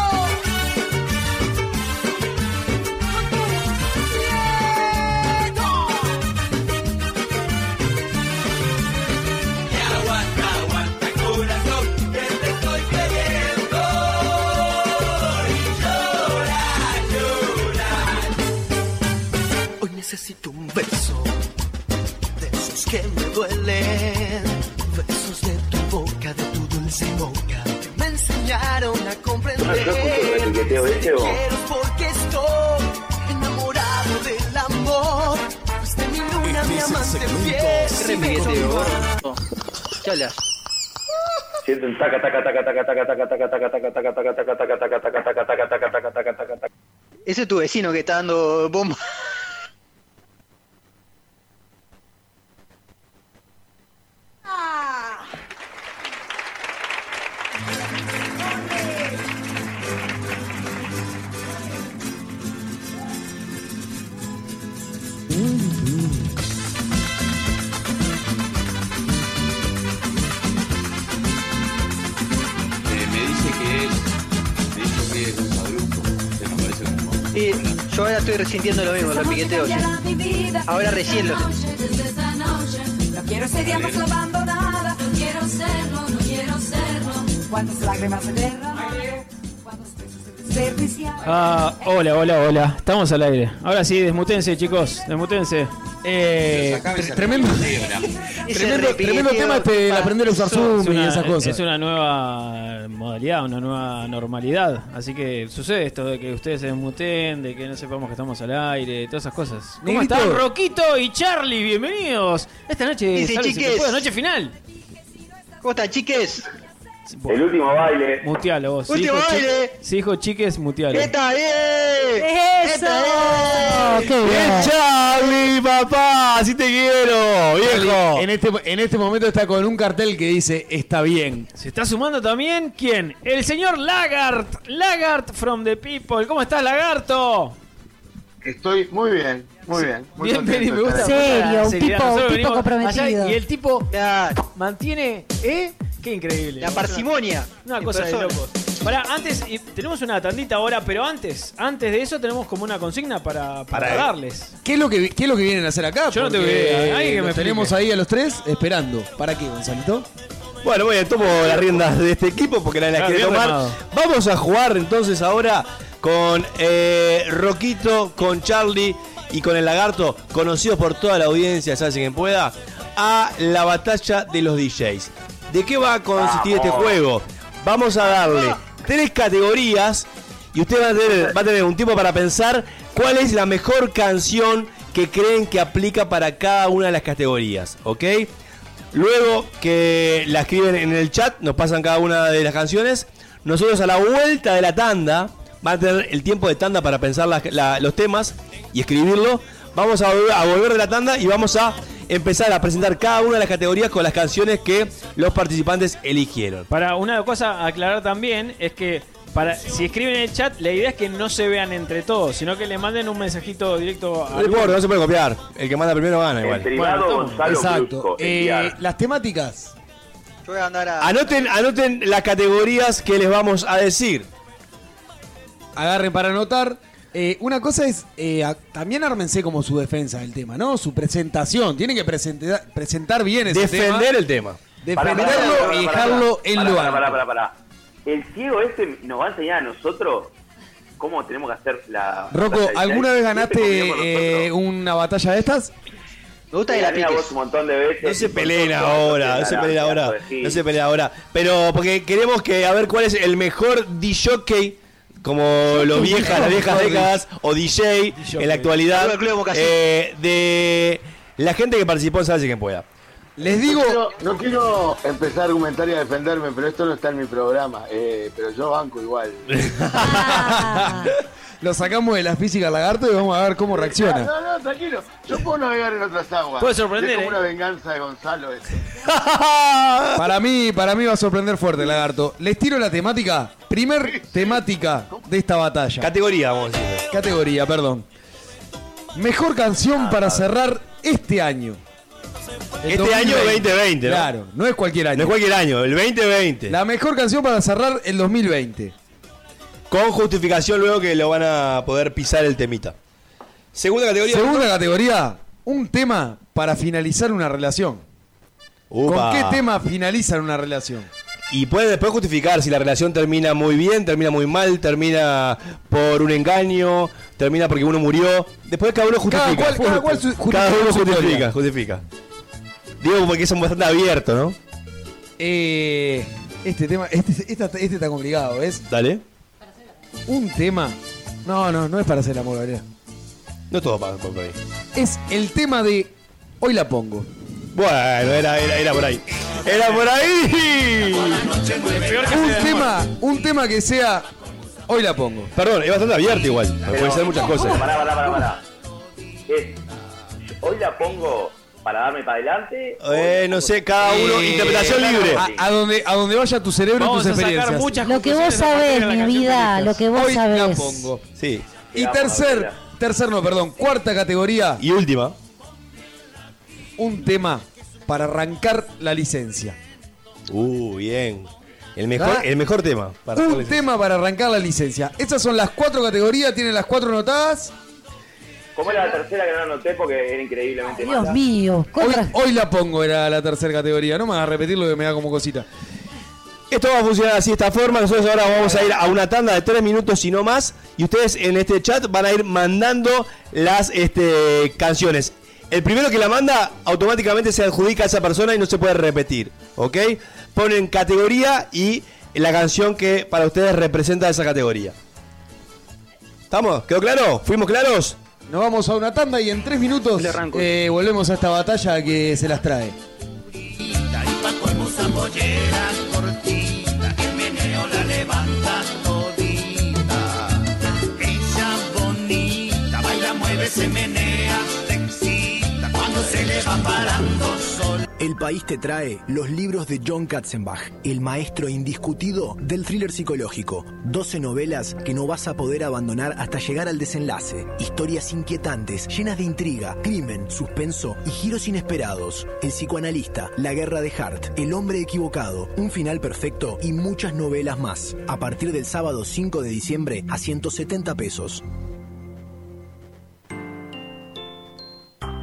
Speaker 1: ¡Bailalo! necesito un beso de esos que me duelen. Besos de tu boca, de tu dulce boca, que me enseñaron a comprender.
Speaker 23: Yo escucho el
Speaker 1: Si
Speaker 23: repiqueteo este,
Speaker 1: te
Speaker 23: o-
Speaker 1: quiero es porque estoy enamorado del amor. Fuiste mi
Speaker 8: Este
Speaker 1: luna, mi amante fiel. Si me ¿Qué hablas?
Speaker 23: Sienten taca, taca, taca, taca, taca, taca, taca, taca, taca, taca, taca, taca, taca, taca, taca, taca, taca, taca, taca, taca, taca, taca.
Speaker 1: Ese es tu vecino que está dando bomba.
Speaker 13: Eh, me dice que es. Me dijo que es un sabruco. Se me parece como.
Speaker 1: Y yo ahora estoy resintiendo lo mismo, los piqueteos. sí. Ahora recién lo-
Speaker 15: No quiero ese día más abandonada, no quiero serlo, no quiero serlo. Cuántas lágrimas se derramaron, cuántos besos desperdiciados.
Speaker 7: Ah, hola, hola, hola. Estamos al aire. Ahora sí, desmutense, chicos. Desmutense. Eh,
Speaker 5: tremendo. Tremendo, tremendo tema este, el aprender a usar Zoom
Speaker 7: Es una-
Speaker 5: y esas cosas.
Speaker 7: Es una nueva modalidad, una nueva normalidad. Así que sucede esto de que ustedes se desmuten, de que no sepamos que estamos al aire, todas esas cosas. ¿Cómo
Speaker 1: Negrito.
Speaker 7: están, Roquito y Charlie? Bienvenidos. Eh, Esta noche
Speaker 1: Dice,
Speaker 7: es
Speaker 1: chiques.
Speaker 7: noche final.
Speaker 1: ¿Cómo están, chiques?
Speaker 23: El último baile.
Speaker 7: Mutealo vos. Si
Speaker 1: Último
Speaker 7: dijo chi-
Speaker 1: baile.
Speaker 7: Si dijo chiques, mutealo.
Speaker 1: ¡Está bien!
Speaker 24: ¡Eso!
Speaker 2: Ah,
Speaker 5: Bien, Charlie, papá, así te quiero, viejo. En este, en este momento está con un cartel que dice, está bien.
Speaker 7: Se está sumando también, ¿quién? El señor Lagart. Lagart from the people. ¿Cómo estás, Lagarto?
Speaker 2: Estoy muy bien, muy bien. Muy contento
Speaker 7: Bienvenido, me
Speaker 2: de
Speaker 7: gusta.
Speaker 2: estar acá.
Speaker 7: la seriedad. Nosotros venimos allá
Speaker 13: y
Speaker 7: y
Speaker 13: el
Speaker 7: él
Speaker 13: tipo
Speaker 7: mantiene, ¿eh? Qué increíble.
Speaker 13: La parsimonia.
Speaker 7: Una
Speaker 13: en
Speaker 7: cosa de
Speaker 13: persona.
Speaker 7: locos. Pará, antes, y tenemos una tandita ahora, pero antes, antes de eso tenemos como una consigna para, para,
Speaker 5: Para-
Speaker 7: darles.
Speaker 5: ¿Qué es lo que, qué es lo que vienen a hacer acá?
Speaker 7: Yo no tengo
Speaker 5: Porque,
Speaker 7: idea, alguien que
Speaker 5: eh,
Speaker 7: me
Speaker 5: los tenemos
Speaker 7: explique.
Speaker 5: ahí a los tres esperando. ¿Para qué, Gonzalito?
Speaker 4: Bueno, voy a tomo las riendas de este equipo porque nadie las
Speaker 5: Ah,
Speaker 4: quiere
Speaker 5: bien
Speaker 4: tomar.
Speaker 5: remado.
Speaker 4: Vamos a jugar entonces ahora con eh, Roquito, con Charlie y con el Lagarto, conocidos por toda la audiencia, ya quien pueda, a la batalla de los DJs. ¿De qué va a consistir este
Speaker 23: Vamos.
Speaker 4: juego? Vamos a darle tres categorías y usted va a tener, va a tener un tiempo para pensar cuál es la mejor canción que creen que aplica para cada una de las categorías, ¿ok? Luego que la escriben en el chat, nos pasan cada una de las canciones. Nosotros a la vuelta de la tanda, van a tener el tiempo de tanda para pensar las- la- los temas y escribirlo. Vamos a, volver- a volver de la tanda y vamos a empezar a presentar cada una de las categorías con las canciones que los participantes eligieron.
Speaker 7: Para una cosa a aclarar también es que para si escriben en el chat, la idea es que no se vean entre todos, sino que le manden un mensajito directo a
Speaker 4: No, importa, no se puede copiar. El que manda primero gana
Speaker 7: En
Speaker 4: igual.
Speaker 7: privado, Bueno, estamos- Gonzalo
Speaker 5: Exacto.
Speaker 4: Brusco,
Speaker 5: Eh,
Speaker 4: enviar.
Speaker 5: las temáticas.
Speaker 1: Yo voy a andar a.
Speaker 4: Anoten, anoten las categorías que les vamos a decir.
Speaker 5: Agarren para anotar. Eh, una cosa es, eh, a- también ármense como su defensa del tema, ¿no? Su presentación. Tienen que presenta- presentar bien ese
Speaker 4: Defender
Speaker 5: tema.
Speaker 4: el tema.
Speaker 5: Defenderlo
Speaker 23: Pará, pará, pará,
Speaker 5: y
Speaker 23: pará,
Speaker 5: dejarlo
Speaker 23: pará,
Speaker 5: en
Speaker 23: pará,
Speaker 5: lo
Speaker 23: pará,
Speaker 5: alto.
Speaker 23: pará, pará, pará. El ciego este nos va a enseñar a nosotros cómo tenemos que hacer la.
Speaker 5: Rocco,
Speaker 23: la- la-
Speaker 5: ¿alguna
Speaker 23: la-
Speaker 5: vez
Speaker 23: Siempre
Speaker 5: ganaste
Speaker 23: confiamos en
Speaker 5: eh, una batalla de estas?
Speaker 23: Me gusta que la piques. un montón de veces.
Speaker 4: No se peleen ahora, no se peleen ahora, no se peleen ahora. Pero porque queremos que a ver cuál es el mejor DJ como los viejas, las viejas décadas o DJ en la actualidad eh, de la gente que participó en Salse que pueda.
Speaker 5: Les digo.
Speaker 2: No quiero empezar a argumentar y a defenderme, pero esto no está en mi programa. eh, pero yo banco igual.
Speaker 4: Ah.
Speaker 5: Lo sacamos de la física al lagarto y vamos a ver cómo reacciona.
Speaker 2: No, no, tranquilo. Yo puedo navegar en otras aguas.
Speaker 5: Puede sorprender,
Speaker 2: Es como
Speaker 5: eh.
Speaker 2: una venganza de Gonzalo. Eso.
Speaker 5: Para mí, para mí va a sorprender fuerte, lagarto. Les tiro la temática. Primer temática de esta batalla.
Speaker 4: Categoría, vamos a
Speaker 5: Categoría, perdón. Mejor
Speaker 4: Ah,
Speaker 5: canción para cerrar este año. El
Speaker 4: Este año 2020, ¿no?
Speaker 5: Claro, no es cualquier año.
Speaker 4: No es cualquier año, el 2020.
Speaker 5: La mejor canción para cerrar el 2020.
Speaker 4: Con justificación luego que lo van a poder pisar el temita. Segunda categoría.
Speaker 5: Segunda categoría, un tema para finalizar una relación.
Speaker 4: Upa.
Speaker 5: ¿Con qué tema finalizan una relación?
Speaker 4: Y puede después justificar si la relación termina muy bien, termina muy mal, termina por un engaño, termina porque uno murió. Después cada uno
Speaker 5: Cada
Speaker 4: justifica.
Speaker 5: cual- cada cual su-
Speaker 4: Cada uno
Speaker 5: justifica su
Speaker 4: justifica,
Speaker 5: teoría.
Speaker 4: justifica. Digo porque son bastante abiertos, ¿no?
Speaker 5: Eh, este tema, este, esta- este está complicado, ¿ves?
Speaker 4: Dale.
Speaker 5: Un tema. No, no, no es para hacer amor, Gabriel.
Speaker 4: No es todo para, para por ahí.
Speaker 5: Es el tema de Hoy la pongo.
Speaker 4: Bueno, era, era, era por ahí. ¡Era por ahí!
Speaker 5: Un tema, un tema que sea Hoy la pongo.
Speaker 4: Perdón, es bastante abierto igual. porque Puede ser muchas cosas.
Speaker 23: Pará, pará, pará, pará. Es- hoy la pongo para darme para adelante.
Speaker 4: Eh, no sé, cada uno,
Speaker 5: Eh,
Speaker 4: interpretación libre.
Speaker 5: A, a donde, a donde vaya tu cerebro y tus experiencias.
Speaker 6: Lo que vos sabés, mi vida, lo que vos
Speaker 5: Hoy
Speaker 6: sabés.
Speaker 5: la pongo.
Speaker 4: Sí.
Speaker 5: Y tercer, tercer no, perdón, cuarta categoría.
Speaker 4: Y última.
Speaker 5: Un tema para arrancar la licencia.
Speaker 4: Uh, bien. El mejor,
Speaker 5: Ah.
Speaker 4: el mejor tema. para-
Speaker 5: un tema para arrancar la licencia. Estas son las cuatro categorías, tienen las cuatro notadas.
Speaker 23: ¿Cómo era la tercera que no anoté? Porque era increíblemente mala.
Speaker 5: mío, hoy, hoy la pongo, era la tercera categoría. No me vas a repetirlo que me da como cosita.
Speaker 4: Esto va a funcionar así de esta forma. Nosotros ahora vamos a ir a una tanda de tres minutos y no más. Y ustedes en este chat van a ir mandando las este, canciones. El primero que la manda automáticamente se adjudica a esa persona y no se puede repetir. ¿Ok? Ponen categoría y la canción que para ustedes representa esa categoría. ¿Estamos? ¿Quedó claro? ¿Fuimos claros?
Speaker 5: Nos vamos a una tanda y en tres minutos eh, volvemos a esta batalla que se las trae.
Speaker 1: Hermosa pollera cortita, el meneo la levanta todita. Ella bonita, baila, mueve, se menea, te excita cuando se le va parando sol.
Speaker 3: El país te trae los libros de John Katzenbach, el maestro indiscutido del thriller psicológico. 12 novelas que no vas a poder abandonar hasta llegar al desenlace. Historias inquietantes, llenas de intriga, crimen, suspenso y giros inesperados. El psicoanalista, La guerra de Hart, El hombre equivocado, Un final perfecto y muchas novelas más. A partir del sábado 5 de diciembre a 170 pesos.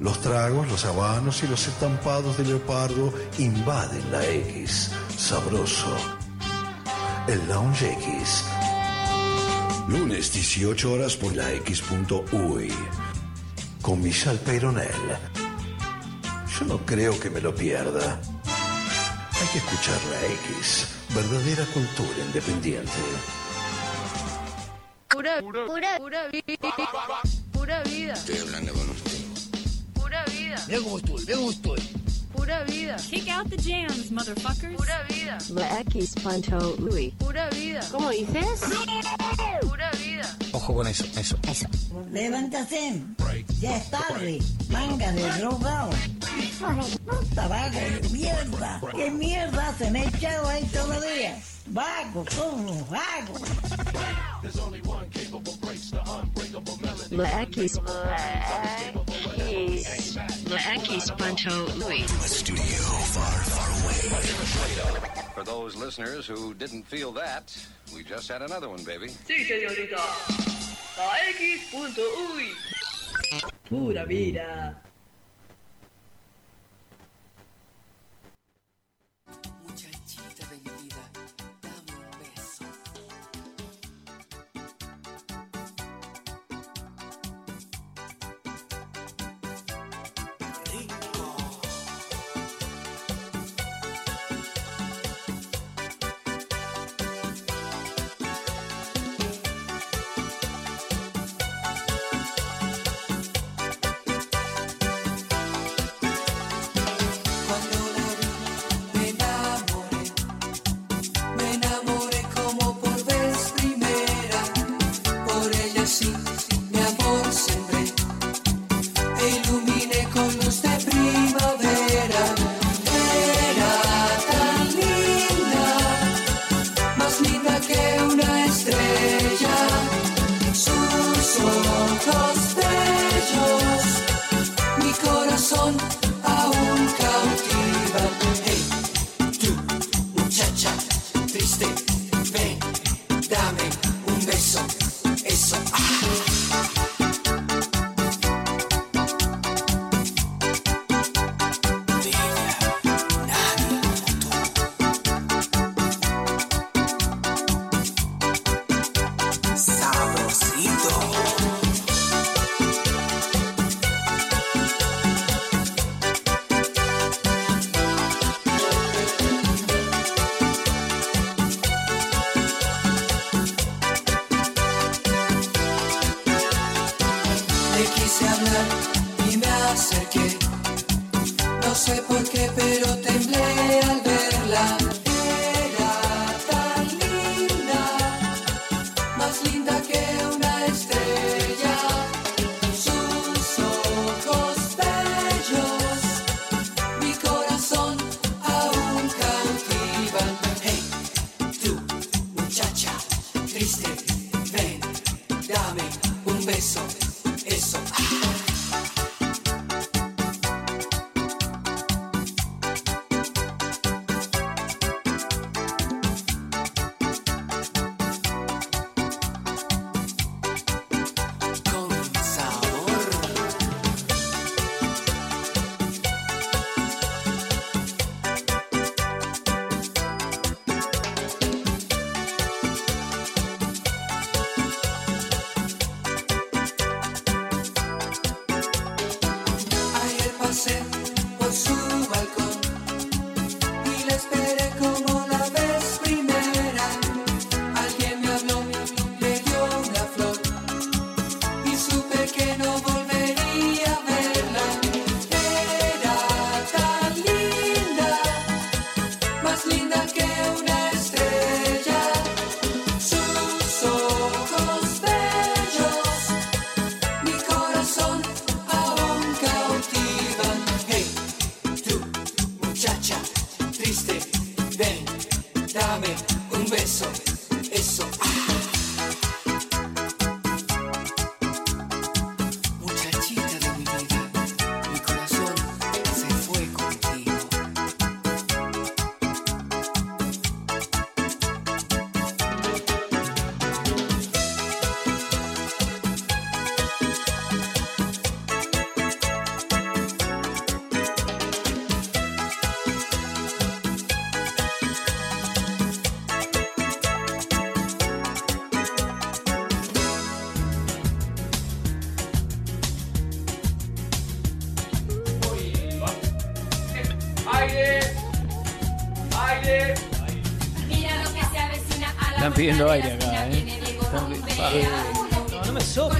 Speaker 3: Los tragos, los habanos y los estampados de leopardo invaden la X. Sabroso. El Lounge X. Lunes 18 horas por la X.UI. Con Michelle Peyronel. Yo no creo que me lo pierda. Hay que escuchar la X. Verdadera cultura independiente.
Speaker 18: pura, pura, pura vida. Pura vida,
Speaker 19: Estoy hablando con usted.
Speaker 18: pura vida,
Speaker 19: Me gustó, me gustó.
Speaker 18: pura vida. Kick out the jams, motherfuckers. Pura vida,
Speaker 15: La X Panto Louis.
Speaker 18: pura vida. ¿Cómo dices? Pura vida.
Speaker 19: Ojo con eso, eso. Eso.
Speaker 15: Levántate. Ya es tarde. Manga de drogado. Tabaco de mierda. ¿Qué mierda se me ha echado ahí todavía? Vago, como vago. La X. La X Panto Louis.
Speaker 11: For those listeners who didn't feel that, we just had another one, baby.
Speaker 18: Sí, señorita. La X.uy. Pura vida.
Speaker 1: Muchachita de mi vida, dame un beso. ah. hablar y me acerqué. No sé por qué, pero temblé al verla. Era tan linda, más linda que una estrella. Sus ojos bellos, mi corazón aún cautivan. Hey, tú, muchacha, triste, ven, dame un beso, eso. ah. Con sabor. Ayer pasé por su balcón y la esperé como la vez primera. Alguien me habló, me dio una flor y supe que no volvería a verla. Era tan linda, más linda que una estrella. Sus ojos bellos, mi corazón aún cautivan. Hey, tú, muchacha, triste, ven, dame un beso, eso. ah. Muchachita de mi vida, mi corazón se fue contigo.
Speaker 25: Aire, aire.
Speaker 15: Mira lo que se avecina a
Speaker 7: Están pidiendo aire acá, ¿eh? Están pi- Ah, pa-
Speaker 15: No, no me soplo.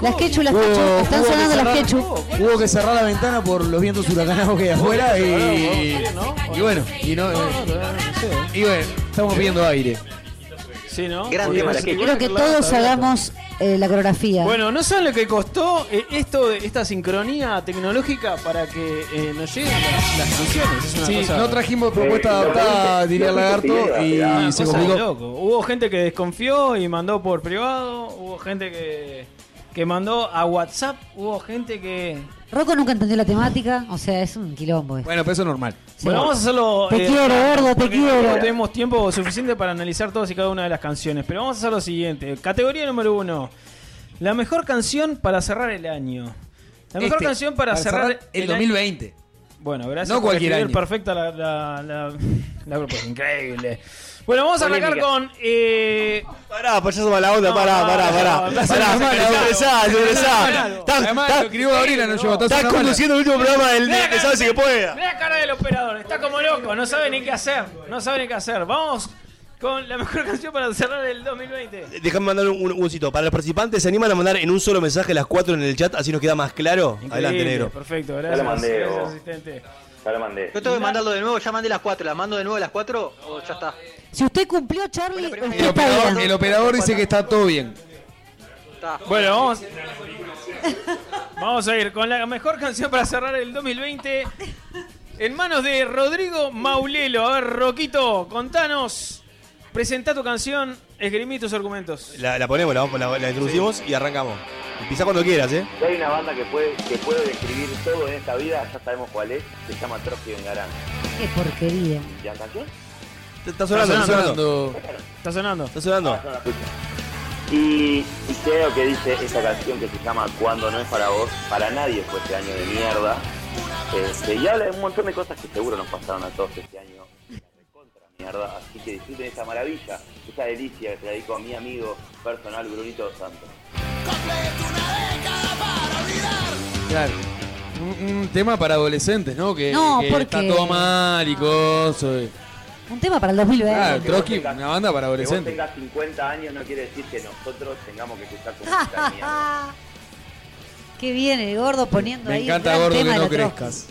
Speaker 6: Las quechu, las quechu, están
Speaker 5: hubo que
Speaker 6: sonando las
Speaker 5: cerrar-
Speaker 6: quechu.
Speaker 5: Hubo que cerrar la ventana por los vientos huracanados que hay afuera y. Y bueno, y no. Y bueno, estamos pidiendo aire.
Speaker 7: Sí, ¿no?
Speaker 5: Grande
Speaker 7: Porque-
Speaker 5: Malaqueño.
Speaker 6: Quiero que todos hagamos eh, la coreografía.
Speaker 7: Bueno, no saben lo que costó eh, esto, de- esta sincronía tecnológica para que eh, nos lleguen las, las canciones. Es una
Speaker 5: Sí,
Speaker 7: cosa-
Speaker 5: no trajimos propuesta adaptada, diría el Lagarto, y
Speaker 7: Una
Speaker 5: se
Speaker 7: cosa de
Speaker 5: complicó.
Speaker 7: loco. Hubo gente que desconfió y mandó por privado. Hubo gente que, que mandó a WhatsApp. Hubo gente que.
Speaker 6: Rocco nunca entendió la temática, o sea, es un quilombo. esto.
Speaker 5: Bueno, pero eso es normal.
Speaker 7: Bueno, vamos a hacerlo.
Speaker 6: pues.
Speaker 7: eh,
Speaker 6: Te quiero, gordo, te
Speaker 7: porque
Speaker 6: quiero.
Speaker 7: No tenemos tiempo suficiente para analizar todas y cada una de las canciones. Pero vamos a hacer lo siguiente: categoría número uno. La mejor canción para cerrar el año. La mejor
Speaker 5: Este,
Speaker 7: canción para,
Speaker 5: para
Speaker 7: cerrar,
Speaker 5: cerrar el
Speaker 7: año-
Speaker 5: 2020.
Speaker 7: Bueno, gracias.
Speaker 5: No
Speaker 7: por
Speaker 5: cualquier
Speaker 7: escribir
Speaker 5: año.
Speaker 7: Perfecta la, la, la, la propuesta. Increíble. Bueno, vamos a arrancar
Speaker 4: Polémica.
Speaker 7: con. Eh...
Speaker 4: Pará, pues payaso mala onda, pará, pará, pará. Pará, ingresá, ingresá. Estás- estás- Estás conduciendo el último programa del del que sabe si que pueda.
Speaker 7: Mira la cara del operador, está como loco, no sabe ni qué hacer, no sabe ni qué hacer. Vamos con la mejor canción para cerrar el 2020.
Speaker 4: Déjame mandar un, un cito. Para los participantes, ¿se animan a mandar en un solo mensaje las cuatro en el chat? Así nos queda más claro. Adelante,
Speaker 7: Increíble,
Speaker 4: negro.
Speaker 7: Perfecto,
Speaker 4: Ya la
Speaker 7: gracias.
Speaker 4: mandé,
Speaker 7: gracias,
Speaker 4: vos.
Speaker 7: asistente.
Speaker 4: Ya la mandé.
Speaker 26: Yo tengo que mandarlo de nuevo, ya mandé las cuatro. ¿Las mando de nuevo a las cuatro? ¿O ya está?
Speaker 6: Si usted cumplió, Charlie, usted
Speaker 5: El
Speaker 6: está
Speaker 5: operador,
Speaker 6: bien.
Speaker 5: el operador dice que está todo bien.
Speaker 7: Bueno, vamos. Vamos a ir con la mejor canción para cerrar el 2020. En manos de Rodrigo Maulelo. A ver, Roquito, contanos. Presentá tu canción, esgrimí tus argumentos.
Speaker 4: La, la ponemos, la, vamos- la- la introducimos y arrancamos. Empieza cuando quieras, ¿eh?
Speaker 23: Si hay una banda que puede, que puede describir todo en esta vida, ya sabemos cuál es, se llama Trotsky Vengarán.
Speaker 6: Qué porquería.
Speaker 23: ¿Ya canción?
Speaker 4: Está sonando, está sonando.
Speaker 7: Está sonando.
Speaker 4: Está
Speaker 23: Ah,
Speaker 4: sonando.
Speaker 23: Y, y creo que dice esta canción que se llama Cuando no es para vos, para nadie fue este año de mierda. Este, y habla de un montón de cosas que seguro nos pasaron a todos este año. Recontra mierda. Así que disfruten esa maravilla, esa delicia que te dedico a mi amigo personal Brunito dos Santos.
Speaker 5: Claro. Un, un tema para adolescentes, ¿no? Que,
Speaker 6: No,
Speaker 5: que
Speaker 6: porque-
Speaker 5: está todo mal y coso. y-
Speaker 6: Un tema para el 2020.
Speaker 5: Claro, Ah, Trotsky, una banda para
Speaker 23: Que vos
Speaker 5: adolescentes.
Speaker 23: tengas 50 años no quiere decir que nosotros tengamos que escuchar tu música de mierda.
Speaker 6: Ah, Qué bien el gordo poniendo
Speaker 5: Me
Speaker 6: ahí.
Speaker 5: encanta,
Speaker 6: el gran
Speaker 5: gordo,
Speaker 6: tema
Speaker 5: que
Speaker 6: de
Speaker 5: no
Speaker 6: la Trotsky.
Speaker 5: crezcas.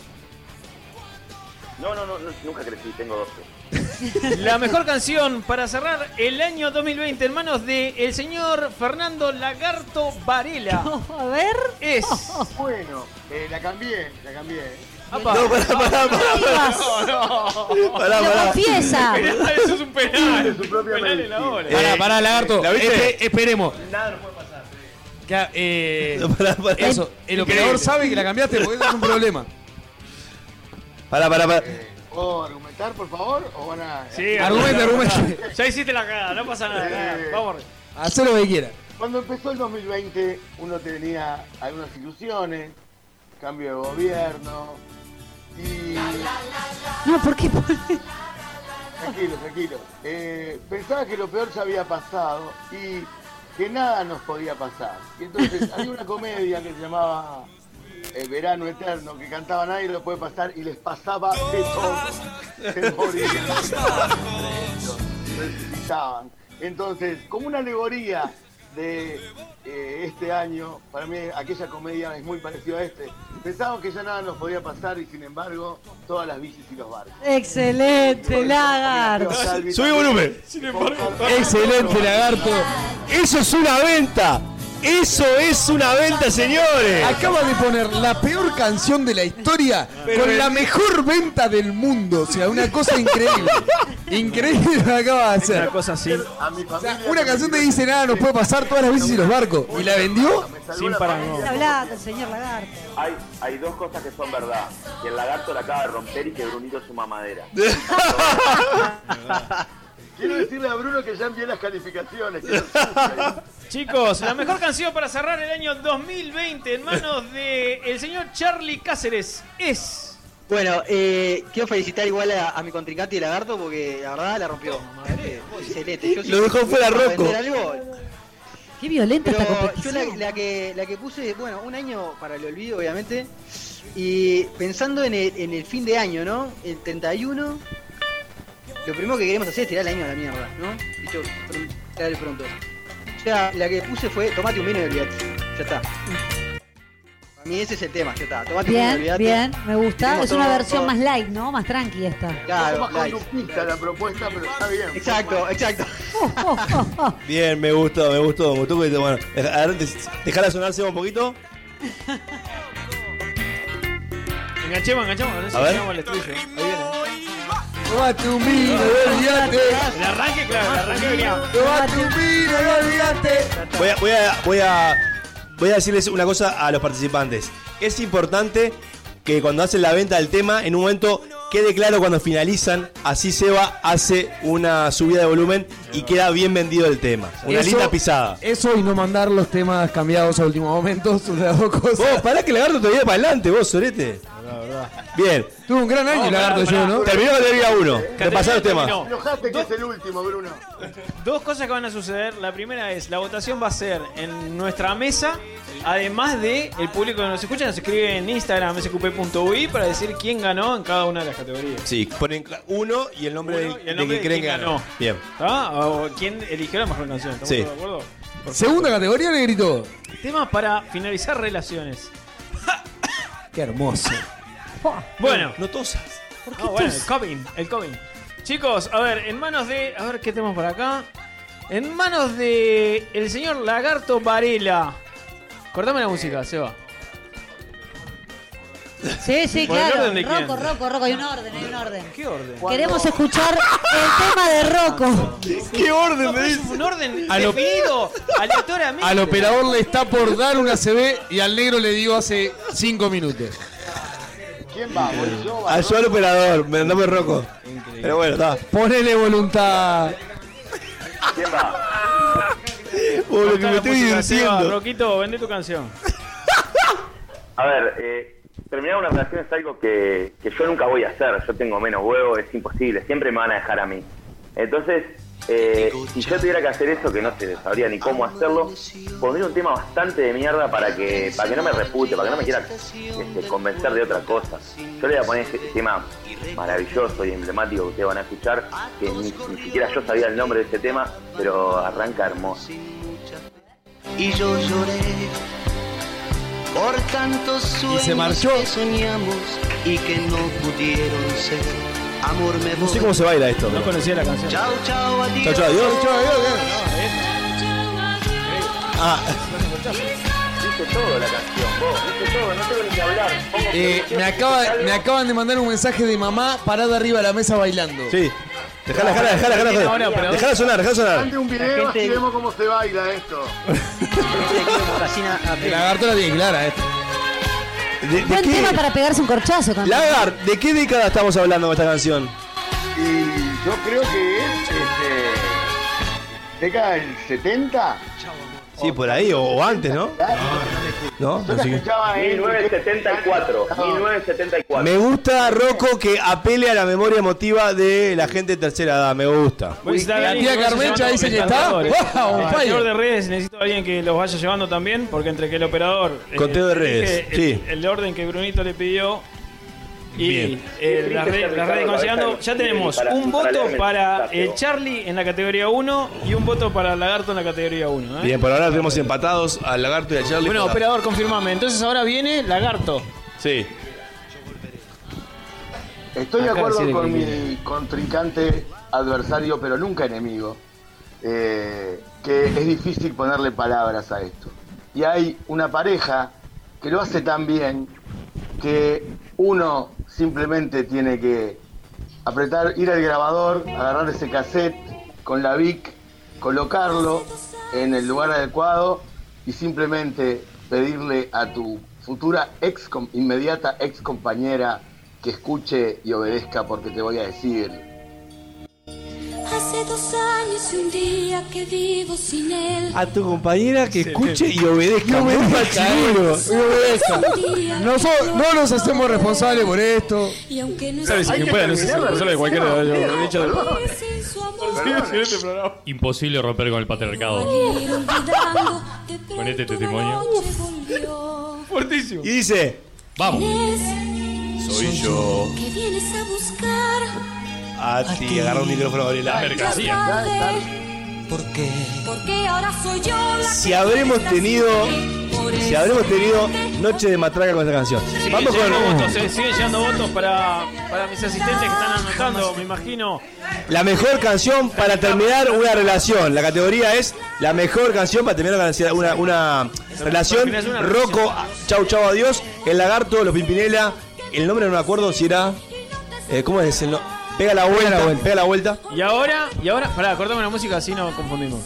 Speaker 23: No, no, no, no, nunca crecí, tengo 12.
Speaker 7: La mejor canción para cerrar el año 2020 en manos de el señor Fernando Lagarto Varela.
Speaker 6: A ver.
Speaker 7: Es.
Speaker 2: Bueno, eh, la cambié, la cambié.
Speaker 7: Apa. No, pará, pará, pará, pará.
Speaker 2: No, no.
Speaker 7: Pará, Lo pará. confiesa.
Speaker 2: Eso es un penal. Es un propio penal en la hora.
Speaker 5: Pará, pará, lagarto.
Speaker 2: ¿La
Speaker 7: Eh.
Speaker 2: viste?
Speaker 5: Espe- Este, esperemos.
Speaker 2: Nada nos puede pasar.
Speaker 5: Ya, eh,
Speaker 2: pará.
Speaker 5: Eso, el
Speaker 2: Increíble.
Speaker 5: operador sabe que la cambiaste porque eso es un problema. Eh,
Speaker 4: Pará, pará, pará.
Speaker 2: ¿Puedo argumentar, por favor? ¿O van a.?
Speaker 7: Sí,
Speaker 5: Argumente,
Speaker 7: argumenta.
Speaker 5: argumente.
Speaker 7: Ya hiciste la cagada, no pasa nada.
Speaker 2: Eh.
Speaker 7: Vamos.
Speaker 5: Hacé lo que quiera.
Speaker 2: Cuando empezó el 2020, uno tenía algunas ilusiones, cambio de gobierno y.
Speaker 6: No, ¿por qué?
Speaker 2: Tranquilo, tranquilo. Eh, pensaba que lo peor ya había pasado y que nada nos podía pasar. Y entonces había una comedia que se llamaba eh, Verano Eterno, que cantaba nadie lo puede pasar y les pasaba de todo. Se morían. Resucitaban. Entonces, como una alegoría de eh, este año, para mí aquella comedia es muy parecida a este. Pensábamos que ya nada nos podía pasar y sin embargo, todas las bicis y los barcos.
Speaker 6: Excelente, lagarto.
Speaker 2: Subí volumen.
Speaker 4: Excelente, lagarto. Eso es una venta. Eso es una venta, señores.
Speaker 5: Acaba de poner la peor canción de la historia
Speaker 4: Pero
Speaker 5: con
Speaker 4: es-
Speaker 5: la mejor venta del mundo. O sea, una cosa increíble. Increíble lo que acaba de hacer.
Speaker 7: Una cosa así.
Speaker 2: A mi familia.
Speaker 5: Una canción te dice nada, nos puede pasar todas las veces y los barcos. ¿Y la vendió?
Speaker 2: Sin
Speaker 6: Está hablando, señor lagarto.
Speaker 23: Hay, hay dos cosas que son verdad. Que el lagarto la acaba de romper y que Brunito es su mamadera.
Speaker 2: Quiero decirle a Bruno que ya envié las calificaciones. que no-
Speaker 7: Chicos, la mejor canción para cerrar el año 2020 en manos de el señor Charlie Cáceres es.
Speaker 26: Bueno, eh, quiero felicitar igual a, a mi contrincante y lagarto porque la verdad la rompió. Eh, excelente. Yo sí
Speaker 6: Lo dejó
Speaker 26: que
Speaker 6: fuera
Speaker 26: para
Speaker 6: Rocco.
Speaker 26: vender algo,
Speaker 6: Qué violenta
Speaker 26: pero
Speaker 6: esta
Speaker 26: yo
Speaker 6: competición.
Speaker 26: la, la que, la que puse, bueno, un año para el olvido, obviamente. Y pensando en el, en el fin de año, ¿no? El 31, lo primero que queremos hacer es tirar el año a la mierda, ¿no? Dicho, pr- tirar el pronto. O sea, la que puse fue tomate un vino y olvidate. Ya está. A mí ese es el tema, ya está. Tomate un vino y
Speaker 6: Bien,
Speaker 26: olvidate.
Speaker 6: bien, me gusta.
Speaker 26: Tenemos
Speaker 6: Es una
Speaker 26: todo-
Speaker 6: versión
Speaker 26: todo.
Speaker 6: más light, ¿no? Más tranqui esta.
Speaker 26: Claro,
Speaker 2: más
Speaker 26: light.
Speaker 2: conductista la propuesta, pero está bien.
Speaker 26: Exacto, exacto.
Speaker 4: Bien, me gustó, me gustó, me gustó. que- Bueno, deja- adelante, dejala sonar, Seba, un poquito.
Speaker 7: Enganchemos, enganchemos, no sé
Speaker 4: A ver.
Speaker 7: si llegamos al estribillo. Ahí viene.
Speaker 5: Tomate un vino y olvídate.
Speaker 7: eh. El arranque, claro, el arranque venía.
Speaker 5: Tomate un vino y olvídate.
Speaker 4: Voy a, voy a, voy a, voy a decirles una cosa a los participantes. Es importante que cuando hacen la venta del tema, en un momento quede claro cuando finalizan, así Seba hace una subida de volumen y queda bien vendido el tema. Una
Speaker 5: Eso-
Speaker 4: linda pisada.
Speaker 5: Eso y no mandar los temas cambiados a último momento. Son las dos cosas.
Speaker 4: Vos, pará que Lagarto te viene para adelante, vos, sorete. Bien.
Speaker 5: Tuvo un gran año,
Speaker 4: No,
Speaker 5: Lagarto,
Speaker 4: pará,
Speaker 5: yo,
Speaker 4: pará.
Speaker 5: ¿no?
Speaker 4: Terminó con teoría 1.
Speaker 7: Categoría
Speaker 4: Repasar los temas.
Speaker 7: terminó.
Speaker 2: Enojate que es el último, Bruno.
Speaker 7: Dos cosas que van a suceder. La primera es, la votación va a ser en nuestra mesa, además de el público que nos escucha, nos escribe en Instagram, sqp.ui, para decir quién ganó en cada una de las categorías.
Speaker 4: Sí, ponen uno y el nombre,
Speaker 7: Uno y el
Speaker 4: de-
Speaker 7: nombre
Speaker 4: de
Speaker 7: de
Speaker 4: que
Speaker 7: quien
Speaker 4: creen que ganó.
Speaker 7: ganó.
Speaker 4: Bien.
Speaker 7: ¿Está? ¿O quién eligió la mejor canción? ¿Estamos
Speaker 4: Sí.
Speaker 7: todos de acuerdo?
Speaker 5: Segunda categoría, negrito.
Speaker 7: Tema para finalizar relaciones.
Speaker 5: Qué hermoso.
Speaker 7: Bueno.
Speaker 4: No tosas.
Speaker 7: Ah, bueno, el Cobin, el Cobin. Chicos, a ver, en manos de. A ver qué tenemos por acá. En manos de. El señor Lagarto Varela. Cortame la música,
Speaker 5: Eh.
Speaker 7: Seba.
Speaker 6: Sí, sí,
Speaker 7: ¿Por el
Speaker 6: claro.
Speaker 7: orden de quién?
Speaker 6: Rocco, Rocco, Rocco, hay un orden, hay un orden.
Speaker 7: ¿Qué orden?
Speaker 6: Queremos escuchar el tema de Rocco.
Speaker 4: ¿Qué orden
Speaker 7: me dice? Un orden
Speaker 5: Al op-
Speaker 7: definido aleatoriamente.
Speaker 5: Al operador le está por dar una CB y al negro le digo hace 5 minutos.
Speaker 2: ¿Quién va? ¿Voy yo? ¿Va
Speaker 4: Ayudó al operador, me andame roco. Pero bueno, está.
Speaker 5: Ponele voluntad.
Speaker 23: ¿Quién va?
Speaker 4: Por lo que
Speaker 7: Cortá
Speaker 4: me
Speaker 7: la
Speaker 4: estoy
Speaker 7: música, Seba.
Speaker 4: diciendo.
Speaker 7: Roquito, vende tu canción.
Speaker 23: A ver, eh, terminar una relación es algo que, que yo nunca voy a hacer. Yo tengo menos huevo, es imposible. Siempre me van a dejar a mí. Entonces, eh, si yo tuviera que hacer eso, que no sé, sabría ni cómo hacerlo, pondría un tema bastante de mierda para que para que no me repute, para que no me quiera este, convencer de otra cosa. Yo le voy a poner este tema maravilloso y emblemático que ustedes van a escuchar, que ni, ni siquiera yo sabía el nombre de ese tema, pero arranca hermoso.
Speaker 27: Y yo lloré
Speaker 12: por tantos sueños que soñamos y que no pudieron ser. Amor me
Speaker 4: No sé cómo se baila esto. pero-
Speaker 7: conocía la canción.
Speaker 12: Chao, chao, adiós.
Speaker 4: Chao, chao, adiós. Chao,
Speaker 5: adiós,
Speaker 4: Ah,
Speaker 23: Dice todo la canción, vos. Dice todo, no tengo ni que hablar. Pongo
Speaker 5: Eh,
Speaker 23: que-
Speaker 5: me, acaba, me acaban de mandar un mensaje de mamá parada arriba de la mesa bailando.
Speaker 4: Sí. Dejala, dejala, dejala, dejala.
Speaker 5: Ahora,
Speaker 4: dejala.
Speaker 5: pero-
Speaker 4: Dejala sonar, dejala sonar.
Speaker 2: Mande un video
Speaker 26: La gente-
Speaker 2: y vemos cómo se baila esto.
Speaker 5: El lagarto la tiene clara, eh. esto.
Speaker 4: ¿De, de
Speaker 6: Buen
Speaker 4: qué?
Speaker 6: tema para pegarse un corchazo también.
Speaker 4: Lagar, ¿de qué década estamos hablando con esta canción?
Speaker 2: Y yo creo que es este. Década del 70.
Speaker 4: Sí,
Speaker 7: Oh.
Speaker 4: por ahí, o, o antes, ¿no?
Speaker 7: Ah,
Speaker 4: ¿No?
Speaker 2: Yo la
Speaker 4: Así que-
Speaker 2: escuchaba en Ah.
Speaker 23: 1974. 1974.
Speaker 4: Me gusta, Rocco, que apele a la memoria emotiva de la gente de tercera edad. Me gusta.
Speaker 7: La
Speaker 5: tía Carmencha dice que está. ¡Wow!
Speaker 7: El
Speaker 5: fire.
Speaker 7: señor de redes necesito a alguien que los vaya llevando también, porque entre que el operador. eh,
Speaker 4: Conteo de redes,
Speaker 7: elige
Speaker 4: sí.
Speaker 7: El, el orden que Brunito le pidió. Y
Speaker 4: Bien.
Speaker 7: eh, las redes, las redes considerando, ya tenemos un voto para eh, Charlie en la categoría 1 y un voto para Lagarto en la categoría ¿eh? 1.
Speaker 4: Bien, por ahora tenemos empatados al Lagarto y a Charlie.
Speaker 7: Bueno,
Speaker 4: Para-
Speaker 7: operador, confirmame. Entonces ahora viene Lagarto.
Speaker 4: Sí.
Speaker 2: Estoy de
Speaker 7: Acá
Speaker 2: acuerdo
Speaker 7: decide
Speaker 2: con
Speaker 7: que-
Speaker 2: mi contrincante adversario, pero nunca enemigo, eh, que es difícil ponerle palabras a esto. Y hay una pareja que lo hace tan bien que uno simplemente tiene que apretar, ir al grabador, agarrar ese cassette con la VIC, colocarlo en el lugar adecuado y simplemente pedirle a tu futura ex com- inmediata ex compañera que escuche y obedezca porque te voy a decir.
Speaker 27: Hace dos años y un día que vivo sin él.
Speaker 4: A tu compañera que escuche y obedezca.
Speaker 5: Y obedezca. Noso- no nos hacemos responsables por esto.
Speaker 27: Y aunque no
Speaker 8: Claro,
Speaker 27: es
Speaker 8: si Hay que pueden, es- terminar la es- es- es- cualquiera, yo-
Speaker 27: Viejo,
Speaker 8: he dicho-
Speaker 27: perdone. Sin su amor,
Speaker 4: eh.
Speaker 8: Imposible romper con el patriarcado.
Speaker 27: al ir olvidando, de
Speaker 8: Con este
Speaker 27: pronto una
Speaker 8: testimonio.
Speaker 27: noche volvió.
Speaker 7: Fuertísimo.
Speaker 4: Y dice, vamos.
Speaker 27: Es
Speaker 4: Soy yo.
Speaker 27: que vienes a buscar
Speaker 4: A ti, agarra un micrófono, Gabriela.
Speaker 27: Ya es tarde,
Speaker 12: ¿Por qué?
Speaker 27: porque ahora soy yo la
Speaker 4: Si habremos tenido, si habremos tenido noche de matraca con esta canción.
Speaker 7: Vamos
Speaker 4: Vamos con
Speaker 7: llegando votos, eh, siguen llegando votos para, para mis asistentes que están anotando, me imagino.
Speaker 4: la mejor canción para terminar una relación. La categoría es la mejor canción para terminar una, una relación. Rocco, ah, chau chau adiós. El lagarto, los Pimpinela. El nombre no me acuerdo si era. eh, ¿Cómo es? El no- pega la vuelta, pega la vuelta.
Speaker 7: Y ahora, y ahora, pará, cortame la música así no confundimos.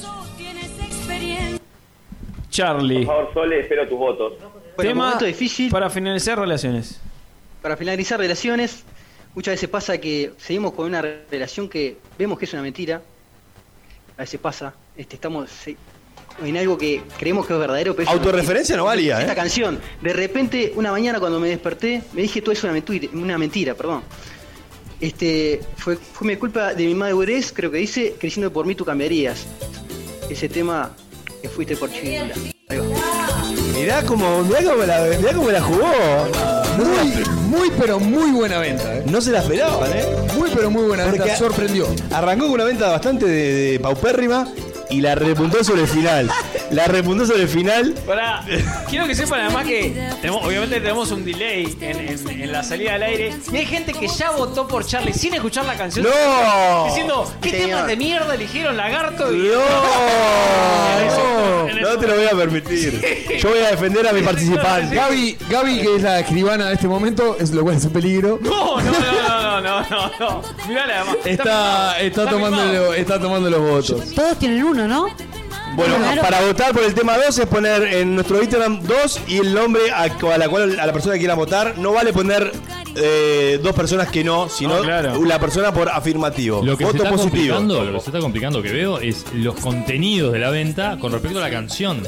Speaker 7: Charlie.
Speaker 23: Por favor, Sole, espero tus votos.
Speaker 7: Tema
Speaker 26: momento
Speaker 7: para finalizar relaciones.
Speaker 26: Para finalizar relaciones, muchas veces pasa que seguimos con una relación que vemos que es una mentira. A veces pasa, este, estamos se- en algo que creemos que es verdadero, pero es una
Speaker 4: Autorreferencia no
Speaker 26: mentira.
Speaker 4: valía,
Speaker 26: Esta
Speaker 4: ¿eh?
Speaker 26: canción, de repente una mañana cuando me desperté, me dije todo es una mentira, una mentira, perdón. Este, fue, fue mi culpa de mi madurez, creo que dice, creciendo por mí tú cambiarías. Ese tema que fuiste por Chile. Ahí va.
Speaker 4: Mirá como, mirá cómo la, mirá cómo la jugó.
Speaker 5: Muy, muy, pero muy buena venta. eh.
Speaker 4: No se la esperaban, ¿eh?
Speaker 5: Muy, pero muy buena
Speaker 4: Porque
Speaker 5: venta.
Speaker 4: a-
Speaker 5: Sorprendió.
Speaker 4: Arrancó con una venta bastante de, de paupérrima y la repuntó sobre el final. La repuntó sobre el final.
Speaker 7: Pará, quiero que sepan además que tenemos- obviamente tenemos un delay en, en- en la salida al aire. Y hay gente que ya votó por Charlie sin escuchar la canción.
Speaker 4: ¡No!
Speaker 7: Diciendo, ¿qué
Speaker 26: Señor.
Speaker 7: temas de mierda eligieron Lagarto? Y...
Speaker 4: ¡No! No te lo voy a permitir. Yo voy a defender a mi participante.
Speaker 5: Gaby, Gaby, que es la escribana de este momento, es lo cual es un peligro.
Speaker 7: No, no, no, no, no, no, no. Mirala además.
Speaker 5: Está, está, tomando, lo- está tomando los votos.
Speaker 6: Todos tienen uno, ¿no?
Speaker 4: Bueno,
Speaker 6: Claro.
Speaker 4: para votar por el tema 2 es poner en nuestro Instagram 2 y el nombre a, a la cual a la persona que quiera votar. No vale poner eh, dos personas que no, sino
Speaker 8: No, Ah, claro.
Speaker 4: la persona por afirmativo.
Speaker 8: Lo que, se
Speaker 4: Voto
Speaker 8: está
Speaker 4: positivo.
Speaker 8: complicando, lo que se está complicando que veo es los contenidos de la venta con respecto a la canción.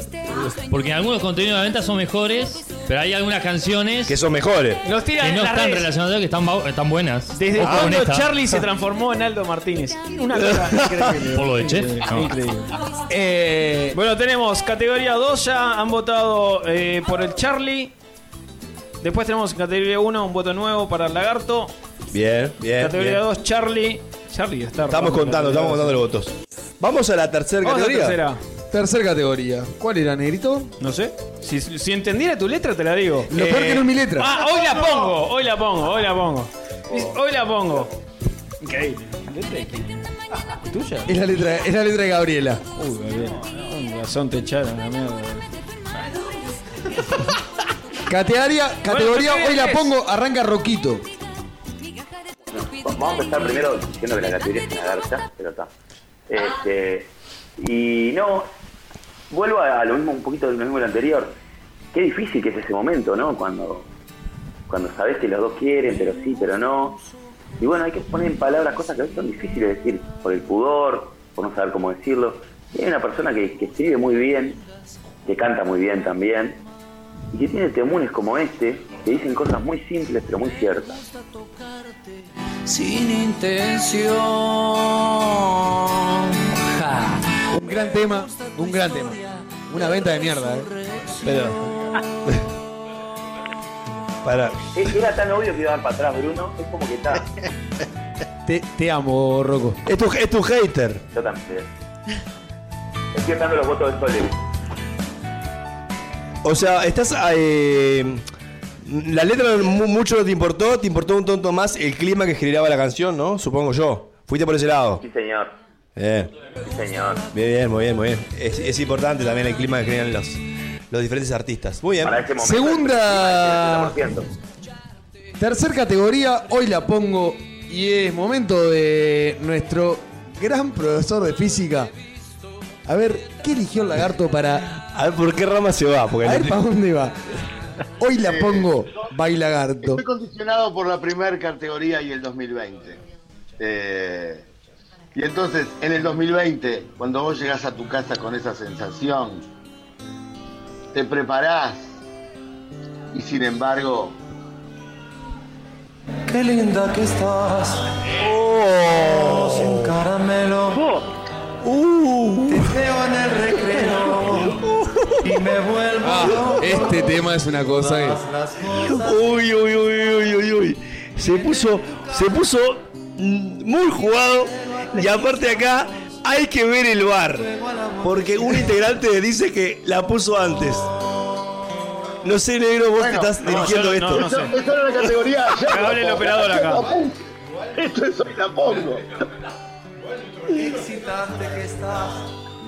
Speaker 8: Porque algunos contenidos de la venta son mejores, pero hay algunas canciones
Speaker 4: Que son mejores.
Speaker 7: Nos tiran
Speaker 8: que no
Speaker 7: en las
Speaker 8: están
Speaker 7: redes.
Speaker 8: relacionadas, que están, bau- están buenas.
Speaker 7: Desde
Speaker 8: Ojo con
Speaker 7: cuando
Speaker 8: esta.
Speaker 7: Charlie se transformó en Aldo Martínez. Una cosa increíble.
Speaker 8: ¿Por lo de Chef? No.
Speaker 7: Eh, bueno, tenemos categoría 2 ya, han votado eh, por el Charlie. Después tenemos categoría 1, un voto nuevo para el Lagarto.
Speaker 4: Bien, bien.
Speaker 7: categoría
Speaker 4: bien.
Speaker 7: 2, Charlie. Charlie está
Speaker 4: Estamos
Speaker 7: robando
Speaker 4: contando,
Speaker 7: la
Speaker 4: estamos contando los votos. Vamos a la tercera
Speaker 7: Vamos a la
Speaker 4: categoría.
Speaker 7: tercera.
Speaker 5: Tercer categoría. ¿Cuál era, Negrito?
Speaker 7: No sé. Si, si entendiera tu letra, te la digo.
Speaker 5: Lo peor que no es mi letra.
Speaker 7: Ah, hoy la pongo, hoy la pongo, hoy la pongo. Hoy la pongo. Increíble. ¿Letra de quién? Ah, ¿Tuya?
Speaker 5: Es la letra, es la letra de Gabriela.
Speaker 7: Uy, Gabriel. Con razón te echaron, la mierda.
Speaker 5: Categoría, categoría
Speaker 23: Bueno,
Speaker 5: hoy la
Speaker 23: ¿qué es?
Speaker 5: pongo, arranca Roquito.
Speaker 23: Vamos a empezar primero diciendo que la categoría es una garcha, pero está. Este, y no, vuelvo a lo mismo, un poquito de lo mismo del anterior. Qué difícil que es ese momento, ¿no? Cuando, cuando sabes que los dos quieren, pero sí, pero no. Y bueno, hay que poner en palabras cosas que a veces son difíciles de decir, por el pudor, por no saber cómo decirlo. Y hay una persona que, que escribe muy bien, que canta muy bien también, y que tiene temunes como este, que dicen cosas muy simples pero muy ciertas.
Speaker 12: Sin intención.
Speaker 5: Un gran tema, un gran tema. Una venta de mierda, eh.
Speaker 4: Para.
Speaker 23: Eh, Era tan obvio que iba a dar para atrás, Bruno. Es como que está.
Speaker 5: Te, te amo, Rocco.
Speaker 4: Es tu, es tu hater.
Speaker 23: Yo también. Estoy dando los votos de Sole.
Speaker 4: O sea, estás. eh, la letra mu- mucho no te importó, te importó un tonto más el clima que generaba la canción, ¿no? Supongo yo. Fuiste por ese lado.
Speaker 23: Sí, señor.
Speaker 4: Bien.
Speaker 23: Sí, señor.
Speaker 4: Bien, bien, muy bien, muy bien. Es, es importante también el clima que generan los, los diferentes artistas. Muy bien.
Speaker 23: Para ese momento,
Speaker 5: Segunda.
Speaker 23: 70%.
Speaker 5: Tercer categoría, hoy la pongo y es momento de nuestro gran profesor de física. A ver, ¿qué eligió el lagarto para.
Speaker 4: A ver, ¿por qué rama se va? Porque
Speaker 5: A ver,
Speaker 4: no-
Speaker 5: ¿para dónde va? Hoy la pongo, bailagarto.
Speaker 2: Estoy condicionado por la primera categoría y el 2020. Eh, y entonces, en el 2020, cuando vos llegás a tu casa con esa sensación, te preparás y sin embargo...
Speaker 12: Qué linda que estás.
Speaker 5: Oh.
Speaker 12: Sin caramelo.
Speaker 5: Uh.
Speaker 12: Te veo en el recreo. y me vuelvo.
Speaker 5: Ah,
Speaker 12: loco.
Speaker 5: este tema es una cosa que.
Speaker 4: Uy, uy, uy, uy, uy, uy. Se puso, se puso mm, muy jugado. Y aparte acá hay que ver el bar. Porque un integrante dice que la puso antes. No sé, negro, vos te estás dirigiendo
Speaker 7: yo no- no,
Speaker 4: esto.
Speaker 7: no sé.
Speaker 2: Esa era la categoría. ya
Speaker 7: Que hable el
Speaker 2: la pongo,
Speaker 7: operador
Speaker 2: ya
Speaker 7: acá.
Speaker 2: la pongo. Esto es hoy la pongo.
Speaker 12: Qué excitante que estás.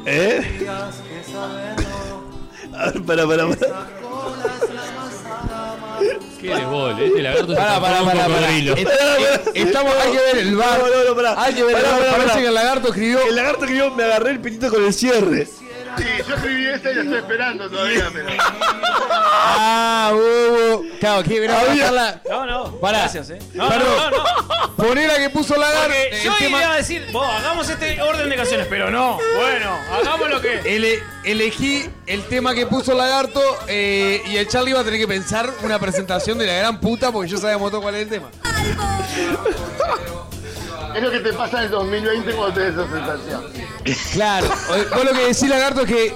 Speaker 4: ¿Eh?
Speaker 12: Tienes que saberlo.
Speaker 4: A ver, para, para, para.
Speaker 8: ¿Qué eres vos? Este lagarto se
Speaker 5: Pará, pará,
Speaker 8: transforma en
Speaker 5: pará, pará.
Speaker 8: cocodrilo.
Speaker 5: Est- eh, Estamos, hay que ver el bar.
Speaker 4: No, no, no, pará.
Speaker 5: Hay que ver el
Speaker 4: Pará,
Speaker 5: bar.
Speaker 4: pará,
Speaker 5: Parece
Speaker 4: pará.
Speaker 5: que el lagarto escribió.
Speaker 4: El lagarto que yo me agarré el pitito con el cierre.
Speaker 2: Sí, yo escribí esta y la estoy esperando todavía. Pero...
Speaker 5: Ah, huevo. Claro, que verá
Speaker 7: Había-
Speaker 5: bajarla.
Speaker 7: No, no.
Speaker 5: Pará.
Speaker 7: Gracias, eh. No,
Speaker 5: Perdón.
Speaker 7: no, no, no.
Speaker 5: Poner a que puso lagarto.
Speaker 7: Porque
Speaker 5: el
Speaker 7: yo
Speaker 5: tema-
Speaker 7: iba a decir, vos, hagamos este orden de canciones, pero no. Bueno, hagamos lo que.
Speaker 5: Ele- elegí el tema que puso Lagarto eh, y el Charlie iba a tener que pensar una presentación de la gran puta porque yo sabíamos todo cuál es el tema.
Speaker 2: Es lo que te pasa en el 2020 cuando tenés esa sensación.
Speaker 5: Claro. Vos lo que decís, Lagarto, es que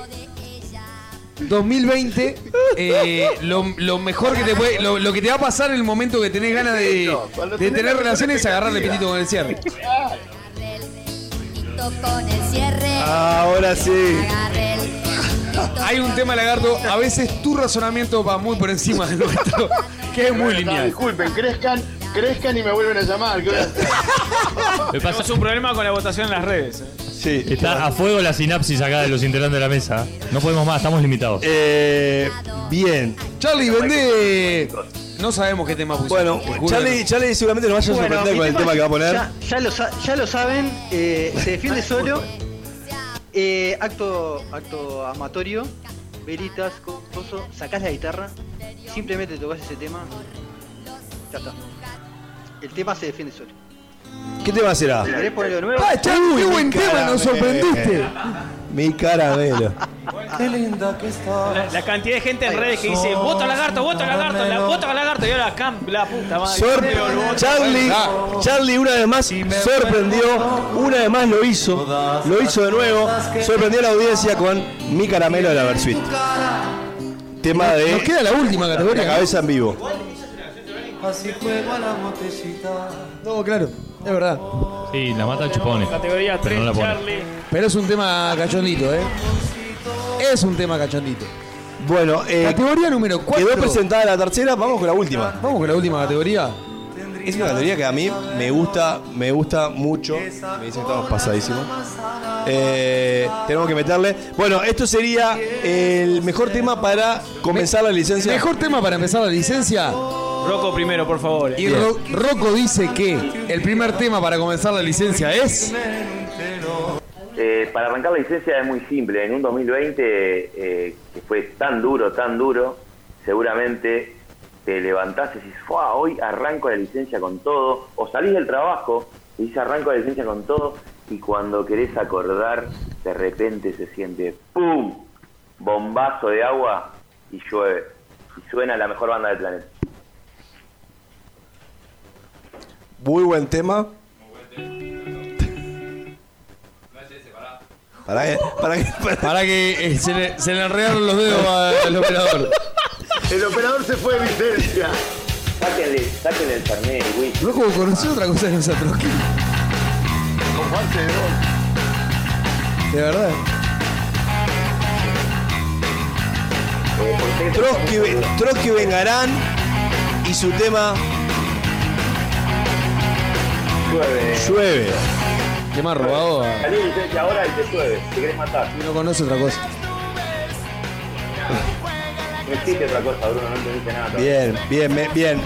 Speaker 5: 2020, eh, lo, lo mejor que te puede, lo, lo que te va a pasar en el momento que tenés ganas de,
Speaker 2: Cuando
Speaker 5: de
Speaker 2: tenés
Speaker 5: tener
Speaker 2: la
Speaker 5: relaciones es agarrarle
Speaker 2: expectativa.
Speaker 5: pitito con el cierre.
Speaker 27: Con el cierre.
Speaker 4: Ahora sí.
Speaker 27: Agarré el
Speaker 5: Hay un tema, Lagarto, a veces tu razonamiento va muy por encima del nuestro, que es muy
Speaker 2: Ah,
Speaker 5: lineal.
Speaker 2: disculpen, crezcan, crezcan y me vuelven a llamar. ¿qué voy a hacer?
Speaker 8: Me pasa-
Speaker 7: Tenemos un problema con la votación en las redes. eh.
Speaker 4: Sí.
Speaker 8: Está a fuego la sinapsis acá de los integrantes de la mesa. No podemos más, estamos limitados.
Speaker 4: Eh, bien.
Speaker 5: Charlie, vendé. No sabemos qué tema puso.
Speaker 4: Bueno, Charlie, Charlie seguramente nos vaya a sorprender
Speaker 26: mi
Speaker 4: con el tema que va a poner.
Speaker 26: Ya, ya lo, sa- ya lo saben, eh, se defiende solo. Eh, acto, acto amatorio, velitas, co- coso, sacás la guitarra, simplemente tocas ese tema. Ya está. El tema se defiende solo.
Speaker 4: ¿Qué tema será?
Speaker 26: Si querés ponerlo de nuevo,
Speaker 5: Ah, Charlie, qué buen tema, nos sorprendiste.
Speaker 4: Mi caramelo.
Speaker 12: Qué linda que estás.
Speaker 7: La, la cantidad de gente en redes que dice, voto al lagarto, voto al lagarto, la, voto al lagarto. Y ahora cam, la puta madre.
Speaker 4: Sorpre-
Speaker 7: Pero lo voto.
Speaker 4: Charlie, Charlie una vez más sorprendió, una vez más lo hizo, lo hizo de nuevo, sorprendió a la audiencia con Mi Caramelo de la Versuit. Tema de
Speaker 5: Nos queda la última
Speaker 4: la
Speaker 5: categoría.
Speaker 4: cabeza en vivo.
Speaker 12: Así juego a la botellita.
Speaker 5: No, claro, es verdad.
Speaker 8: Sí, la mata chupones.
Speaker 7: Categoría
Speaker 8: Pero no
Speaker 7: 3,
Speaker 8: la pone.
Speaker 7: Charlie.
Speaker 5: Pero es un tema cachondito, ¿eh? es un tema cachondito.
Speaker 4: Bueno, eh,
Speaker 5: categoría número 4.
Speaker 4: Quedó presentada la tercera, vamos con la última.
Speaker 5: Vamos con la última categoría.
Speaker 4: Es una categoría que a mí me gusta, me gusta mucho. Me dicen que estamos pasadísimos. Eh, tenemos que meterle. Bueno, esto sería el mejor tema para comenzar la licencia.
Speaker 5: Mejor tema para empezar la licencia.
Speaker 7: Rocco primero, por favor.
Speaker 5: Y Ro- Rocco dice que el primer tema para comenzar la licencia es.
Speaker 23: Eh, para arrancar la licencia es muy simple. En un 2020 eh, que fue tan duro, tan duro, seguramente te levantás y dices, "Fua, hoy arranco la licencia con todo. O salís del trabajo y dices, arranco la licencia con todo. Y cuando querés acordar, de repente se siente ¡pum! Bombazo de agua y llueve. Y suena la mejor banda del planeta.
Speaker 4: Muy buen tema. Para que, para eh, que, para
Speaker 5: que eh, se, le, se le enredaron los dedos a- al operador.
Speaker 2: El operador se fue de licencia.
Speaker 23: Sáquenle, sáquenle el carnet, güey.
Speaker 5: Rocco conoció otra cosa de nosotros.
Speaker 2: Comparte, ¿no?
Speaker 5: De verdad.
Speaker 4: Trotsky, Trotsky Vengarán y su tema
Speaker 23: Llueve.
Speaker 4: Llueve.
Speaker 5: Qué más robado. a-
Speaker 23: Salí de licencia ahora y te llueve. Te querés matar.
Speaker 5: No conoce otra cosa.
Speaker 23: No existe otra cosa, Bruno, no entendiste nada.
Speaker 4: Bien, bien, me- bien.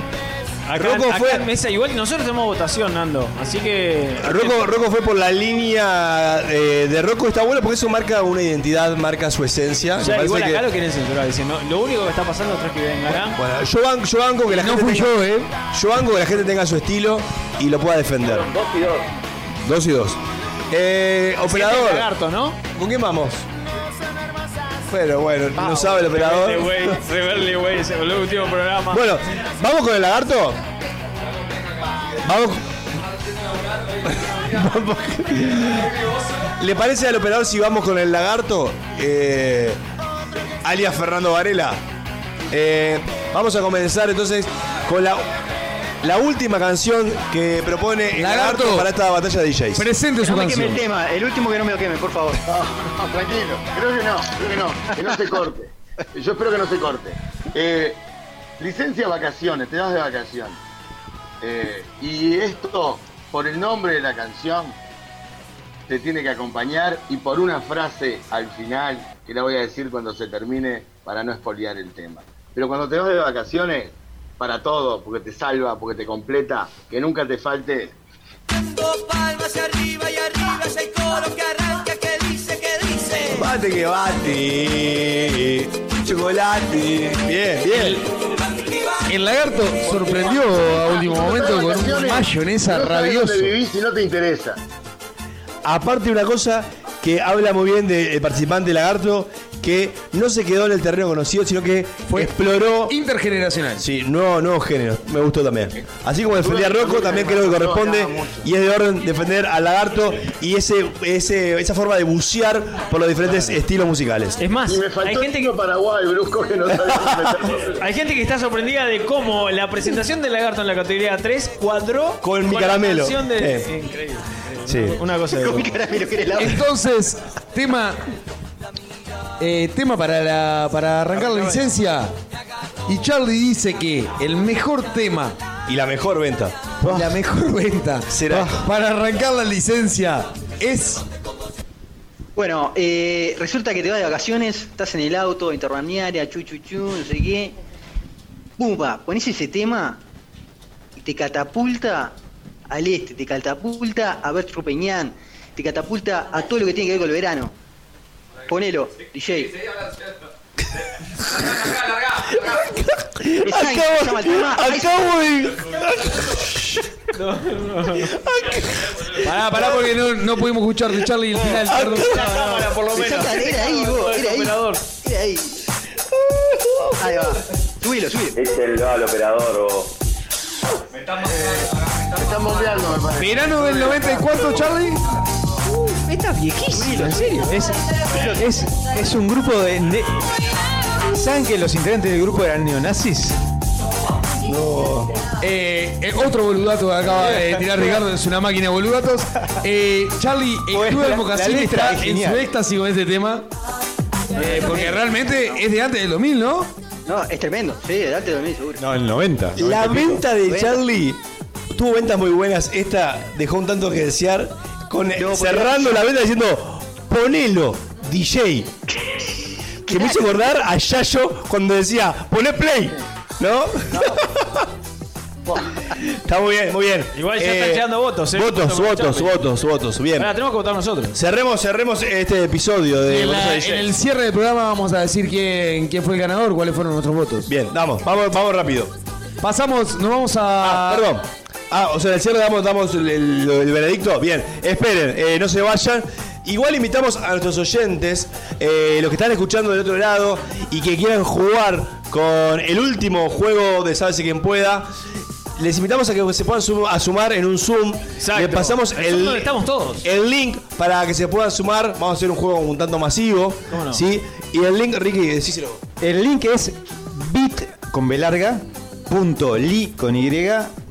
Speaker 7: Acá,
Speaker 4: Rocco
Speaker 7: acá
Speaker 4: fue-
Speaker 7: en mesa igual nosotros tenemos votación, Nando. Así que.
Speaker 4: Rocco, Rocco fue por la línea eh, de Rocco, está bueno porque eso marca una identidad, marca su esencia.
Speaker 7: O
Speaker 4: Me
Speaker 7: sea,
Speaker 4: parece
Speaker 7: igual acá
Speaker 4: que-
Speaker 7: lo quieren censurar. Dicen, no, lo único que está pasando es que vengarán.
Speaker 4: Bueno, yo banco, yo banco que la gente. tenga- Yo banco que la gente tenga su estilo y lo pueda defender.
Speaker 23: Dos y dos.
Speaker 4: Dos y dos. Eh, operador.
Speaker 7: Siete lagarto, ¿no?
Speaker 4: ¿Con quién vamos? Pero bueno, no sabe el operador.
Speaker 7: Rebelde, este güey, Rebelde, güey, se volvió el último programa.
Speaker 4: Bueno, ¿vamos con el lagarto? Vamos. Vamos. ¿Le parece al operador si vamos con el lagarto? Eh, alias Fernando Varela. Eh, vamos a comenzar entonces con la, la última canción que propone el lagarto,
Speaker 5: Lagarto,
Speaker 4: para esta batalla de DJs.
Speaker 5: presente
Speaker 26: no me queme el tema, el último que no me lo queme, por favor.
Speaker 2: No, tranquilo. Creo que no, creo que no. Que no se corte. Yo espero que no se corte. Eh, licencia vacaciones, te das de vacaciones. Eh, y esto, por el nombre de la canción, te tiene que acompañar y por una frase al final, que la voy a decir cuando se termine para no espolear el tema. Pero cuando te vas de vacaciones, para todo, porque te salva, porque te completa, que nunca te falte
Speaker 1: Palmas arriba y arriba, ese coro que arranca, que dice, que dice.
Speaker 4: Bate que bate. Chocolate. Bien, bien.
Speaker 5: El lagarto sorprendió a último momento con un mayonesa
Speaker 2: no sabes
Speaker 5: rabioso.
Speaker 2: dónde vivís y no te interesa.
Speaker 4: Aparte una cosa que habla muy bien del eh, participante Lagarto, que no se quedó en el terreno conocido, sino que exploró...
Speaker 5: Intergeneracional.
Speaker 4: Sí, nuevos, nuevos géneros. Me gustó también. Así como defendía a Rocco, también creo que corresponde y es de orden defender al Lagarto y ese, ese, esa forma de bucear por los diferentes estilos musicales.
Speaker 7: Es más,
Speaker 2: Y me faltó hay gente que Paraguay, brusco, que no sabía dónde meterlo.
Speaker 7: Hay gente que está sorprendida de cómo la presentación del lagarto en la categoría 3 cuadró
Speaker 4: Con mi
Speaker 7: la
Speaker 4: caramelo.
Speaker 7: canción de-
Speaker 4: Eh.
Speaker 7: Increíble.
Speaker 4: Sí.
Speaker 7: Una cosa de loco.
Speaker 5: Entonces, tema. eh, tema para, la- para arrancar la licencia. Y Charlie dice que el mejor tema.
Speaker 4: Y la mejor venta. Ah.
Speaker 5: y La mejor venta. Ah.
Speaker 4: Será.
Speaker 5: Para arrancar la licencia. Es.
Speaker 26: Bueno, eh, resulta que te vas de vacaciones, estás en el auto, interbalnearia, chu chu chu, no sé qué. Pumba, pones ese tema y te catapulta al este, te catapulta a ver Peñán, te catapulta a todo lo que tiene que ver con el verano. Ponelo, DJ. Design, se llama el tema.
Speaker 4: Acabo de.
Speaker 5: Pará, pará, porque no, no pudimos escuchar de Charlie el final.
Speaker 4: Ah.
Speaker 5: perdón.
Speaker 7: por lo menos.
Speaker 26: Era ahí, vos, era ahí. Era ahí. Ahí va. Subilo, subilo.
Speaker 23: Échenlo al ah, operador, vos.
Speaker 2: Me están bombeando, me parece.
Speaker 5: Verano del 94, Charlie.
Speaker 7: Estás viejísimo, en serio. Es, es, es un grupo de, de-
Speaker 9: ¿Saben que los integrantes del grupo eran neonazis?
Speaker 5: Eh, eh, otro boludato que acaba de tirar Ricardo es una máquina de boludatos. Eh, Charlie, el
Speaker 9: Pues,
Speaker 5: club
Speaker 9: la-
Speaker 5: de
Speaker 9: la
Speaker 5: Mocasín
Speaker 9: letra
Speaker 5: está
Speaker 9: es
Speaker 5: en su
Speaker 9: genial.
Speaker 5: éxtasis con este tema. Eh, porque realmente es de antes del 2000, ¿no?
Speaker 26: No, es tremendo. Sí, de antes del 2000, seguro.
Speaker 28: No, el 90.
Speaker 4: La venta de
Speaker 26: Bueno.
Speaker 4: Charlie tuvo ventas muy buenas. Esta dejó un tanto que desear. Con, cerrando la venta diciendo: Ponelo, DJ. Que me hizo acordar a Yayo cuando decía: Poné play. ¿No? está muy bien, muy bien.
Speaker 7: Igual ya están llegando votos, ¿eh?
Speaker 4: Votos,
Speaker 7: Votos,
Speaker 4: votos,
Speaker 7: Charlie.
Speaker 4: votos, votos. Bien.
Speaker 7: Pará, tenemos que votar nosotros.
Speaker 4: Cerremos, cerremos este episodio de
Speaker 5: En, la-
Speaker 4: Buenos Aires.
Speaker 5: en el cierre del programa vamos a decir quién, quién fue el ganador, cuáles fueron nuestros votos.
Speaker 4: Bien, vamos, vamos, vamos rápido.
Speaker 5: Pasamos, nos vamos a.
Speaker 4: Perdón. Ah, o sea, en el cierre damos, damos el, el- el veredicto. Bien, esperen, eh, no se vayan. Igual invitamos a nuestros oyentes, eh, los que están escuchando del otro lado y que quieran jugar con el último juego de Sálvese quien pueda. Les invitamos a que se puedan sum- a sumar en un Zoom. Les pasamos
Speaker 7: El Zoom
Speaker 4: el,
Speaker 7: donde estamos todos.
Speaker 4: el link para que se puedan sumar. Vamos a hacer un juego un tanto masivo.
Speaker 7: ¿Cómo no?
Speaker 4: ¿sí? Y el link, Ricky, decíselo.
Speaker 9: El link es bit con B larga punto li con Y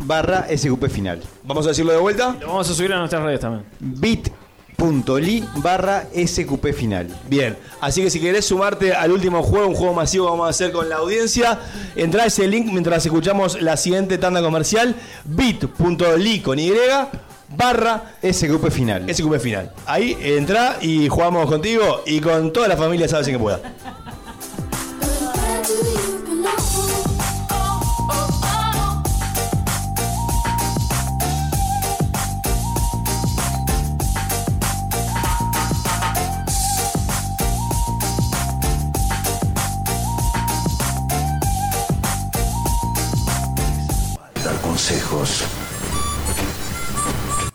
Speaker 9: barra SQP final.
Speaker 4: Vamos a decirlo de vuelta.
Speaker 7: Lo vamos a subir a nuestras redes también.
Speaker 9: bit.ly barra SQP final.
Speaker 4: Bien, así que si querés sumarte al último juego, un juego masivo que vamos a hacer con la audiencia, entra a ese link mientras escuchamos la siguiente tanda comercial, bit.ly con Y barra
Speaker 9: SQP final.
Speaker 4: SQP final. Ahí entra y jugamos contigo y con toda la familia, sabes que pueda.
Speaker 13: dar consejos.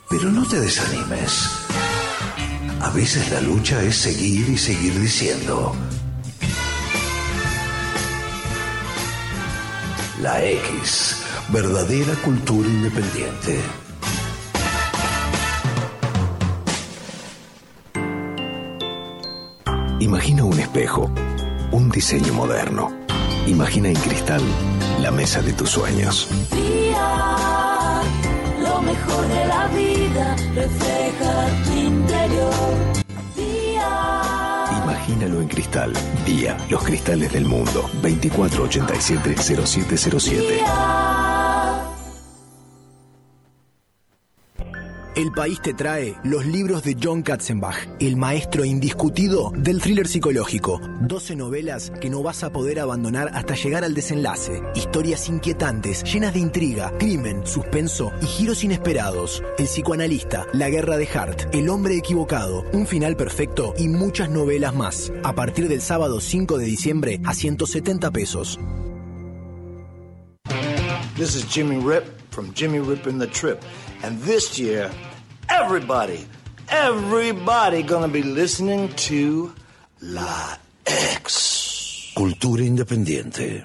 Speaker 13: Pero no te desanimes. A veces la lucha es seguir y seguir diciendo. La X, verdadera cultura independiente. Imagina un espejo, un diseño moderno. Imagina en cristal la mesa de tus sueños.
Speaker 18: Día, lo mejor de la vida refleja tu interior. Día,
Speaker 13: Imagínalo en cristal. Día, los cristales del mundo. 2487-0707.
Speaker 3: El país te trae los libros de John Katzenbach, el maestro indiscutido del thriller psicológico. 12 novelas que no vas a poder abandonar hasta llegar al desenlace. Historias inquietantes, llenas de intriga, crimen, suspenso y giros inesperados. El psicoanalista, La guerra de Hart, El hombre equivocado, Un final perfecto y muchas novelas más. A partir del sábado 5 de diciembre a 170 pesos.
Speaker 11: This is Jimmy Rip from Jimmy Rip and the Trip. And this year, everybody, everybody gonna be listening to La X.
Speaker 13: Cultura independiente.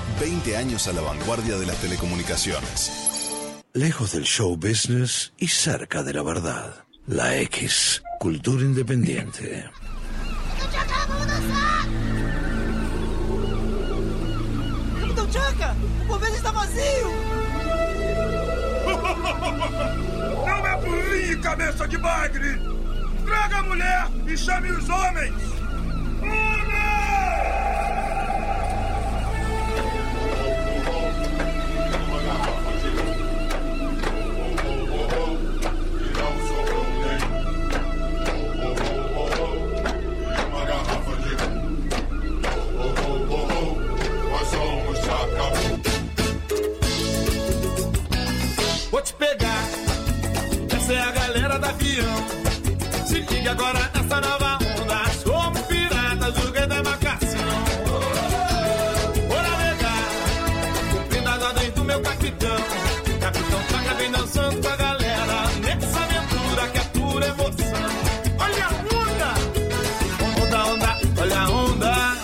Speaker 12: 20 años a la vanguardia de las telecomunicaciones.
Speaker 13: Lejos del show business y cerca de la verdad. La X, cultura independiente.
Speaker 29: Capitão Chaca, Então, o convés está vazio! Não é burrinho, cabeça de bagre! Traga a mulher e chame os homens!
Speaker 1: Vou te pegar. Essa é a galera da avião. Se liga agora nessa nova onda. Somos piratas jogando a marcação. Bora legal. Cumprindo as ordens do meu capitão. Capitão Chaca vem dançando com a galera. Nessa aventura que é pura emoção. Olha a onda. Onda, onda, olha a onda.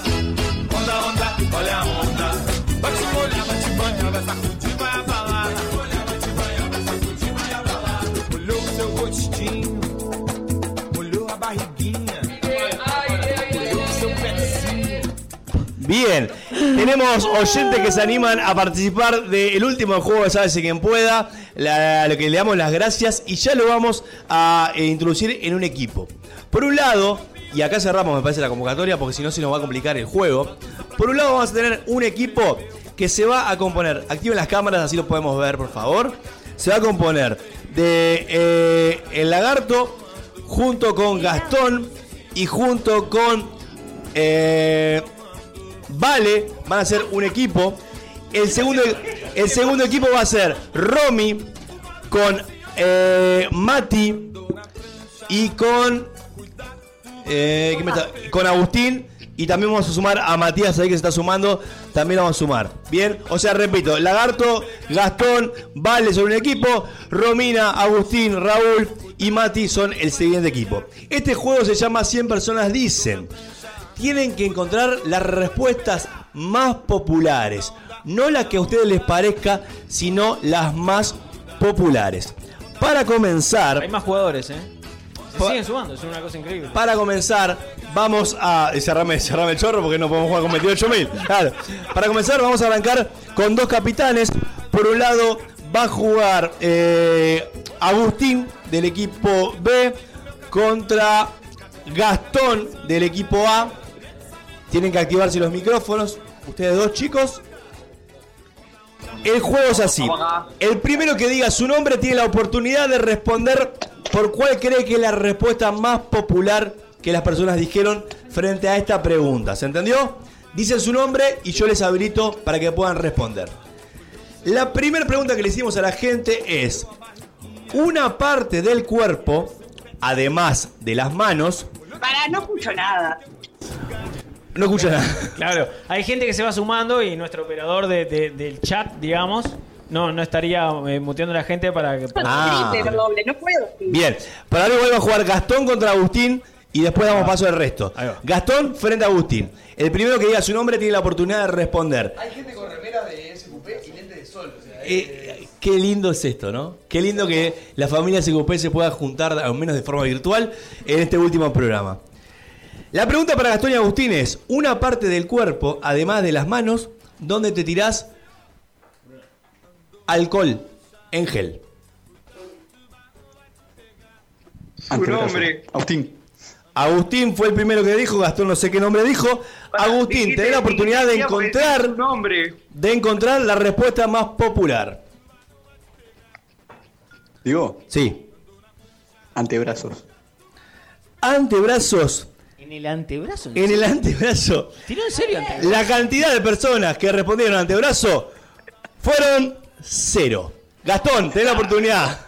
Speaker 4: Bien, tenemos oyentes que se animan a participar del último juego de Sálvese Quien Pueda, la- lo que le damos las gracias y ya lo vamos a eh, introducir en un equipo. Por un lado, y acá cerramos me parece la convocatoria porque si no se nos va a complicar el juego, por un lado vamos a tener un equipo que se va a componer, activen las cámaras así lo podemos ver por favor, se va a componer de eh, el lagarto junto con Gastón y junto con... eh, Vale van a ser un equipo. El segundo, el segundo equipo va a ser Romy con eh, Mati y con eh, ¿quién me está? con Agustín. Y también vamos a sumar a Matías ahí que se está sumando. También lo vamos a sumar. Bien, o sea, repito: Lagarto, Gastón, Vale son un equipo. Romina, Agustín, Raúl y Mati son el siguiente equipo. Este juego se llama 100 personas dicen tienen que encontrar las respuestas más populares. No las que a ustedes les parezca, sino las más populares. Para comenzar... Hay
Speaker 7: más jugadores, ¿eh? Se siguen sumando, es una cosa increíble.
Speaker 4: Para comenzar, vamos a... eh, Cerrame, cerrame el chorro porque no podemos jugar con 28.000. Claro. Para comenzar, vamos a arrancar con dos capitanes. Por un lado, va a jugar eh, Agustín del equipo B contra Gastón del equipo A. Tienen que activarse los micrófonos. Ustedes dos chicos. El juego es así. El primero que diga su nombre tiene la oportunidad de responder por cuál cree que es la respuesta más popular que las personas dijeron frente a esta pregunta. ¿Se entendió? Dicen su nombre y yo les habilito para que puedan responder. La primera pregunta que le hicimos a la gente es, una parte del cuerpo, además de las manos,
Speaker 6: Para, no escucho nada.
Speaker 4: no escucha nada.
Speaker 7: Claro, hay gente que se va sumando y nuestro operador de- de- del chat, digamos, no, no estaría eh, muteando a la gente para que...
Speaker 4: Ah.
Speaker 6: Triple, doble, no puedo.
Speaker 4: Bien, para ahora vuelve a jugar Gastón contra Agustín y después damos paso al resto. Gastón frente a Agustín. El primero que diga su nombre tiene la oportunidad de responder.
Speaker 5: Hay gente con remeras de SQP y lentes de sol. O sea,
Speaker 4: Eh, qué lindo es esto, ¿no? Qué lindo que la familia CQP se pueda juntar, al menos de forma virtual, en este último programa. La pregunta para Gastón y Agustín es, una parte del cuerpo, además de las manos, ¿dónde te tirás alcohol en gel?
Speaker 2: Su nombre.
Speaker 4: Agustín. Agustín fue el primero que dijo, Gastón no sé qué nombre dijo. Agustín, tenés la oportunidad de encontrar, de encontrar la respuesta más popular.
Speaker 2: Digo.
Speaker 4: Sí.
Speaker 2: Antebrazos.
Speaker 4: Antebrazos.
Speaker 7: En el antebrazo.
Speaker 4: En el antebrazo.
Speaker 7: ¿Tiró en serio antebrazo?
Speaker 4: La cantidad de personas que respondieron antebrazo fueron cero. Gastón, tenés la oportunidad.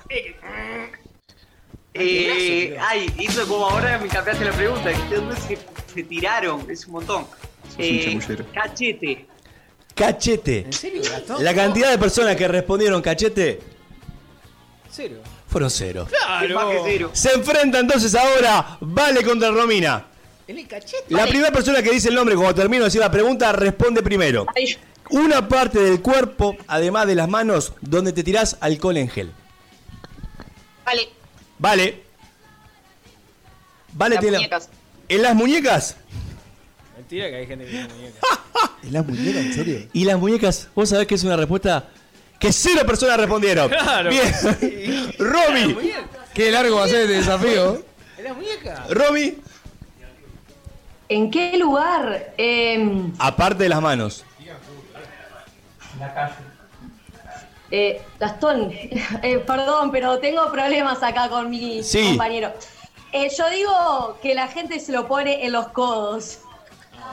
Speaker 26: Eh, ay, hizo como ahora me cambiaste la pregunta. ¿De dónde se, se tiraron? Es un montón.
Speaker 4: un
Speaker 26: Eh,
Speaker 4: chamullero.
Speaker 26: cachete.
Speaker 4: Cachete.
Speaker 7: serio, Gastón?
Speaker 4: La cantidad de personas que respondieron cachete
Speaker 7: ¿En serio?
Speaker 4: fueron cero.
Speaker 7: Claro. Más que cero.
Speaker 4: Se enfrenta entonces ahora Vale contra Romina.
Speaker 6: En el cachete.
Speaker 4: La primera persona que dice el nombre cuando termino de decir la pregunta responde primero. Una parte del cuerpo, además de las manos, donde te tirás alcohol en gel.
Speaker 6: Vale,
Speaker 4: Vale. Vale,
Speaker 6: las
Speaker 4: tiene la-
Speaker 6: muñecas.
Speaker 4: ¿En las muñecas?
Speaker 7: Mentira que hay gente que tiene muñeca.
Speaker 4: ¿En las muñecas, en serio? ¿Y las muñecas? ¿Vos sabés que es una respuesta que cero personas respondieron?
Speaker 7: Claro.
Speaker 4: Bien. Romy.
Speaker 5: Qué largo va a ser este desafío.
Speaker 4: Romy,
Speaker 15: ¿En qué lugar? Em,
Speaker 4: aparte de las manos.
Speaker 15: eh, Gastón, eh, perdón, pero tengo problemas acá con mi
Speaker 4: Sí.
Speaker 15: compañero. Eh, yo digo que la gente se lo pone en los codos.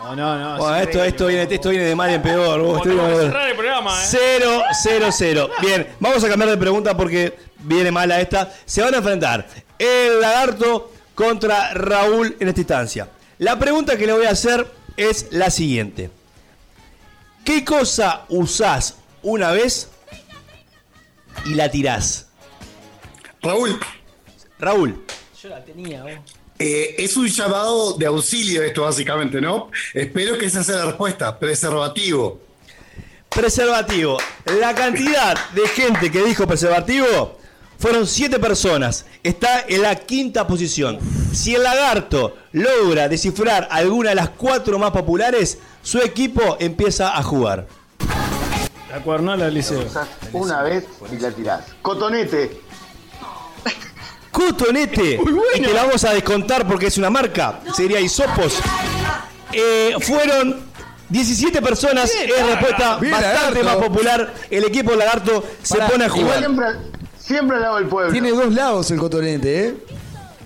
Speaker 7: No, no, no.
Speaker 4: Bueno, esto, esto, viene, esto viene de mal en peor. vos, estoy-
Speaker 7: Vamos a cerrar el programa, ¿eh?
Speaker 4: Cero, cero, cero. Bien, vamos a cambiar de pregunta porque viene mala esta. Se van a enfrentar el lagarto contra Raúl en esta instancia. La pregunta que le voy a hacer es la siguiente. ¿Qué cosa usás una vez y la tirás?
Speaker 2: Raúl.
Speaker 4: Raúl.
Speaker 7: Yo la tenía, vos.
Speaker 2: Eh, es un llamado de auxilio esto básicamente, ¿no? Espero que esa sea la respuesta. Preservativo.
Speaker 4: Preservativo. La cantidad de gente que dijo preservativo fueron siete personas. Está en la quinta posición. Si el lagarto logra descifrar alguna de las cuatro más populares, su equipo empieza a jugar.
Speaker 7: La cuernala del liceo.
Speaker 2: Una vez y la tirás. Cotonete.
Speaker 4: Cotonete, este, y te la vamos a descontar porque es una marca, sería Isopos. Eh, fueron 17 personas,
Speaker 2: Bien,
Speaker 4: es respuesta
Speaker 2: Bien,
Speaker 4: bastante
Speaker 2: Lagarto.
Speaker 4: más popular. El equipo Lagarto se
Speaker 5: Pará,
Speaker 4: pone a jugar.
Speaker 2: Siempre, siempre al lado del pueblo.
Speaker 5: Tiene dos lados el cotonete, ¿eh?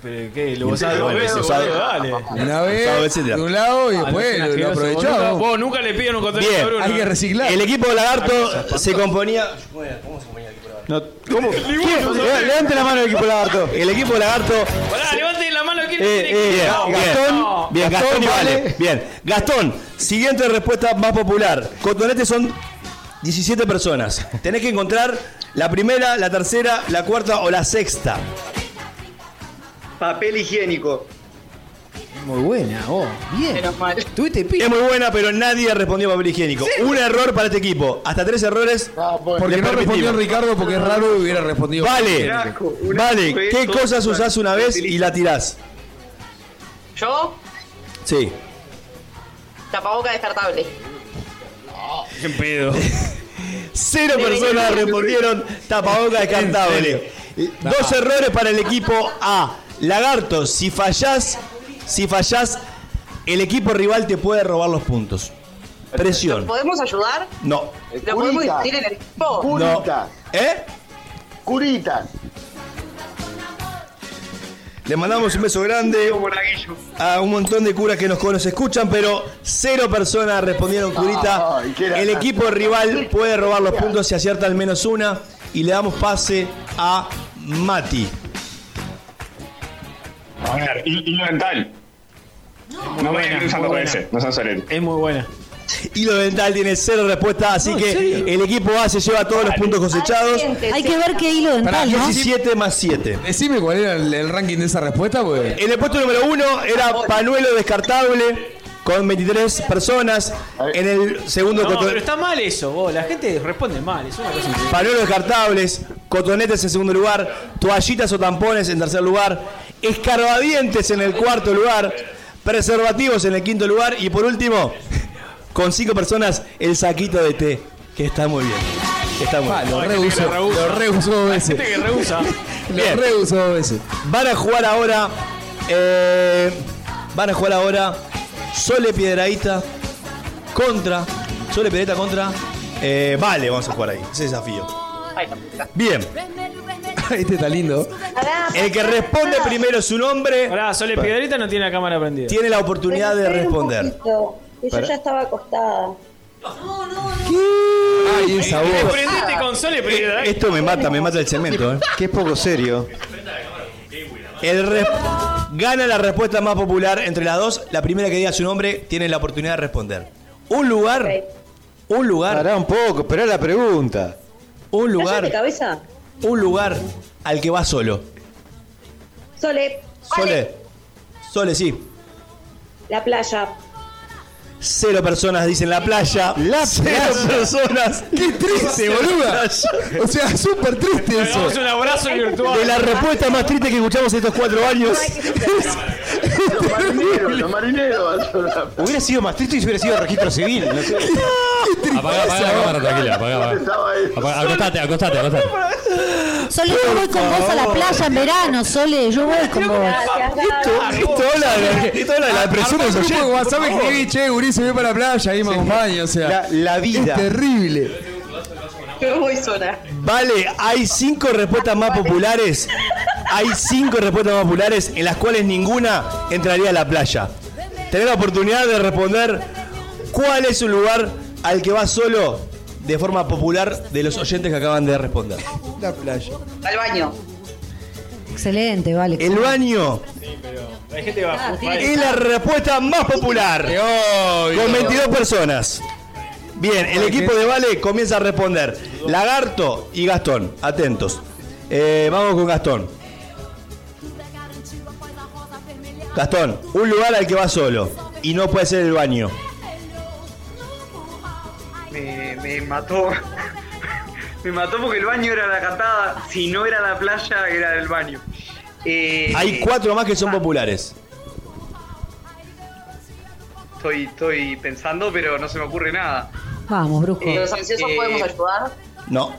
Speaker 7: Pero qué, lo
Speaker 5: Y
Speaker 7: usás
Speaker 5: te
Speaker 7: dos
Speaker 5: devuelve,
Speaker 7: veces,
Speaker 5: lo
Speaker 7: usás-
Speaker 5: devuelve.
Speaker 7: dale. Ah,
Speaker 5: Una vez, de un lado y después lo- lo aprovechó.
Speaker 7: Vos nunca,
Speaker 5: vos.
Speaker 7: vos nunca le piden un contrato
Speaker 4: Bien,
Speaker 7: a Bruno. Ah,
Speaker 4: hay que reciclar. Ah, El equipo Lagarto se componía. No, ¿Cómo? ¿Quién?
Speaker 7: no
Speaker 4: Le-
Speaker 7: sabe.
Speaker 4: Levante la mano el equipo Lagarto. El equipo Lagarto
Speaker 7: Pará, levanten la mano quién
Speaker 4: Eh,
Speaker 7: tiene
Speaker 4: eh,
Speaker 7: que
Speaker 4: bien,
Speaker 7: No,
Speaker 4: bien.
Speaker 7: no.
Speaker 4: Bien, Gastón, y vale. Bien, Gastón, siguiente respuesta más popular. Cotonete son 17 personas. Tenés que encontrar la primera, la tercera, la cuarta o la sexta.
Speaker 9: Papel higiénico.
Speaker 4: Muy buena, vos.
Speaker 26: Bien.
Speaker 4: Tuviste Es muy buena, pero nadie respondió papel higiénico.
Speaker 26: ¿Sí?
Speaker 4: Un error para este equipo. Hasta tres errores.
Speaker 9: Ah,
Speaker 5: Porque
Speaker 4: le
Speaker 5: no respondió
Speaker 4: permitimos.
Speaker 5: Ricardo porque es raro que hubiera respondido.
Speaker 4: Vale, vale. ¿Qué cosas usás una vez y la tirás?
Speaker 11: Yo,
Speaker 4: Sí.
Speaker 11: tapaboca descartable.
Speaker 4: ¿Qué pedo? Cero
Speaker 11: Me
Speaker 4: personas
Speaker 11: venía-
Speaker 4: respondieron tapaboca descartable. Eh, Dos errores para el equipo A. Lagarto, si fallás, si fallás, el equipo rival te puede robar los puntos. Presión.
Speaker 11: ¿Podemos ayudar?
Speaker 4: No.
Speaker 11: ¿Lo podemos discutir en el equipo?
Speaker 4: No. ¿Eh?
Speaker 2: Curitas.
Speaker 4: Le mandamos un beso grande a un montón de curas que nos, nos escuchan, pero cero personas respondieron curita.
Speaker 2: Ay, qué
Speaker 4: El
Speaker 2: lástima.
Speaker 4: equipo rival puede robar los puntos si acierta al menos una. Y le damos pase a Mati.
Speaker 6: A ver, hilo hilo dental. No me
Speaker 4: buena,
Speaker 6: estén usando
Speaker 4: muy
Speaker 6: con
Speaker 4: buena.
Speaker 6: ese, no sean soletes.
Speaker 7: Es muy buena.
Speaker 4: Hilo dental tiene cero respuesta, así que el equipo A se lleva todos los puntos cosechados.
Speaker 30: Hay que ver qué hilo
Speaker 4: Pará,
Speaker 30: dental, ¿no?
Speaker 4: 17 más 7.
Speaker 5: Decime cuál era el, el ranking de esa respuesta, pues.
Speaker 4: En el puesto número uno era panuelo descartable con 23 personas. En el segundo
Speaker 7: No,
Speaker 4: coto-
Speaker 7: pero está mal eso, vos. La gente responde mal. Es una cosa increíble.
Speaker 4: Pañuelos descartables, cotonetes en segundo lugar, toallitas o tampones en tercer lugar, escarbadientes en el cuarto lugar, preservativos en el quinto lugar y por último, con cinco personas, el saquito de té, que está muy bien. Está muy
Speaker 5: Ah,
Speaker 4: bien.
Speaker 5: lo reusó, lo reusó dos veces.
Speaker 4: Bien.
Speaker 5: lo reusó dos veces.
Speaker 4: Van a jugar ahora. eh, van a jugar ahora Sole Piedradita contra. Sole Piedradita contra. eh, vale, vamos a jugar ahí. Ese desafío. Bien.
Speaker 5: Este está lindo.
Speaker 4: El que responde primero su nombre.
Speaker 7: Pará, Sole Piedrita no tiene la cámara prendida.
Speaker 4: Tiene la oportunidad de responder.
Speaker 30: Que
Speaker 4: Para.
Speaker 30: yo ya estaba acostada.
Speaker 4: Ay, esa
Speaker 7: Te
Speaker 4: voz.
Speaker 7: prendiste con Sole Piedradita.
Speaker 4: Eh, Esto me mata, me mata el cemento, ¿eh?
Speaker 9: Qué poco serio.
Speaker 4: El res- gana la respuesta más popular entre las dos. La primera que diga su nombre tiene la oportunidad de responder. Un lugar. Un lugar.
Speaker 9: Pará un poco, esperá la pregunta.
Speaker 4: Un
Speaker 30: ¿Cállate,
Speaker 4: lugar.
Speaker 30: cabeza?
Speaker 4: Un lugar al que va solo.
Speaker 30: Sole.
Speaker 4: Sole. Sole, sí.
Speaker 30: La playa.
Speaker 4: Cero personas dicen la playa. La Cero
Speaker 5: playa.
Speaker 4: personas.
Speaker 5: ¡Qué triste, boluda! O sea, súper triste eso.
Speaker 4: damos un abrazo virtual. De la respuesta más triste que escuchamos en estos cuatro años.
Speaker 2: Los marineros, los marineros.
Speaker 9: Hubiera sido más triste si hubiera sido registro civil. No sé.
Speaker 8: Apagá, apagá la cámara, tranquila, apagá, apagá. Apagá, Acostate, acostate, acostate.
Speaker 30: Sole, yo voy con vos a la playa en verano, Sole, yo voy con vos.
Speaker 4: Esto habla de, esto habla de la presión de los
Speaker 5: Armá un grupo de
Speaker 4: oyentes.
Speaker 5: WhatsApp
Speaker 4: por favor.
Speaker 5: escribí, che, gurí, se ve para la playa, ahí me acompaña, o sea.
Speaker 4: La- la vida.
Speaker 5: Es terrible.
Speaker 11: Yo voy sola.
Speaker 4: Vale, hay cinco respuestas más populares. Hay cinco respuestas más populares en las cuales ninguna entraría a la playa. Tener la oportunidad de responder cuál es un lugar al que va solo de forma popular de los oyentes que acaban de responder.
Speaker 5: La playa.
Speaker 11: Al baño.
Speaker 30: Excelente, vale.
Speaker 4: El baño
Speaker 7: Hay gente que
Speaker 6: Ah,
Speaker 7: va a juzgar.
Speaker 4: es la respuesta más popular. Con 22 personas. Bien, el equipo de Vale comienza a responder. Lagarto y Gastón, atentos. Eh, vamos con Gastón. Gastón, un lugar al que va solo y no puede ser el baño.
Speaker 12: Me, me mató. me mató porque el baño era la catada. Si no era la playa, era el baño. Eh,
Speaker 4: Hay cuatro más que son populares.
Speaker 15: estoy, estoy pensando, pero no se me ocurre nada.
Speaker 6: Vamos, brujo.
Speaker 15: Eh,
Speaker 1: Los ansiosos
Speaker 15: eh,
Speaker 1: podemos ayudar.
Speaker 31: No.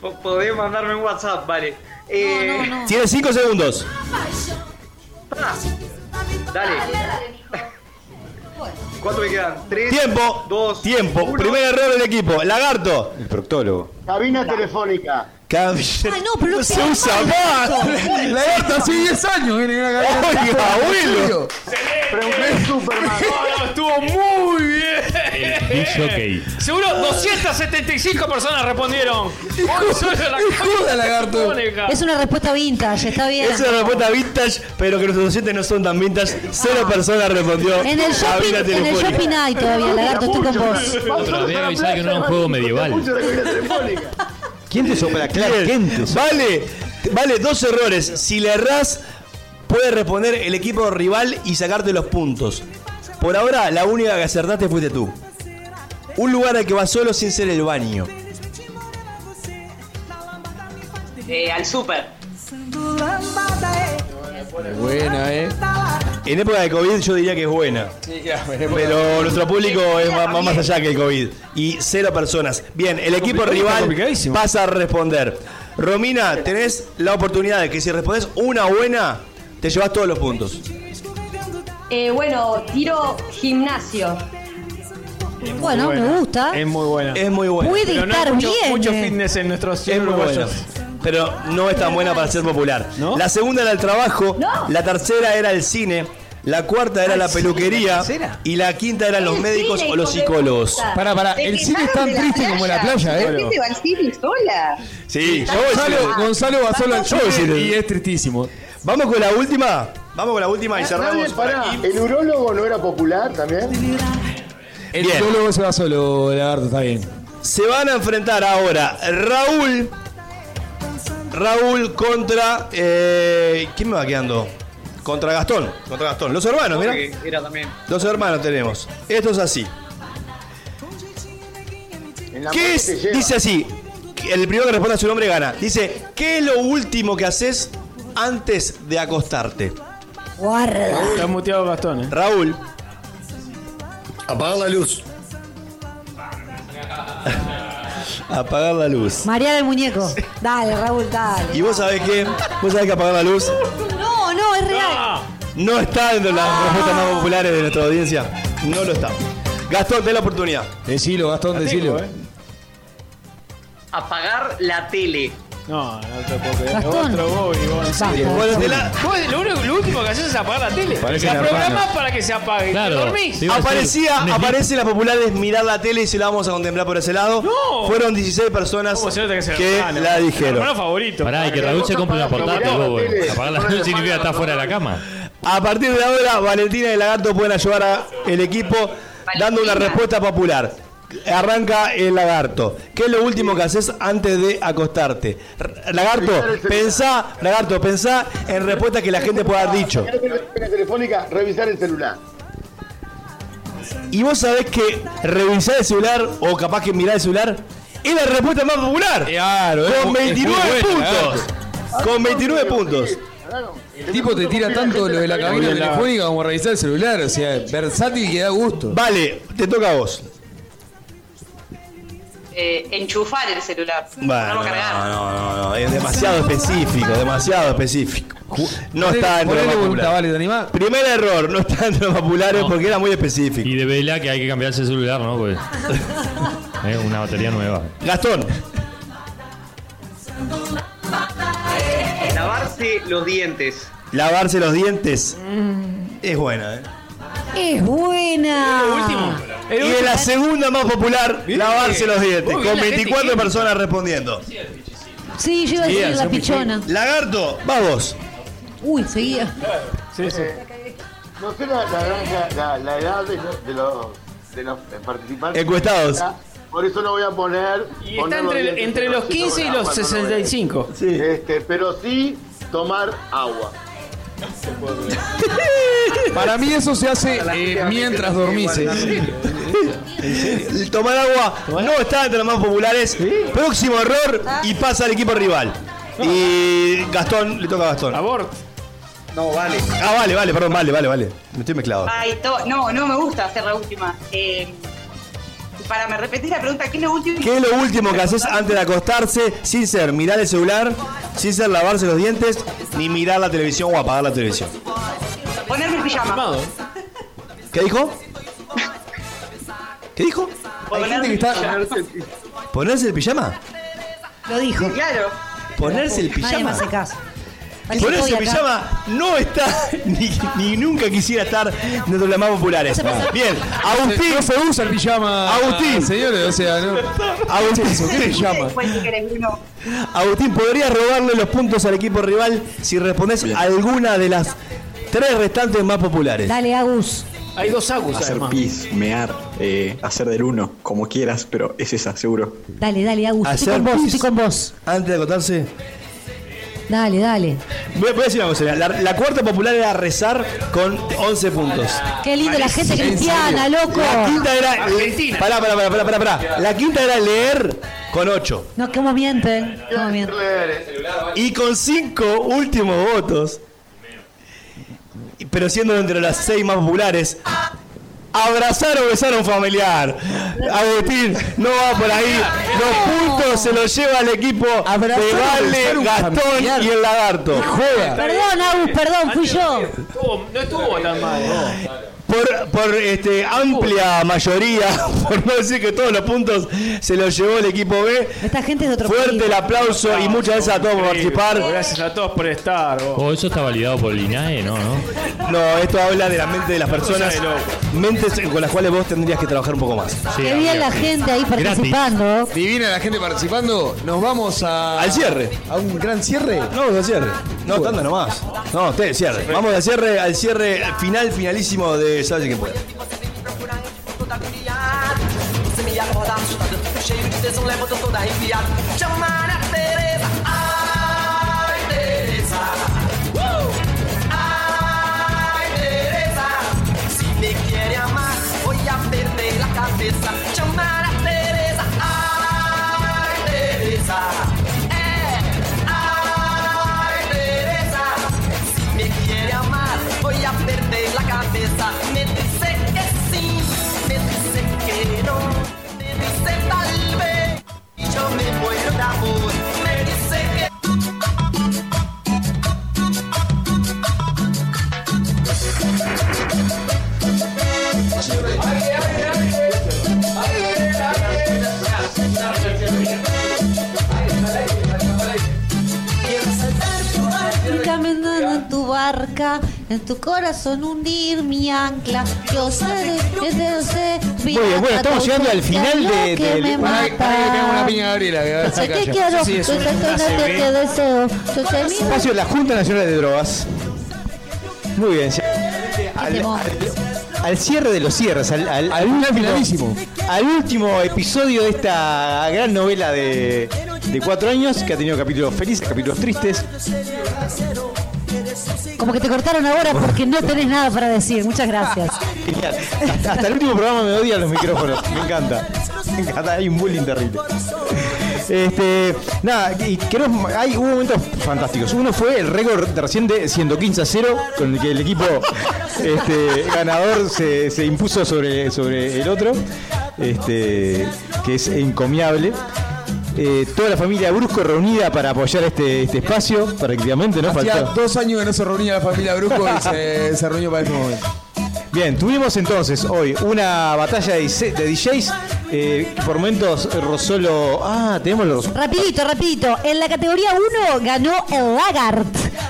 Speaker 15: po- Podés mandarme un WhatsApp, vale. Eh,
Speaker 31: Tienes 5 segundos.
Speaker 6: Ah.
Speaker 15: Dale. ¿Cuánto me quedan? Tres.
Speaker 31: Tiempo. Tiempo. Primer error del equipo. Lagarto.
Speaker 32: El proctólogo.
Speaker 2: Cabina telefónica.
Speaker 6: Ay, Ah, no, pero
Speaker 2: se usa más.
Speaker 5: Lagarto hace 10 años viene en una cabina.
Speaker 2: Oiga, abuelo.
Speaker 23: No, no, estuvo muy bien.
Speaker 8: Jockey.
Speaker 7: Seguro 275 personas respondieron. Hoy solo la cabina telefónica.
Speaker 6: Es una respuesta vintage, está bien.
Speaker 4: Esa es la respuesta vintage, pero que nuestros oyentes no son tan vintage. Cero personas respondió.
Speaker 6: Ah. En el shopping,
Speaker 4: Cabina
Speaker 6: en el
Speaker 4: telefónica.
Speaker 6: shopping hay todavía, lagarto, estoy con vos.
Speaker 8: Pero debe avisar que no era un juego medieval.
Speaker 4: ¿Quién te sopla? Claro, ¿quién te Vale, vale, dos errores. Si le errás, puede responder el equipo rival y sacarte los puntos. Por ahora, la única que acertaste fuiste tú. Un lugar al que vas solo sin ser el baño.
Speaker 15: Eh, al super.
Speaker 5: Buena, eh.
Speaker 4: En época de COVID yo diría que es buena. Pero nuestro público es más, va más allá que el COVID. Y cero personas. Bien, el equipo
Speaker 31: complicado, está
Speaker 4: rival
Speaker 31: complicadísimo.
Speaker 4: pasa a responder. Romina, tenés la oportunidad de que si respondes una buena, te llevas todos los puntos.
Speaker 33: Eh, bueno, tiro gimnasio.
Speaker 6: Bueno,
Speaker 4: buena.
Speaker 6: me gusta.
Speaker 7: Es muy buena.
Speaker 4: Es muy buena.
Speaker 6: Puede Pero no hay estar mucho- bien, mucho eh.
Speaker 7: fitness en nuestros
Speaker 4: Es muy buena.
Speaker 7: uruguayos.
Speaker 4: Pero no es tan buena para ser popular. La segunda era el trabajo, la tercera era el cine, la cuarta era
Speaker 5: Ah,
Speaker 4: la
Speaker 5: sí,
Speaker 4: peluquería
Speaker 5: la tercera.
Speaker 4: y la quinta eran los
Speaker 1: El
Speaker 4: médicos
Speaker 1: cine,
Speaker 4: o los
Speaker 1: hijo de
Speaker 4: psicólogos.
Speaker 1: puta.
Speaker 5: Pará, pará,
Speaker 1: Te
Speaker 5: el cine es tan
Speaker 1: quejaron de
Speaker 5: triste como la playa, ¿eh?
Speaker 1: La gente va al cine sola.
Speaker 4: Sí, yo voy a
Speaker 5: Gonzalo,
Speaker 4: decirle-
Speaker 5: Gonzalo va solo
Speaker 4: Yo voy a
Speaker 5: al show
Speaker 4: decirle-
Speaker 5: y es tristísimo.
Speaker 4: Vamos con la última. Vamos con la última y cerramos. por
Speaker 2: Pará,
Speaker 4: aquí.
Speaker 2: ¿El urólogo no era popular también?
Speaker 5: El psicólogo se va solo, Lagarto, está bien.
Speaker 4: Se van a enfrentar ahora Raúl. Raúl contra. eh, ¿Quién me va quedando? Contra Gastón. Contra Gastón. Los hermanos, mira.
Speaker 15: Porque Era también.
Speaker 4: Los hermanos tenemos. Esto es así. ¿Qué es? Dice así. El primero que responda su nombre gana. Dice, ¿qué es lo último que haces antes de acostarte?
Speaker 6: Guarda.
Speaker 7: Está muteado Gastón, eh.
Speaker 4: Raúl.
Speaker 34: Apagar la luz.
Speaker 4: Apagar la luz.
Speaker 6: Marear el muñeco. Dale, Raúl, dale.
Speaker 4: Y vos sabés que, vos sabés que apagar la luz
Speaker 6: No, no, es real.
Speaker 15: Ah.
Speaker 4: no está entre las respuestas más populares de nuestra audiencia. No lo está. Gastón, ten la oportunidad.
Speaker 5: Decilo, Gastón, decilo.
Speaker 8: eh.
Speaker 15: Apagar la tele.
Speaker 7: No, no te puedo creer.
Speaker 15: Gastón.
Speaker 7: Otro vos y vos.
Speaker 15: Basta, Bueno, te la-
Speaker 7: Vos, lo, único- lo último que haces es apagar la tele.
Speaker 4: Parece
Speaker 7: la
Speaker 4: una
Speaker 7: programás
Speaker 4: pana.
Speaker 7: para que se apague.
Speaker 4: Claro,
Speaker 7: Te dormís.
Speaker 4: Aparecía, aparece en las populares mirar la tele y se la vamos a contemplar por ese lado.
Speaker 7: No.
Speaker 4: Fueron 16 personas que, la dijeron.
Speaker 7: Hermano favorito.
Speaker 8: Pará, y que Raúl se compre una portátil, bobo. Apagar la luz significa estar fuera de la cama.
Speaker 4: A partir de ahora, Valentina y Lagarto pueden ayudar al equipo dando una respuesta popular. Arranca el lagarto. ¿Qué es lo último que haces antes de acostarte? R- Lagarto, pensá, lagarto, pensá en respuestas que la gente pueda haber dicho.
Speaker 2: Cabina telefónica, revisar el celular.
Speaker 4: Y vos sabés que revisar el celular o capaz que mirar el celular es la respuesta más popular.
Speaker 5: Claro, es
Speaker 4: con
Speaker 5: mu- es
Speaker 4: 29
Speaker 5: muy buena,
Speaker 4: puntos. Con 29 puntos.
Speaker 5: El tipo te tira tanto lo de la cabina
Speaker 4: Muy bien,
Speaker 5: telefónica como revisar el celular, o sea, versátil que da gusto.
Speaker 4: Vale, te toca a vos.
Speaker 1: Eh, enchufar el celular.
Speaker 4: Bueno,
Speaker 1: Ponerlo a cargar.
Speaker 4: no, no, no, no, es demasiado específico, demasiado específico. No está en
Speaker 5: Ponele
Speaker 4: los
Speaker 5: voluntad, vale, ¿te
Speaker 4: populares. Primer error, no está en los populares porque era muy específico.
Speaker 8: Y de vela que hay que cambiarse el celular, ¿no? Pues. Eh, una batería nueva.
Speaker 4: Gastón.
Speaker 15: Lavarse los dientes.
Speaker 4: Lavarse los dientes es buena, ¿eh?
Speaker 6: Es
Speaker 15: Ah.
Speaker 6: buena.
Speaker 4: Y es la segunda más popular, lavarse los dientes,
Speaker 6: Uy, bien
Speaker 4: con
Speaker 6: la gente
Speaker 4: 24
Speaker 6: que-
Speaker 4: personas respondiendo.
Speaker 6: Sí, yo iba a
Speaker 4: Sí,
Speaker 6: decir
Speaker 4: hace
Speaker 6: la
Speaker 4: un
Speaker 6: pichona.
Speaker 4: pichón. Lagarto, vamos.
Speaker 6: Uy, seguía.
Speaker 7: Sí, sí.
Speaker 2: Eh, no sé la, la granja- la- la edad de, los- de los, de los participantes. Ah,
Speaker 4: Encuestados.
Speaker 2: Por eso no voy a poner.
Speaker 7: Y está entre, entre los 15 y los 65.
Speaker 2: Este, pero sí tomar agua.
Speaker 5: Para mí eso se hace eh, mientras dormís. eh.
Speaker 13: Eh.
Speaker 4: El tomar agua no está entre los más populares. Próximo error y pasa al equipo rival. Y Gastón, le toca a Gastón.
Speaker 7: Abort.
Speaker 35: No, vale.
Speaker 4: Ah, vale, vale, perdón, vale, vale, vale. Me estoy mezclado.
Speaker 36: Ay, to- no, no me gusta hacer la última. Eh, para me repetir la pregunta, ¿qué es lo último?
Speaker 4: ¿Qué es lo último que haces antes de acostarse sin ser mirar el celular, sin ser lavarse los dientes, ni mirar la televisión o apagar la televisión?
Speaker 36: Ponerme en pijama.
Speaker 4: ¿Qué dijo? ¿Qué dijo?
Speaker 36: Ponerme
Speaker 4: gente que
Speaker 36: en
Speaker 4: está-
Speaker 36: pijama.
Speaker 4: ¿Ponerse el pijama?
Speaker 36: Lo dijo. Claro.
Speaker 4: Ponerse el
Speaker 6: Nadie me
Speaker 4: pijama.
Speaker 6: hace caso. Así
Speaker 4: Ponerse el
Speaker 6: estoy acá.
Speaker 4: pijama no está ni, ni nunca quisiera estar dentro de las más populares. Bien, Agustín.
Speaker 5: No se usa el pijama.
Speaker 4: Agustín.
Speaker 5: Señores, o sea, no.
Speaker 4: Agustín,
Speaker 5: ¿Qué pijama?
Speaker 36: Después, si querés, Bruno.
Speaker 4: Agustín, ¿podrías robarle los puntos al equipo rival si respondes alguna de las tres restantes más populares?
Speaker 6: Dale, Agus.
Speaker 20: Hay dos Agus,
Speaker 1: Hacer
Speaker 20: además.
Speaker 1: pis, mear, eh, hacer del uno, como quieras, pero es esa, seguro.
Speaker 6: Dale, dale, Agus. Estoy
Speaker 4: Hacer
Speaker 6: con vos,
Speaker 4: pis.
Speaker 6: estoy con vos.
Speaker 4: Antes de acotarse.
Speaker 6: Dale, dale.
Speaker 4: Voy, voy a decir una cosa. La, la cuarta popular era rezar con 11 puntos.
Speaker 6: Qué lindo la gente cristiana, loco.
Speaker 4: La quinta era. eh, Pará, pará, pará, pará, pará, pará. La quinta era leer con 8.
Speaker 6: No, cómo mienten. Cómo mienten.
Speaker 4: Y con 5 últimos votos. y- Pero siendo entre las 6 más populares. Abrazar o besar a un familiar. Agustín, no va por ahí. Los puntos se los lleva el equipo de
Speaker 6: o besar a
Speaker 4: Vale,
Speaker 6: un
Speaker 4: Gastón
Speaker 6: familiar. Ah,
Speaker 4: y el Lagarto.
Speaker 6: Perdón, Agus, perdón, fui yo.
Speaker 35: Estuvo- no estuvo tan mal.
Speaker 4: Por, por, este, amplia mayoría, por no decir que todos los puntos se los llevó el equipo B.
Speaker 6: Esta gente es de otro
Speaker 4: Fuerte el aplauso y muchas gracias a todos por participar.
Speaker 7: Gracias a todos por estar. vos.
Speaker 8: Oh,
Speaker 15: O eso está validado por el
Speaker 8: E,
Speaker 15: INAE, ¿no? ¿no?
Speaker 4: No, esto habla de la mente de las personas,
Speaker 15: Cosa de
Speaker 4: mentes con las cuales vos tendrías que trabajar un poco más.
Speaker 6: Qué bien la gente ahí participando.
Speaker 5: Divina la gente participando. Nos vamos a.
Speaker 4: Al cierre.
Speaker 5: ¿A un gran cierre?
Speaker 4: No, al cierre. No, tanda nomás. No, usted cierre. Vamos al cierre, al cierre final, finalísimo de Sabe que puede.
Speaker 1: Se me acordar, chutando, cheio de tesão, levanto toda arrepiada. Chama Maria Tereza, ai Tereza. Uh! Ai Tereza, se me quer amar, vou a perder a cabeça. Chama Maria Tereza, ai Tereza. É, ai Tereza, se me quer amar, vou a perder a cabeça. Me dice que sim, me dice que não. dice tal vez y yo me muero de amor. Me dice que
Speaker 6: Y caminando en tu barca, en tu corazón hundir mi ancla. Yo sé, yo sé, yo sé.
Speaker 5: Muy bien, bueno, estamos llegando al final de-
Speaker 6: Que
Speaker 5: del-
Speaker 6: me
Speaker 5: Pará que-
Speaker 6: mata.
Speaker 5: pará que le pegamos una piña a Gabriela, que a ver
Speaker 6: Yo
Speaker 5: si
Speaker 6: sé que
Speaker 5: calla.
Speaker 6: quiero,
Speaker 5: Sí,
Speaker 6: yo
Speaker 5: es
Speaker 6: sé
Speaker 5: un
Speaker 6: que no te
Speaker 5: ACB.
Speaker 6: te deseo. Yo te miro.
Speaker 9: Espacio de la Junta Nacional de Drogas. Muy bien. Al,
Speaker 6: temón.
Speaker 9: al- al cierre de los cierres, al, al- al último, al último episodio de esta gran novela de, de cuatro años, que ha tenido capítulos felices, capítulos tristes.
Speaker 6: Como que te cortaron ahora porque no tenés nada para decir. Muchas gracias.
Speaker 9: Genial. Hasta, hasta el último programa me odian los micrófonos. Me encanta. Me encanta. Hay un bullying terrible. Este, nada, y queremos- hay, hubo momentos fantásticos. Uno fue el récord de recién de 115 a 0, con el que el equipo este, ganador se, se impuso sobre, sobre el otro, este, que es encomiable. Eh, toda la familia Brusco reunida para apoyar este, este espacio, prácticamente, ¿no?
Speaker 5: Hacía
Speaker 9: Faltó.
Speaker 5: dos años que no se reunía la familia Brusco y se, se reunió para este momento.
Speaker 9: Bien, tuvimos entonces hoy una batalla de, dise- de DJs. eh, que por momentos rozó lo. Ah, tenemos los.
Speaker 6: Rapidito, rapidito. En la categoría 1 ganó el Lagart.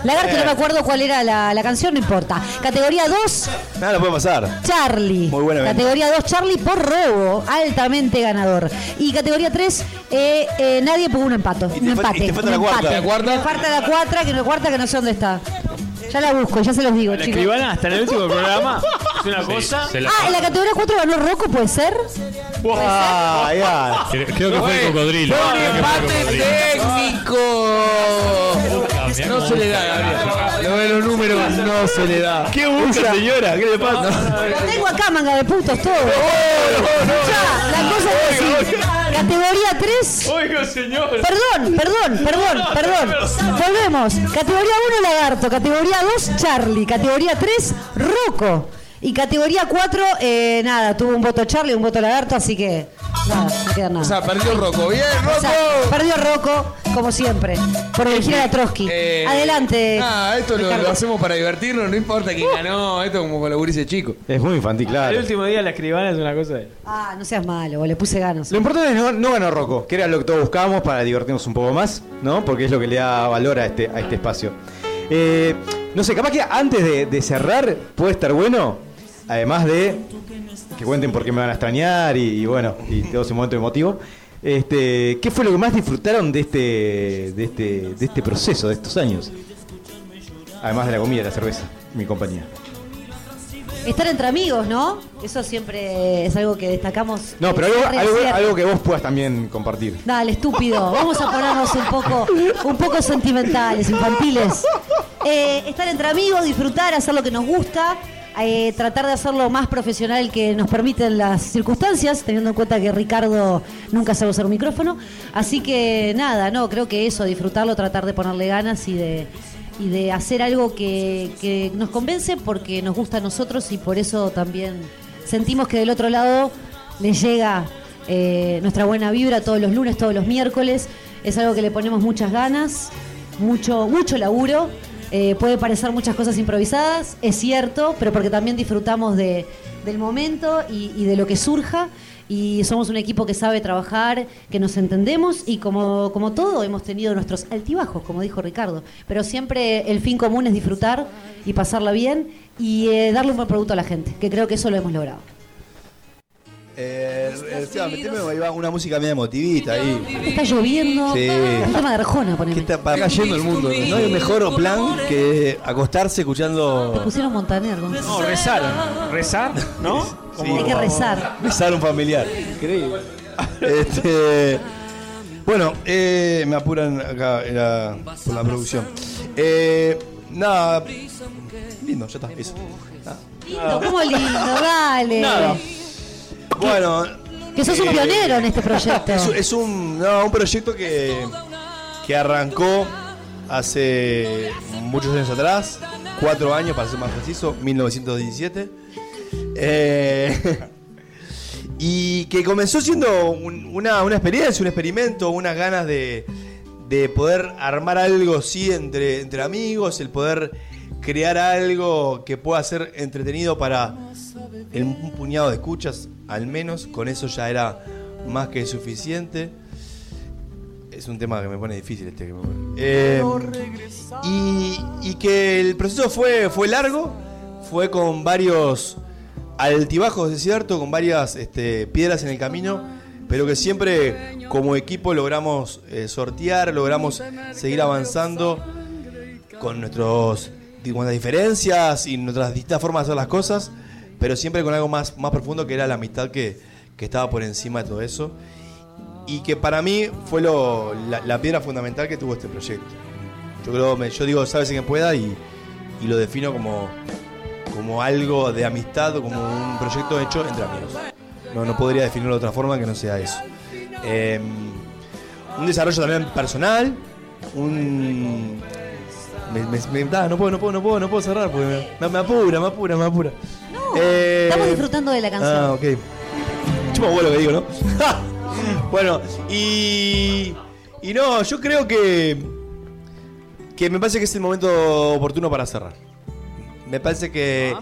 Speaker 6: Lagart, que no me acuerdo cuál era la, la canción, no importa. Categoría 2,
Speaker 4: Nada, lo puede pasar.
Speaker 6: Charlie.
Speaker 4: Muy buena venta.
Speaker 6: Categoría 2, Charlie por robo. Altamente ganador. Y categoría 3, eh, eh, nadie por un empate. un empate.
Speaker 4: y te falta
Speaker 6: un
Speaker 4: la cuarta.
Speaker 6: empate.
Speaker 4: ¿La cuarta?
Speaker 6: Me falta la cuarta, que no cuarta, que no sé dónde está. Ya la busco, ya se los digo,
Speaker 7: La
Speaker 6: chicos.
Speaker 7: escribana hasta en el último programa es una cosa.
Speaker 6: Ah, en la categoría 4 ganó Rocco, ¿puede ser?
Speaker 9: Ah, ya.
Speaker 15: Creo, creo que fue el cocodrilo.
Speaker 6: Fue un
Speaker 15: Creo que fue el
Speaker 6: empate
Speaker 15: cocodrilo.
Speaker 6: técnico.
Speaker 5: No se le da, Gabriel. Lo de los números no se le da.
Speaker 4: ¿Qué busca, señora? ¿Qué le pasa?
Speaker 5: No.
Speaker 6: Lo tengo acá, manga de putos, todo. Ya, la cosa es así. Categoría 3.
Speaker 37: Oiga, señor.
Speaker 6: Perdón, perdón, perdón, perdón. Volvemos. Categoría 1, lagarto. Categoría 2, Charlie. Categoría 3, Rocco. Y categoría 4, eh, nada, tuvo un voto Charlie, un voto lagarto, así que nada, no queda nada.
Speaker 5: O sea, perdió Rocco. Bien,
Speaker 6: O sea, perdió Rocco, como siempre, por elegir a Trotsky.
Speaker 5: Eh,
Speaker 6: Adelante.
Speaker 5: Ah, esto lo,
Speaker 6: Ricardo.
Speaker 5: lo hacemos para divertirnos, no importa quién ganó, esto como con los gurises chicos.
Speaker 9: Es muy infantil,
Speaker 7: Ah, El
Speaker 9: claro.
Speaker 7: último día la escribana es una cosa de...
Speaker 6: Ah, no seas malo, vos, le puse ganas.
Speaker 9: Lo importante es no, no ganó Rocco, que era lo que todos buscábamos para divertirnos un poco más, ¿no? Porque es lo que le da valor a este, a este espacio. Eh, no sé, capaz que antes de, de cerrar puede estar bueno, además de que cuenten por qué me van a extrañar y, y bueno, y todo ese momento emotivo. Este, ¿Qué fue lo que más disfrutaron de este, de este, de este proceso, de estos años? Además de la comida, la cerveza, mi compañía.
Speaker 6: Estar entre amigos, ¿no? Eso siempre es algo que destacamos.
Speaker 9: No, pero
Speaker 6: eh,
Speaker 9: algo,
Speaker 6: siempre
Speaker 9: algo-
Speaker 6: es cierto.
Speaker 9: algo que vos puedas también compartir.
Speaker 6: Dale, estúpido. Vamos a ponernos un poco, un poco sentimentales, infantiles. Eh, estar entre amigos, disfrutar, hacer lo que nos gusta, eh, tratar de hacerlo más profesional que nos permiten las circunstancias, teniendo en cuenta que Ricardo nunca sabe usar un micrófono. Así que nada, no, creo que eso, disfrutarlo, tratar de ponerle ganas y de y de hacer algo que, que nos convence porque nos gusta a nosotros y por eso también sentimos que del otro lado le llega eh, nuestra buena vibra todos los lunes, todos los miércoles. Es algo que le ponemos muchas ganas, mucho, mucho laburo. Eh, puede parecer muchas cosas improvisadas, es cierto, pero porque también disfrutamos de, del momento y, y de lo que surja. Y somos un equipo que sabe trabajar, que nos entendemos y como, como todo hemos tenido nuestros altibajos, como dijo Ricardo. Pero siempre el fin común es disfrutar y pasarla bien y eh, darle un buen producto a la gente, que creo que eso lo hemos logrado.
Speaker 4: Eh, eh, Seba, meteme ahí va una música media motivita ahí.
Speaker 6: Está lloviendo,
Speaker 4: Sí.
Speaker 6: un tema de Arjona, poneme.
Speaker 4: Está, pa-
Speaker 6: cayendo el mundo, ¿no?
Speaker 4: No hay mejor plan que acostarse
Speaker 6: Te
Speaker 4: escuchando.
Speaker 6: pusieron Montaner.
Speaker 4: No, rezar. ¿Rezar? ¿No?
Speaker 6: Hay que rezar.
Speaker 4: Besar a un familiar. Increíble. Este, bueno, eh, me apuran acá en la- por la producción. Eh, nada, lindo, ya está. eso. Nada.
Speaker 6: Lindo, cómo lindo, dale.
Speaker 4: Nada. Bueno. eh,
Speaker 6: Que sos un pionero en este proyecto.
Speaker 4: Es, es un, no, un proyecto que, que arrancó hace muchos años atrás, cuatro años para ser más preciso, 1917. Eh, y que comenzó siendo un- una, una experiencia, un experimento, unas ganas de, de poder armar algo, sí, entre, entre amigos, el poder crear algo que pueda ser entretenido para el- un puñado de escuchas, al menos, con eso ya era más que suficiente. Es un tema que me pone difícil este que me pone. Eh, y, y que el proceso fue, fue largo, fue con varios altibajos, es cierto, con varias este, piedras en el camino, pero que siempre como equipo logramos eh, sortear, logramos seguir avanzando con nuestros con las diferencias y nuestras distintas formas de hacer las cosas, pero siempre con algo más, más profundo que era la amistad que, que estaba por encima de todo eso y que para mí fue lo, la, la piedra fundamental que tuvo este proyecto. Yo creo, me- yo digo, sabes que pueda y, y lo defino como, como algo de amistad o como un proyecto hecho entre amigos. No, no podría definirlo de otra forma que no sea eso. Eh, un desarrollo también personal, un... Me, me- me- da, no puedo, no puedo, no puedo, no puedo cerrar porque me, me- me apura, me apura, me apura. Eh,
Speaker 6: Estamos disfrutando de la canción.
Speaker 4: Ah, ok. Chupa huevo lo que digo, ¿no? bueno, y. Y no, yo creo que. Que me parece que es el momento oportuno para cerrar. Me parece que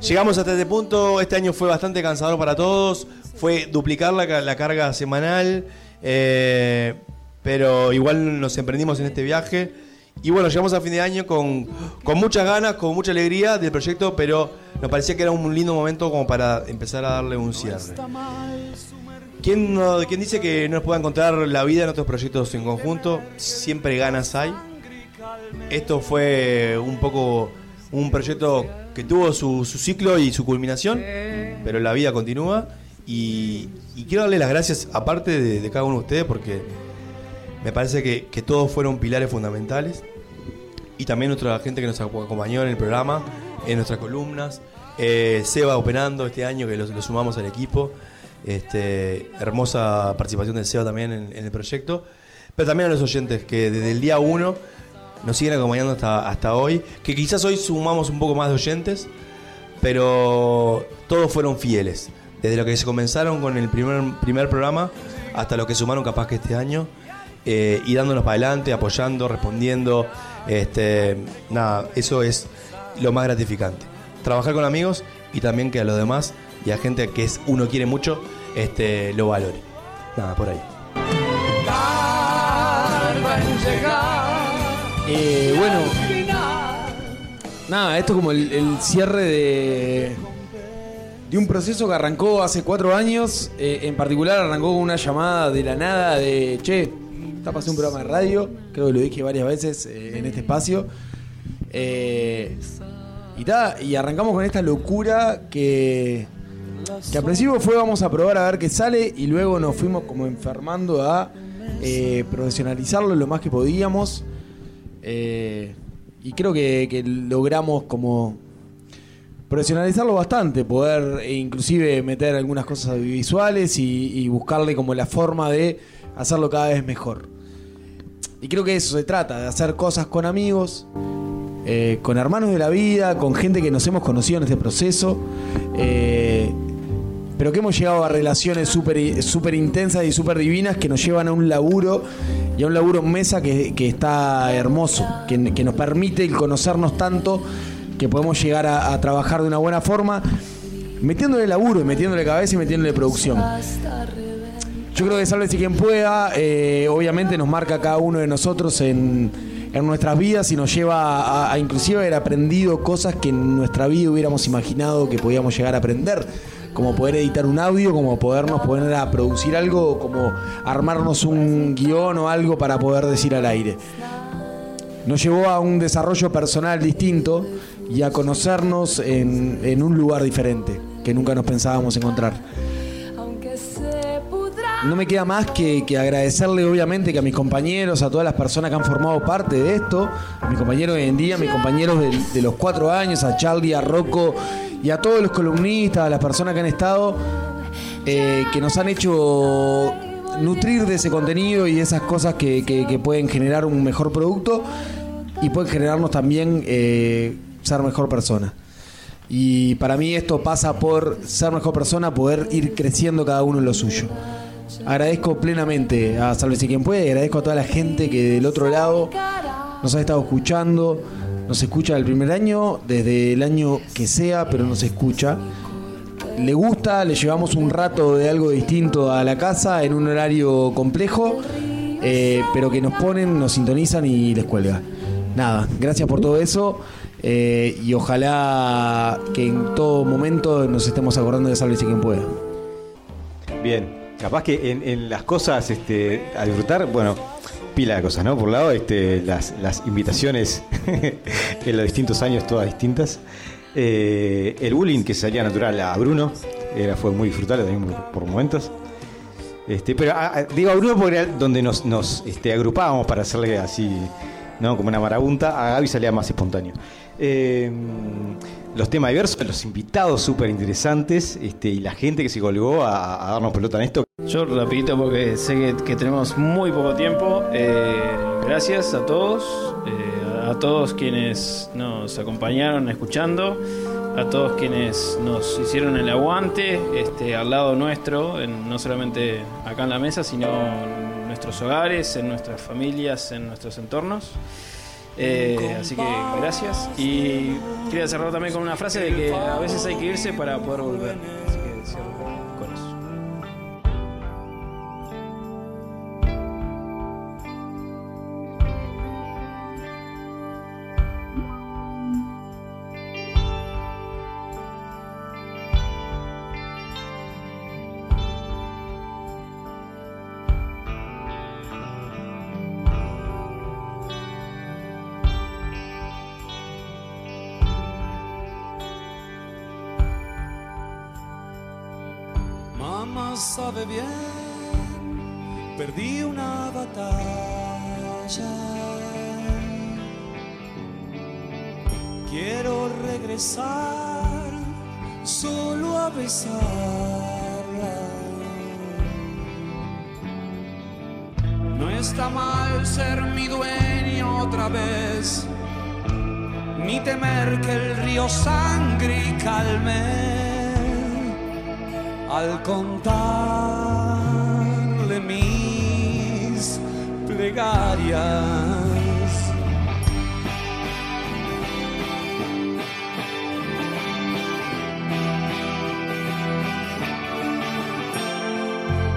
Speaker 4: llegamos hasta este punto. Este año fue bastante cansador para todos. Fue duplicar la, ca- la carga semanal. eh, pero igual nos emprendimos en este viaje. Y bueno, llegamos a fin de año con, con muchas ganas, con mucha alegría del proyecto, pero nos parecía que era un lindo momento como para empezar a darle un cierre. ¿Quién, no- quién dice que no nos pueda encontrar la vida en otros proyectos en conjunto? Siempre ganas hay. Esto fue un poco un proyecto que tuvo su, su ciclo y su culminación, pero la vida continúa. Y, y quiero darle las gracias, aparte de, de cada uno de ustedes, porque me parece que, que todos fueron pilares fundamentales. y también otra gente que nos acompañó en el programa, en nuestras columnas. Eh, Seba operando este año, que lo, lo sumamos al equipo. Este, hermosa participación de Seba también en, en el proyecto. Pero también a los oyentes que desde el día 1 nos siguen acompañando hasta, hasta hoy. Que quizás hoy sumamos un poco más de oyentes, pero todos fueron fieles. Desde lo que se comenzaron con el primer, primer programa hasta lo que sumaron capaz que este año. eh, y dándonos para adelante, apoyando, respondiendo. Este, nada, eso es lo más gratificante. Trabajar con amigos y también que a los demás y a gente que es, uno quiere mucho este, lo valore. Nada, por ahí.
Speaker 19: Tarda en llegar.
Speaker 5: Eh, bueno,
Speaker 19: al final.
Speaker 5: nada, esto es como el, el cierre de, de un proceso que arrancó hace cuatro años. Eh, en particular, arrancó con una llamada de la nada de che, está pasando un programa de radio. Creo que lo dije varias veces eh, en este espacio. Eh, y, ta, y arrancamos con esta locura que, que al principio fue vamos a probar a ver qué sale y luego nos fuimos como enfermando a eh, profesionalizarlo lo más que podíamos. Eh, y creo que, que logramos como profesionalizarlo bastante, poder eh, inclusive meter algunas cosas visuales y, y buscarle como la forma de hacerlo cada vez mejor. Y creo que de eso se trata, de hacer cosas con amigos, eh, con hermanos de la vida, con gente que nos hemos conocido en este proceso, eh, pero que hemos llegado a relaciones súper super intensas y súper divinas que nos llevan a un laburo y a un laburo en mesa que, que está hermoso, que, que nos permite el conocernos tanto que podemos llegar a, a trabajar de una buena forma, metiéndole laburo, y metiéndole cabeza y metiéndole producción. Yo creo que sálvese quien pueda, eh, obviamente nos marca cada uno de nosotros en, en nuestras vidas y nos lleva a, a inclusive haber aprendido cosas que en nuestra vida hubiéramos imaginado que podíamos llegar a aprender, como poder editar un audio, como podernos poner a producir algo, como armarnos un guión o algo para poder decir al aire. Nos llevó a un desarrollo personal distinto y a conocernos en, en un lugar diferente que nunca nos pensábamos encontrar.
Speaker 19: Aunque se pudra.
Speaker 5: No me queda más que, que agradecerle, obviamente, que a mis compañeros, a todas las personas que han formado parte de esto, a mis compañeros de hoy en día, a mis compañeros del- de, los cuatro años, a Charlie, a Rocco y a todos los columnistas, a las personas que han estado, eh, que nos han hecho nutrir de ese contenido y de esas cosas que, que- que pueden generar un mejor producto y pueden generarnos también eh, ser mejor persona. Y para mí esto pasa por ser mejor persona, poder ir creciendo cada uno en lo suyo. Agradezco plenamente a Salvesi quien puede, y agradezco a toda la gente que del otro lado nos ha estado escuchando, nos escucha el primer año, desde el año que sea, pero nos escucha. Le gusta, le llevamos un rato de algo distinto a la casa en un horario complejo, eh, pero que nos ponen, nos sintonizan y les cuelga. Nada, gracias por todo eso eh, y ojalá que en todo momento nos estemos acordando de Salve si quien pueda.
Speaker 9: Bien, capaz que en, en las cosas este, a disfrutar, bueno, pila de cosas, ¿no? Por un lado, este, las, las invitaciones en los distintos años, todas distintas. Eh, el bullying que salía natural a Bruno, era, fue muy disfrutable también por- por momentos. Este, pero ah, ah, digo a Bruno porque era donde nos, nos este, agrupábamos para hacerle así, ¿no? Como una marabunta, a Gaby salía más espontáneo. Eh, los temas diversos, los invitados súper interesantes este, y la gente que se colgó a, a darnos pelota en esto.
Speaker 3: Yo rapidito porque sé que, que tenemos muy poco tiempo. Eh, gracias a todos, eh, a todos quienes nos acompañaron escuchando, a todos quienes nos hicieron el aguante este, al lado nuestro, en- no solamente acá en la mesa, sino en nuestros hogares, en nuestras familias, en nuestros entornos. Eh, así que gracias. Y quería cerrar también con una frase de que a veces hay que irse para poder volver. Así que cierro con eso.
Speaker 15: Mamá sabe bien, perdí una batalla.
Speaker 1: Quiero regresar solo a besarla. No está mal ser mi dueño otra vez, ni temer que el río sangre calme al contarle mis plegarias.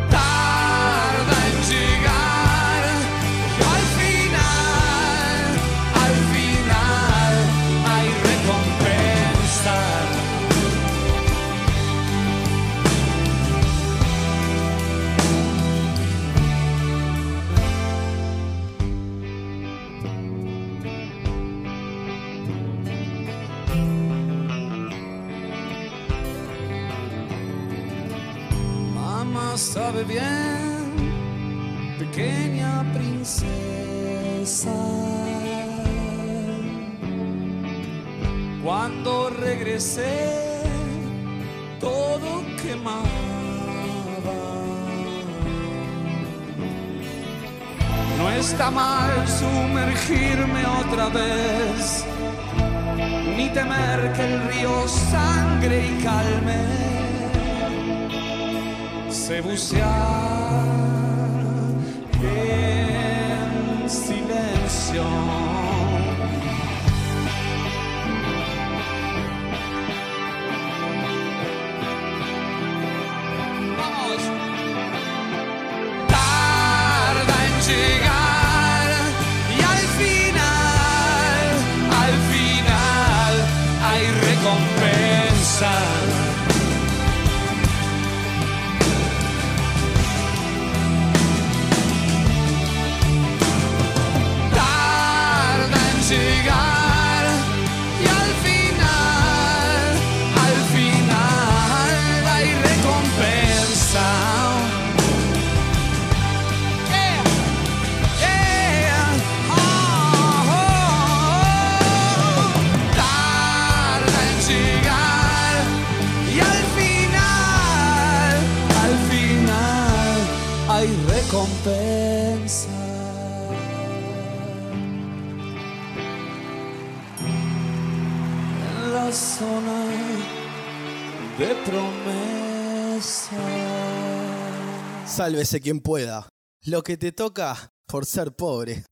Speaker 1: Tarda en llegar y al final, al final hay recompensa. Mamá sabe bien, pequeña princesa. Cuando regresé, todo quemaba. No está mal sumergirme otra vez, ni temer que el río sangre y calme. Se bucear en silencio. Tarda en llegar y al final, al final hay recompensa. Tarda en llegar y al final, al final hay recompensa. Yeah. Yeah. Tarda en llegar y al final, al final hay recompensa. En la zona de promesa.
Speaker 3: Sálvese quien pueda. Lo que te toca por ser pobre.